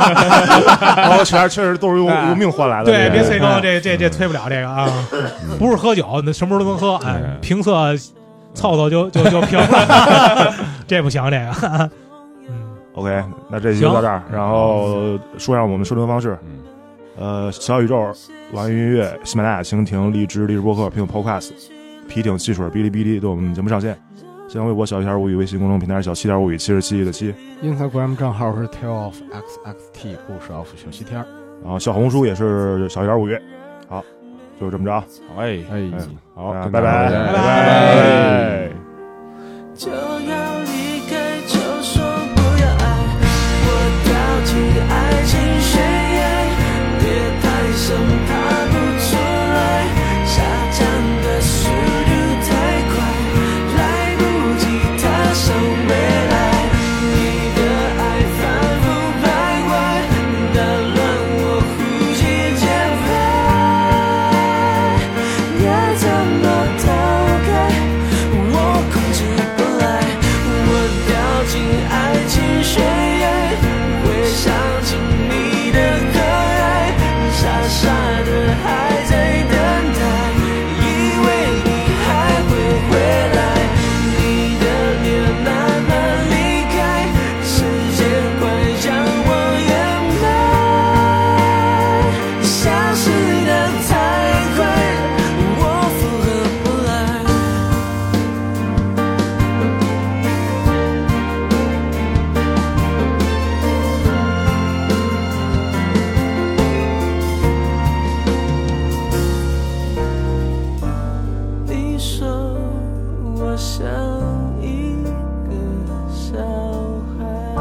然后全哦确实都是用哎用命换来的，对，别催催更，这这这催不了这个啊！不是喝酒，那什么时候都能喝，哎嗯，评测凑凑就就就平了， 这不行，这个。 嗯， OK，那这期行就到这儿，然后说一下我们收听方式，嗯呃，小宇宙、网易云音乐、喜马拉雅、蜻蜓、荔枝、荔枝播客、苹果 Podcast、皮艇、汽水、哔哩哔哩对我们节目上线。新浪微博小一点五语，微信公众平台是小七点五语，七十七的七。 Instagram 账号是 Tale of XXT 故事 of 小西天儿，然后小红书也是小一点五语。好，就这么着啊，好哎，哎哎好，啊跟拜大拜，家再见拜拜拜。就要离开，就说不要爱，我挑剔的爱情悬崖，别太深爬不出来，下降的速度太快，来不及踏上未来。你的爱反复徘徊，打乱我呼吸节拍，该怎么逃开？我控制不来，我掉进爱情悬崖，回想起你的可爱，傻傻的还在等待，以为你还会回来，你的脸慢慢离开，时间快将我掩埋，消失的太快，我负荷不来。你说我像一个小孩，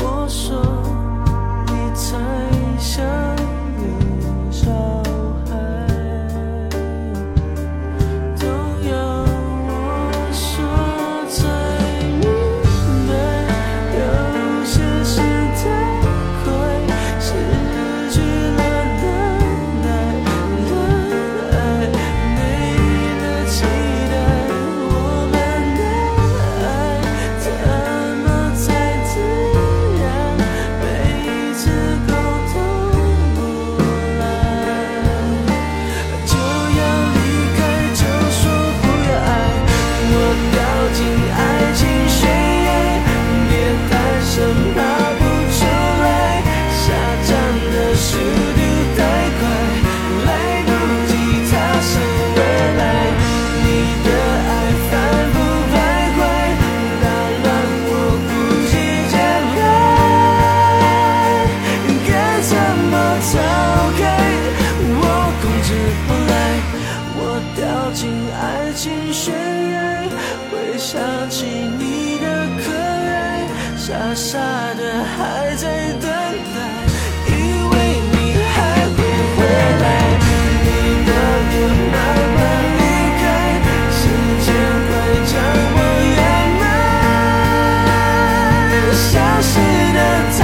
我说你才像个小孩。都要我说才明白，有些事太快，失去了耐傻的还在等待，以为你还会回来，你的脸慢慢离开，时间会将我掩埋，消失的太。